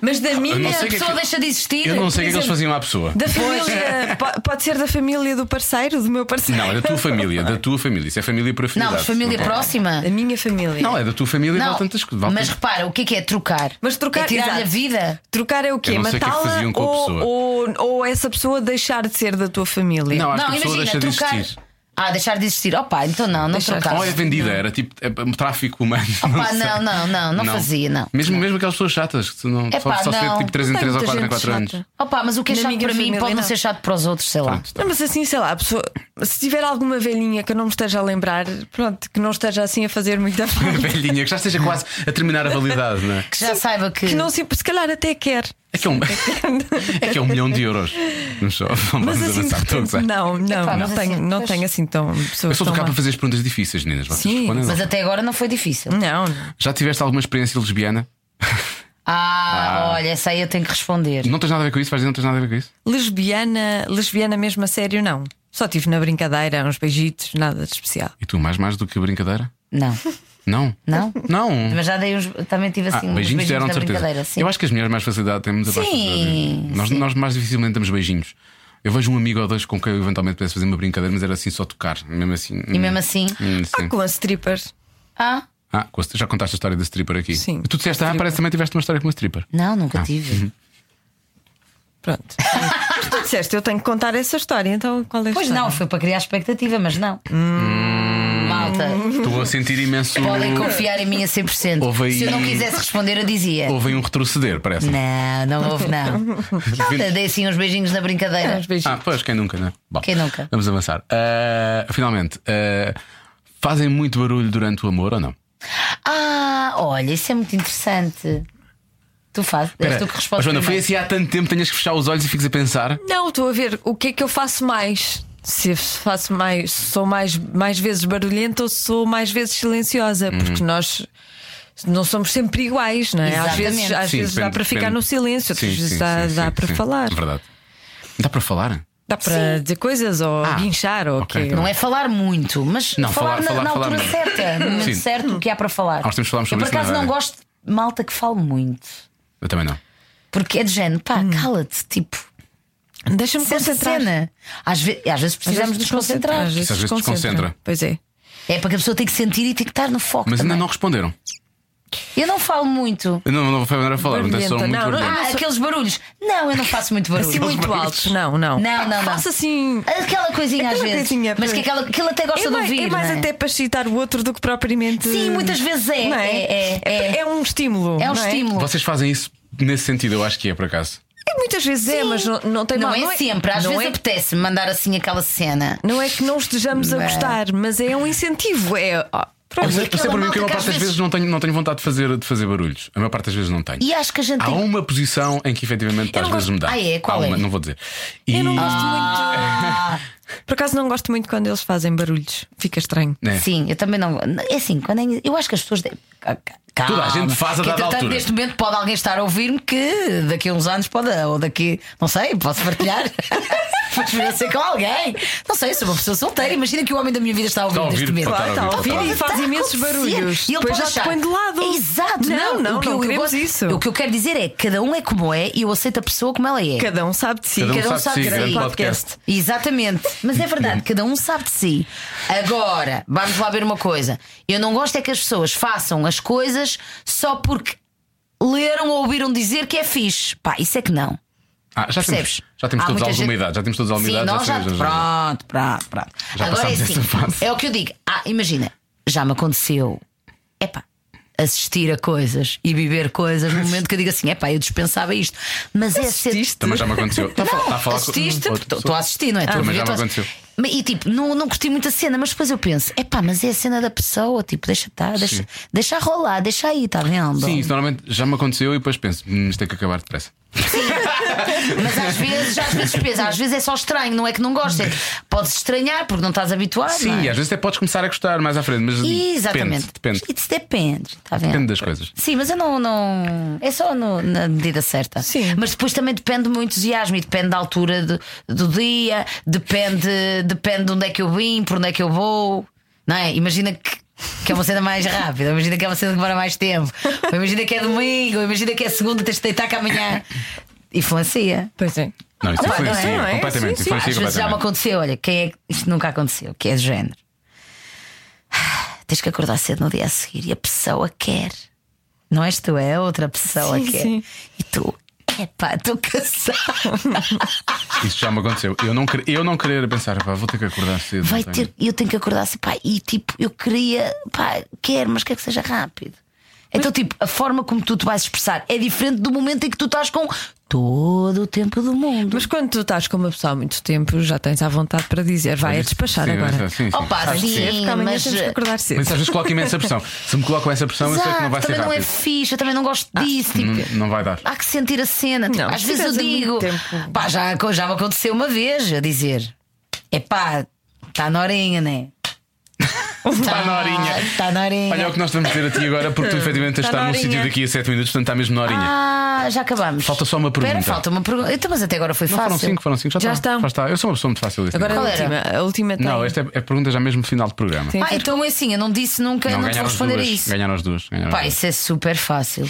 Mas da minha, não A sei o que é pessoa que- deixa de existir? Eu não sei o que é que Por eles exemplo, faziam à pessoa. da família, po- pode ser da família do parceiro, do meu parceiro. Não, é da tua família, da tua família. Isso é família por Não, afinidade. mas família pode. próxima. Da minha família. Não, é da tua família Não, vale tantas vale tantas- mas repara, o que é que é trocar? Mas trocar é tirar-lhe a exato. vida? Trocar é o quê? Eu não sei o que é que Matá-la faziam com a ou, pessoa. ou, ou essa pessoa deixar de ser da tua família? Não, acho não, que a pessoa imagina, deixa de trocar. existir. ah, deixar de existir. Opa, então não, não Deixar- trocar. Ou é vendida, era tipo é, um tráfico humano. Opa, sei. não, não, não, não fazia, não. Mesmo, mesmo aquelas pessoas chatas que tu não, Epá, só, só se vê não. tipo 3 em Não tem 3 ou 4 muita em gente 4 anos. chata. Opa, mas o que é Na chato minha para mim família, pode não não. ser chato para os outros, sei lá. Não, mas assim, sei lá, a pessoa, se tiver alguma velhinha que eu não me esteja a lembrar, pronto, que não esteja assim a fazer muita A falta. velhinha, que já esteja quase a terminar a validade, não é? Que já saiba que. Que não sempre, se calhar até quer. É que é um, é que é um milhão de euros. Vamos só- Mas vamos assim, de avançar. Estou a repente, gozar. não, não, Epá, mas não, tenho, assim, não pois. tenho assim tão Eu pessoas. sou tão tocar má. para fazer as perguntas difíceis, meninas. Vocês Sim. respondem, não? Mas até agora não foi difícil. Não, Já tiveste alguma experiência lesbiana? Ah, olha, essa aí eu tenho que responder. Não tens nada a ver com isso? Vais dizer não tens nada a ver com isso? lesbiana, lesbiana mesmo a sério, não. Só tive na brincadeira, uns beijitos, nada de especial. E tu, mais mais do que brincadeira? Não, Não? não. Não. Mas já dei uns. Também tive Ah, assim. uns beijinhos deram na de certeza. brincadeira, sim. Eu acho que as mulheres mais facilidade têm muita mais Sim, facilidade. Nós, nós mais dificilmente damos beijinhos. Eu vejo um amigo ou dois com quem eu eventualmente pudesse fazer uma brincadeira, mas era assim só tocar, mesmo assim. E mesmo assim. Hum, Ah, sim. com as strippers. Ah, Ah, com a- já contaste a história da stripper aqui? Sim. Tu disseste, ah, parece que também tiveste uma história com uma stripper. não, Ah. nunca Uhum. tive. Pronto. Mas tu disseste, eu tenho que contar essa história, então qual é a Pois história? não, foi para criar expectativa, mas não. Hum. Malta, Estou a sentir imenso. podem confiar em mim a 100%. Houve aí- um- Se eu não quisesse responder, eu dizia. Houve aí um retroceder, parece. Não, não houve, não. Malta, dei assim uns beijinhos na brincadeira. Uns beijinhos. Ah, pois, quem nunca, né? Bom, Quem nunca? Vamos avançar. Ah, finalmente, ah, fazem muito barulho durante o amor ou não? Ah, olha, isso é muito interessante. Tu fazes, és Espera, tu que respondes. Joana, foi primeiro. assim há tanto tempo, tenhas que fechar os olhos e fiques a pensar. Não, estou a ver o que é que eu faço mais. Se eu faço mais, se sou mais, mais vezes barulhenta ou se sou mais vezes silenciosa, Uhum. porque nós não somos sempre iguais, não é? Às Exatamente. vezes, às Sim, vezes dá depende- para ficar depende. no silêncio, outras Sim, vezes sim, dá, sim, dá sim, para sim. falar, É verdade. Dá para falar? dá para dizer coisas ou guinchar ou o Ah, ok, quê? tá Não é falar muito, mas Não, falar, falar- na, falar- na falar altura muito. certa, no Sim. momento certo, o que há para falar. Nós temos que falarmos eu sobre por isso é? na acaso não rádio. gosto de malta que fale muito, Eu também não. porque é de género, pá, cala-te, tipo, Deixa-me sente a Hum. concentrar. cena. Às, ve- às Às vezes precisamos vezes nos concentrar. Às vezes Isso às vezes desconcentra. desconcentra. Pois é. É para que a pessoa tem que sentir e tem que estar no foco. Mas ainda também. não responderam. Eu não falo muito. Eu não, não foi a maneira a falar, mas são Barulhenta, muito não, não. barulhentos. Ah, aqueles barulhos. Não, eu não faço muito barulho. Assim muito alto. Não, não. Não, não, não. Faça assim. Aquela coisinha às Aquela vezes. coisinha, mas pois. que, aquela, que ele até gosta é de mais, ouvir. é mais não é? até para citar o outro do que propriamente. Sim, muitas vezes é, Não é, é, é. É um estímulo. É um não estímulo. Vocês fazem isso nesse sentido, eu acho que é por acaso. É, muitas vezes é, mas não, não tem Não, mal. é sempre, às não vezes é, apetece-me mandar assim aquela cena. Não é que não estejamos a gostar, mas é um incentivo. É. ó, Eu pronto. sei, eu sei para mim que a malta maior que parte às das vezes- vezes não tenho, não tenho vontade de fazer, de fazer barulhos. A maior parte das vezes não tenho. E acho que a gente Há tem. uma posição em que efetivamente Eu às não vezes gosto- me dá. Ah, é? Qual Há uma- é? Não vou dizer. Eu E- não gosto muito. Por acaso não gosto muito quando eles fazem barulhos. Fica estranho. É. Sim, eu também não. É assim, quando é- eu acho que as pessoas. de- Calma, Toda a gente faz a que, dada entretanto, altura. Neste momento pode alguém estar a ouvir-me que daqui a uns anos pode, ou daqui, não sei, posso partilhar. Uma experiência com alguém. Não sei, sou uma pessoa solteira. Imagina que o homem da minha vida está a ouvir Está a neste ouvir, momento. pode Claro, estar a está a ouvir, pode ouvir Tá e estar faz Está a imensos acontecer. barulhos. E ele Depois pode já te achar. põe de lado. Exato, não, Não, não, o que não eu, eu queremos gosto- isso. O que eu quero dizer é cada um é como é e eu aceito a pessoa como ela é. Cada um sabe de si. Cada um sabe de si, grande grande podcast. podcast. Exatamente. Mas é verdade, cada um sabe de si. Agora, vamos lá ver uma coisa. Eu não gosto é que as pessoas façam as coisas só porque leram ou ouviram dizer que é fixe. Pá, isso é que não. Ah, já Percebes? temos, já temos Há todos muita alguma gente- idade, já temos todos alguma Sim, idade. nós já, sabemos, Pronto, pronto, pronto. é Já Agora é passámos assim. essa fase. É o que eu digo. Ah, imagina, já me aconteceu. Epá. Assistir a coisas e viver coisas no momento que eu digo assim, epá, eu dispensava isto. Mas é ser. Também já me aconteceu. Está a falar- está a falar com- Assististe, com porque outra estou a pessoa. assistir, não é? Estou a Também ver, já me estou a- aconteceu. Mas- E tipo, não, não curti muito a cena, mas depois eu penso, epá, mas é a cena da pessoa, tipo, deixa estar, Sim. deixa, deixa rolar, deixa aí, está vendo? Sim, isso normalmente já me aconteceu e depois penso, hum, isto tem que acabar depressa. Mas às vezes, às vezes pensa, às vezes é só estranho, não é que não gostes, é que podes estranhar porque não estás habituado. não Sim, é? e às vezes até podes começar a gostar mais à frente, mas Exatamente. depende. Depende, Isso é. depende, está vendo? depende das coisas. Sim, mas eu não. não... É só no- na medida certa. Sim. Mas depois também depende do entusiasmo e depende da altura do, do dia, depende, depende de onde é que eu vim, por onde é que eu vou. Não é? Imagina que. Que é uma cena mais rápida, imagina que é uma cena que demora mais tempo, ou imagina que é domingo, ou imagina que é segunda, tens de deitar cá amanhã. Influencia. Pois é. Não, isso Opa, influencia não é, não é? completamente. Sim, sim. influencia Às vezes já me completamente. aconteceu, olha, quem é que isto nunca aconteceu, que é de género. Tens que acordar cedo no dia a seguir e a pessoa quer. Não és tu, é a outra pessoa Sim, que quer. sim. E tu, epá, estou cansada. Isso já me aconteceu. Eu não, quer- eu não querer pensar, pá, vou ter que acordar cedo. Vai não ter, eu tenho que acordar assim, pá, e tipo, eu queria, pá, quero, mas quer que seja rápido. Então, tipo, a forma como tu te vais expressar é diferente do momento em que tu estás com todo o tempo do mundo. Mas quando tu estás com uma pessoa há muito tempo, já tens à vontade para dizer, vai a Tenho- despachar Sim, agora. É Sim, sim. é Opa, Acho que sim. Porque amanhã mas- temos que acordar cedo. Mas às vezes coloco imensa pressão. Se me colocam essa pressão, eu sei que não vai ser também não é rápido. Ah, fixe, eu também não gosto disso. tipo, Não- não vai dar. Há que sentir a cena. tipo, Não, às se vezes eu tiveres digo, muito tempo. pá, já, aco- já me aconteceu uma vez a dizer: é pá, está na horinha, né? Está Tá na horinha. Está na horinha. Olha o que nós estamos a dizer a ti agora, porque tu efetivamente tens de Está estar na num sítio horinha. daqui a 7 minutos, portanto está mesmo na horinha. Tá Ah, já acabamos. é. Falta só uma pergunta. Espera, falta uma pergunta. Então, mas até agora foi não fácil. foram 5, foram 5, já, Já está. estão. Já está. Eu sou uma pessoa muito fácil desse Agora a Qual é era? última, a última tem. Não, esta é, é a pergunta já mesmo final de programa. Tem a Ah, ver então é assim, eu não disse nunca, não, te vou ganharam as responder a duas. isso. Ganharam as duas. ganharam Pá, as duas. isso é super fácil.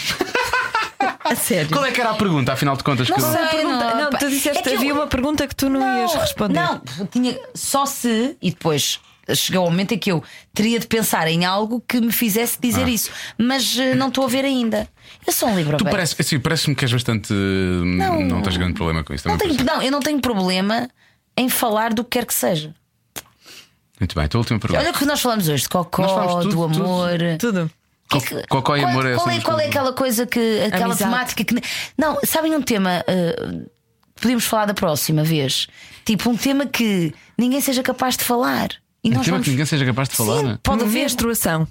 com- a sério. Qual é que era a pergunta, afinal de contas? que eu- sei. Uma Ai, pergunta- não, Não, pá. tu disseste É que eu- havia uma pergunta que tu não, ias responder. Não, tinha só se. E depois chegou o momento em que eu teria de pensar em algo que me fizesse dizer isso. Mas eh, não estou a ver ainda. Eu sou um livro Ah. Tu aberto. parece, assim, parece-me que és bastante. Não, não tens grande problema com isso. é Não, também tenho, parece. não, eu não tenho problema em falar do que quer que seja. Muito bem, então a última pergunta. Olha o que nós falamos hoje: de Nós cocó, falamos tudo, do tudo. amor. Tudo. Que é que- Cocó e qual, amor é qual assim, qual é desculpa. aquela coisa que. aquela Amizade. temática que. ne- Não, sabem um tema. eh, podíamos falar da próxima vez. Tipo, um tema que ninguém seja capaz de falar. E um nós tema vamos que ninguém seja capaz de falar. é? Sim, pode haver. Menstruação.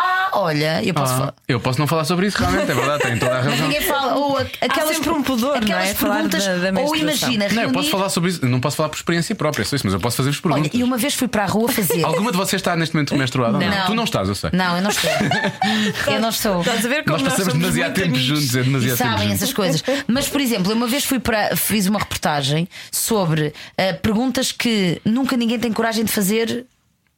Ah, olha, eu posso Ah, falar. eu posso não falar sobre isso, realmente, é verdade, tem toda a Mas razão. ninguém fala. Ou a- aquelas sempre um pudor, não é? aquelas Falar perguntas. da- da ou menstruação. imagina, Não, reunir. eu posso falar sobre isso, não posso falar por experiência própria, só isso, mas eu posso fazer-vos Olha, perguntas. e uma vez fui para a rua fazer. Alguma de vocês está neste momento menstruada? ou Não. Tu não estás, eu sei. Não, eu não estou. eu não estou. Estás a ver como Nós passamos somos demasiado muito tempo amigos? juntos, é E demasiado tempo sabem juntos. essas coisas. Mas, por exemplo, eu uma vez fui para. fiz uma reportagem sobre ah, perguntas que nunca ninguém tem coragem de fazer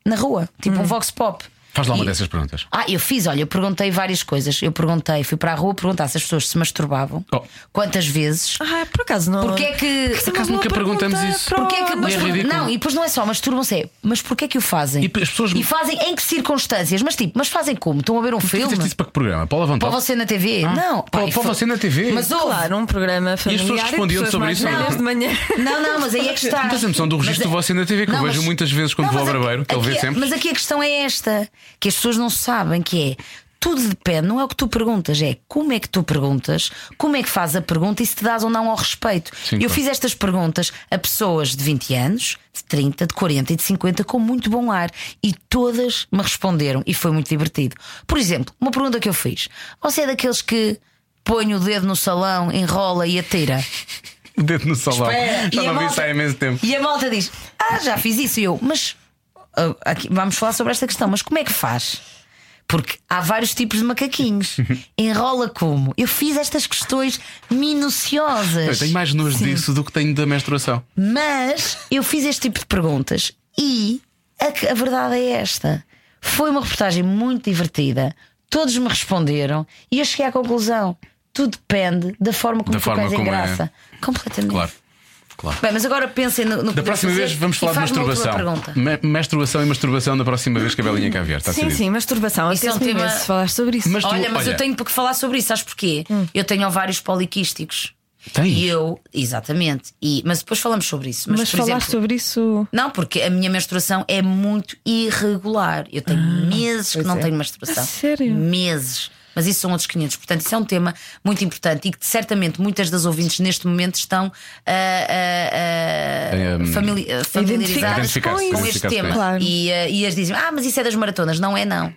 na rua, tipo Hum. um vox pop. Faz lá uma E- dessas perguntas. Ah, eu fiz, olha, eu perguntei várias coisas. Eu perguntei, fui para a rua perguntar se as pessoas se masturbavam, Oh. quantas vezes, Ah, por acaso não. Porquê é Isso que. é acaso uma boa nunca perguntamos pergunta isso. para Porquê é que. o- Mas, É por- ridículo. não, e depois não é só masturbam-se, é. Mas porquê é que o fazem? E as pessoas- E fazem em que circunstâncias? Mas tipo, mas fazem como? Estão a ver um Tu filme? fizeste isso para que programa? Paula Von Para Tal? você na TV? Não. Ah. Para- Pá, para foi- você na TV? Mas ouve. Claro, um programa familiar. respondiam pessoas sobre mais isso ou velhas não? de manhã. Não, não, mas aí é que está. Não tens a noção do registro Mas- do você na TV, que eu Não, vejo mas- muitas vezes quando Não, vou ao mas aqui- barbeiro, que ele vê aqui- sempre. Mas aqui a questão é esta: que as pessoas não sabem que é. Tudo depende, não é o que tu perguntas, é como é que tu perguntas, como é que fazes a pergunta e se te dás ou não ao respeito. Sim, eu claro. fiz estas perguntas a pessoas de 20 anos, de 30, de 40 e de 50 com muito bom ar e todas me responderam e foi muito divertido. Por exemplo, uma pergunta que eu fiz: Você é daqueles que põe o dedo no salão, enrola e atira? O dedo no salão. Espera. Já É, E a não vi malta- isso há imenso tempo. E a malta diz: Ah, já fiz isso. E eu, mas ah, aqui- vamos falar sobre esta questão, mas como é que faz? Porque há vários tipos de macaquinhos. Enrola como? Eu fiz estas questões Eu minuciosas. tenho mais nojo disso do que tenho da menstruação. Mas eu fiz este tipo de perguntas e a, que- a verdade é esta. Foi uma reportagem muito divertida, todos me responderam e eu cheguei à conclusão: tudo depende da forma como Da tu forma queres como é. graça. Completamente. Claro. claro. Bem, mas agora pensem no, no Da que podemos próxima fazer vez vamos e falar de faz-me outra masturbação. Hum. pergunta. Me- Masturbação e masturbação da próxima vez que a Belinha cá vier. tá Está Sim, decidido. sim, masturbação. Isso é um Apetece-me tema- imenso falar sobre isso. Mas tu- olha, mas olha. eu tenho que falar sobre isso, sabes porquê? Eu tenho ovários poliquísticos. Hum. Tens? E eu, exatamente. E, mas depois falamos sobre isso. Mas, Mas, por falar exemplo, sobre isso. Não, porque a minha menstruação é muito irregular. Eu tenho meses que pois não é. tenho menstruação. A sério? Meses. Mas isso são outros 500. Portanto, isso é um tema muito importante e que certamente muitas das ouvintes neste momento estão ah, ah, ah, Em, famili- ah, familiarizadas Identificar-se com com, isso. este Identificar-se com tema. isso. Claro. E, ah, e as dizem: Ah, mas isso é das maratonas. Não é, não.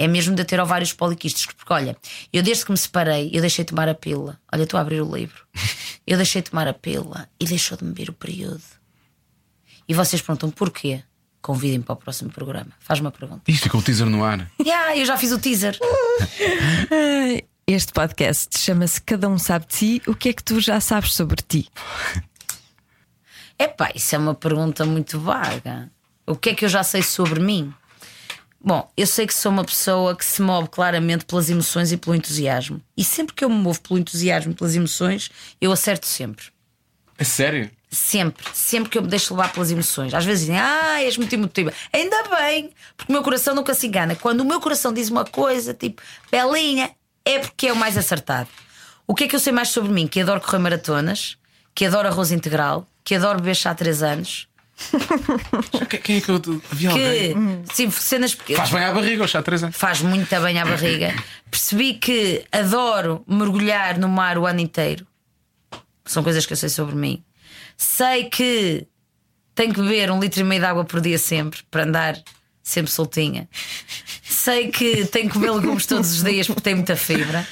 É mesmo de eu ter ovários poliquistos. Porque olha, eu desde que me separei, eu deixei de tomar a pílula. Olha, eu estou a abrir o livro. Eu deixei de tomar a pílula e deixou de me vir o período. E vocês perguntam porquê? Convidem-me para o próximo programa. Faz uma pergunta. Isto ficou o teaser no ar. Ah, eu já fiz o teaser. Este podcast chama-se Cada Um Sabe de Si. O que é que tu já sabes sobre ti? Epá, isso é uma pergunta muito vaga. O que é que eu já sei sobre mim? Bom, eu sei que sou uma pessoa que se move claramente pelas emoções e pelo entusiasmo. E sempre que eu me movo pelo entusiasmo e pelas emoções, eu acerto sempre. A É sério? Sempre, sempre que eu me deixo levar pelas emoções. Às vezes dizem, ah, és muito emotiva. Ainda bem, porque o meu coração nunca se engana. Quando o meu coração diz uma coisa, tipo, belinha, é porque é o mais acertado. O que é que eu sei mais sobre mim? Que adoro correr maratonas, que adoro arroz integral, que adoro beber chá há 3 anos, Que- Quem é que eu vi que alguém? sim, cenas pequenas. Faz bem à barriga, o chá três anos. faz muito bem à barriga. Percebi que adoro mergulhar no mar o ano inteiro. São coisas que eu sei sobre mim. Sei que tenho que beber um litro e meio de água por dia sempre para andar sempre soltinha. Sei que tenho que comer legumes todos os dias porque tem muita fibra.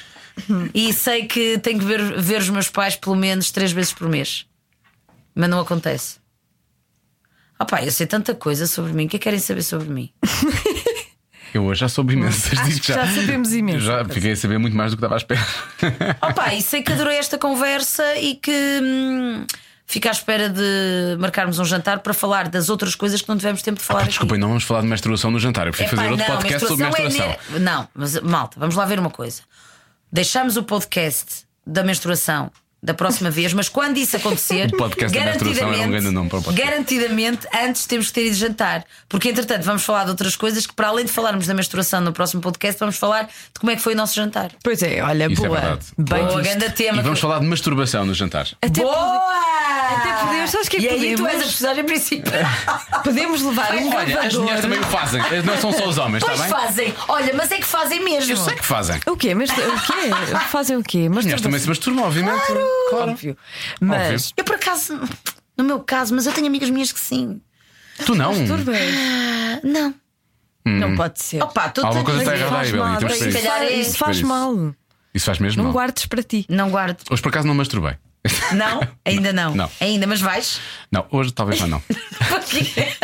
E sei que tenho que ver, ver os meus pais pelo menos três vezes por mês. Mas não acontece. Ah pá, eu sei tanta coisa sobre mim. O que é que querem saber sobre mim? Eu hoje já soube imenso. Acho que já sabemos imenso. Já fiquei a saber muito mais do que estava à espera. Opa, e sei que adorei esta conversa e que hum, fico à espera de marcarmos um jantar para falar das outras coisas que não tivemos tempo de falar. aqui. Desculpem, não vamos falar de menstruação no jantar. Eu preciso Epá, fazer outro não, podcast sobre menstruação. é ne- Não, mas malta, vamos lá ver uma coisa. Deixamos o podcast da menstruação da próxima vez, mas quando isso acontecer, O podcast da menstruação era um grande nome para o podcast. garantidamente antes temos que ter ido jantar, porque entretanto vamos falar de outras coisas que para além de falarmos da menstruação no próximo podcast, vamos falar de como é que foi o nosso jantar. Pois é, olha, Isso é boa. verdade. Bem Boa, visto. grande tema. E vamos falar de masturbação no jantar. Até Boa! Até podemos- sabes o que é e que aí tu podemos? és a personagem principal. podemos levar um Olha, as mulheres também o gravador. fazem. Não são só os homens, Pois está bem? fazem. Olha, mas é que fazem mesmo. Eu sei que fazem. O quê? Mas o quê? Fazem o quê? Mas As mulheres também se masturbam, obviamente. Óbvio. Mas. Eu por acaso, no meu caso, mas eu tenho amigas minhas que sim. Tu não. Tudo bem. Ah, Não. Hum. Não pode ser. Opa, tu Alguma tu- coisa mas está isso errada aí, faz Belinha, mal, temos mas que se sair. calhar é. Isso faz Isso. mal. Isso faz mesmo Não mal. guardes para ti. Não guardo. Hoje por acaso não masturbei. Não? Ainda não. Não. Ainda, mas vais? Não, hoje talvez já não. Porque-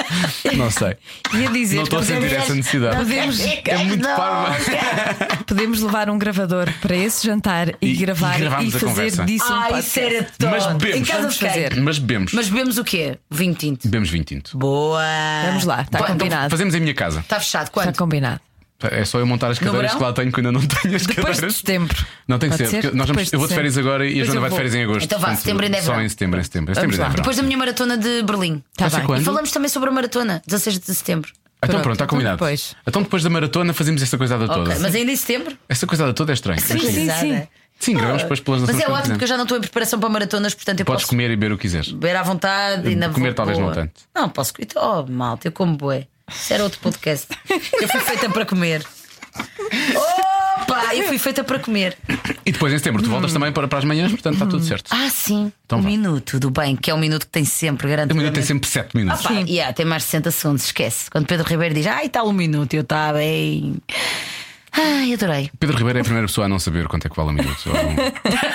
Não sei. Ia dizer, Não estou a sentir essa necessidade. podemos, É muito parva. É podemos levar um gravador para esse jantar e, E- e gravar e, gravarmos a conversa. fazer disso um Ai, podcast. Ah, isso era top. Mas bebemos. Em casa Vamos de quem? fazer. Mas bebemos. Mas bebemos o quê? Vinho tinto. Bebemos vinho tinto. Boa. Vamos lá, está Bom, então combinado. Fazemos em minha casa. Está fechado. Está Quanto? combinado. É só eu montar as cadeiras verão? que lá tenho, que ainda não tenho as Depois de cadeiras. setembro. Não tem que Pode ser. porque Nós Depois vamos, eu vou de férias setembro. agora e a Pois Joana eu vai de vou. férias em agosto. Então vá, Portanto, setembro ainda é Só verão. em setembro, em setembro. Em Vamos setembro ainda é lá. verão. Depois da minha maratona de Berlim. Tá Vai ser bem. quando? E falamos também sobre a maratona, 16 de setembro. Então pronto, Pronto, está então combinado. depois. Então depois da maratona fazemos esta coisada toda. assim. Ok, mas ainda em setembro? Essa coisada toda é estranha. Sim, mas sim, sim. sim. Sim, gravamos depois pelas Mas nações é quando ótimo porque eu quisermos. já não estou em preparação para maratonas, portanto eu Podes posso comer e beber o que quiseres. beber à vontade e na Comer vou- talvez boa. não tanto. Não, posso comer. Oh, malta, eu como bué. Isso era outro podcast. eu fui feita para comer. Opa, eu fui feita para comer. E depois em setembro tu Hum. voltas também para, para as manhãs, portanto está tudo certo. Ah, sim. Então um vá. minuto do bem, que é um minuto que tem sempre, garanto. O minuto tem sempre 7 minutos. Pá, yeah, tem mais de 60 segundos, esquece. Quando Pedro Ribeiro diz, ai, está um minuto, eu está bem. Ai, adorei. Pedro Ribeiro é a primeira pessoa a não saber quanto é que vale um minuto. Ou não.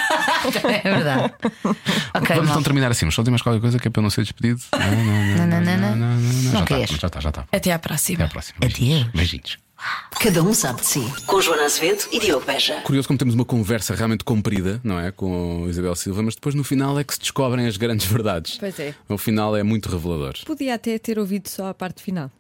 É verdade. Ok, Vamos então malta. terminar assim, mas só dizer mais qualquer coisa que é para eu não ser despedido. Não, não, não, não, não, não, não. Já está, queres? já está, já está. Até à Até próxima. à próxima. Beijinhos. Beijinhos. Cada um sabe de si. Com Joana Azevedo e Diogo Beja. Curioso como temos uma conversa realmente comprida, não é? Com Isabel Silva, mas depois no final é que se descobrem as grandes verdades. Pois é. O final é muito revelador. Podia até ter ouvido só a parte final.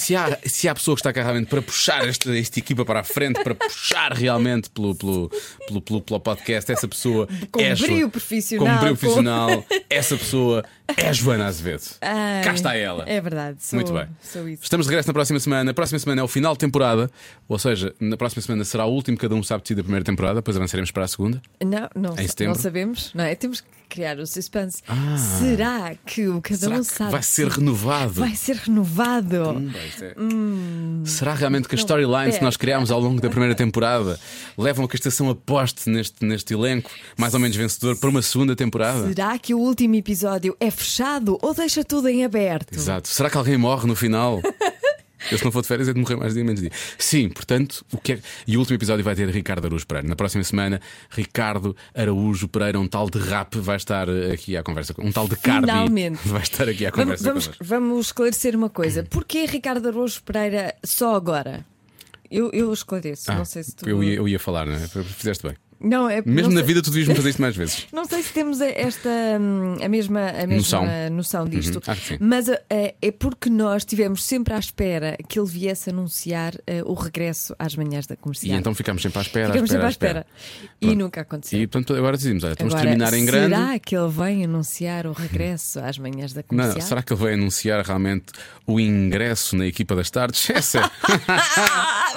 Se há, se há pessoa que está cá realmente para puxar esta, esta equipa para a frente, para puxar realmente pelo, pelo, pelo, pelo, pelo podcast, essa pessoa Com é a Jo- brilho profissional, Com brilho com- profissional, essa pessoa é a Joana Azevedo. Ai, cá está ela. É verdade. Sou, Muito bem. Sou isso. Estamos de regresso na próxima semana. A próxima semana é o final de temporada, ou seja, na próxima semana será o último, cada um sabe de si da primeira temporada, depois avançaremos para a segunda. Não, não, Em não setembro? Ah. sabemos, não é? Temos que criar o suspense. Será que o cada Será um que sabe? vai ser se renovado? vai ser renovado? Bem, isto é- Hum. Será realmente que as storylines que espera. nós criámos ao longo da primeira temporada levam a que a estação aposte neste, neste elenco, mais ou menos vencedor, para uma segunda temporada? Será que o último episódio é fechado ou deixa tudo em aberto? Exato. Será que alguém morre no final? Eu, se não for de férias, é de morrer mais dia, menos dia. Sim, portanto, o que é... E o último episódio vai ter Ricardo Araújo Pereira. Na próxima semana, Ricardo Araújo Pereira, um tal de rap, vai estar eh, aqui à conversa. com- Um tal de Cardi Finalmente. vai estar aqui à É Vamos, conversa. vamos, connosco. vamos esclarecer uma coisa. Porquê Ricardo Araújo Pereira só agora? Eu, eu esclareço, Ah, não sei se tu. eu, ia, eu ia falar, não é? Fizeste bem. Não, é, Mesmo não na sei- vida, tu devias-me fazer isto mais vezes. Não sei se temos a- esta hum, a mesma, a mesma Noção. noção. disto, Ah, sim. mas eh, é porque nós estivemos sempre à espera que ele viesse anunciar eh, o regresso às manhãs da E comercial. então ficámos sempre à espera. Ficamos sempre à à espera. E Pronto. nunca aconteceu. E portanto agora decidimos: olha, vamos Agora, terminar em grande. Será que ele vem anunciar o regresso às manhãs da Não, comercial? será que ele vai anunciar realmente o ingresso na equipa das tardes? Essa. e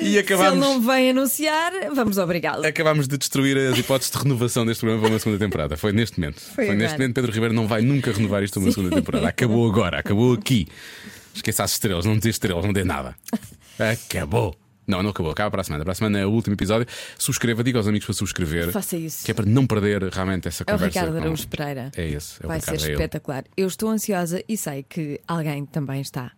Se ele acabámos não vem anunciar, vamos obrigá-lo. acabámos de destruir as hipóteses de renovação deste programa para uma segunda temporada. Foi neste momento. Foi, agora. neste momento. Pedro Ribeiro não vai nunca renovar isto para uma segunda temporada. Acabou agora, acabou aqui. Esqueça as estrelas, não dê estrelas, não dê nada. Acabou. Não, não acabou, acaba para a semana. Para a semana é o último episódio. Subscreva, diga aos amigos para subscrever. Faça isso. Que é para não perder realmente essa É o conversa. Ricardo com- Araújo Pereira. É esse, é o Vai Ricardo, ser é ele. espetacular. Eu estou ansiosa e sei que alguém também está.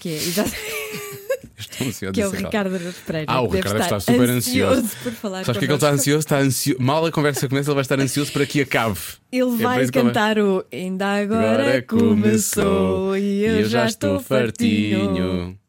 Que é, exatamente- Estou ansioso que é o de ser Ricardo Araújo Pereira. Ah, o que deve Ricardo deve estar estar super ansioso. por falar Sabes o que é que ele está connosco. ansioso? Está ansio... Mal a conversa começa, ele vai estar ansioso para que acabe. Ele É por vai isso que ele cantar o Ainda agora, começou e eu, já estou fartinho.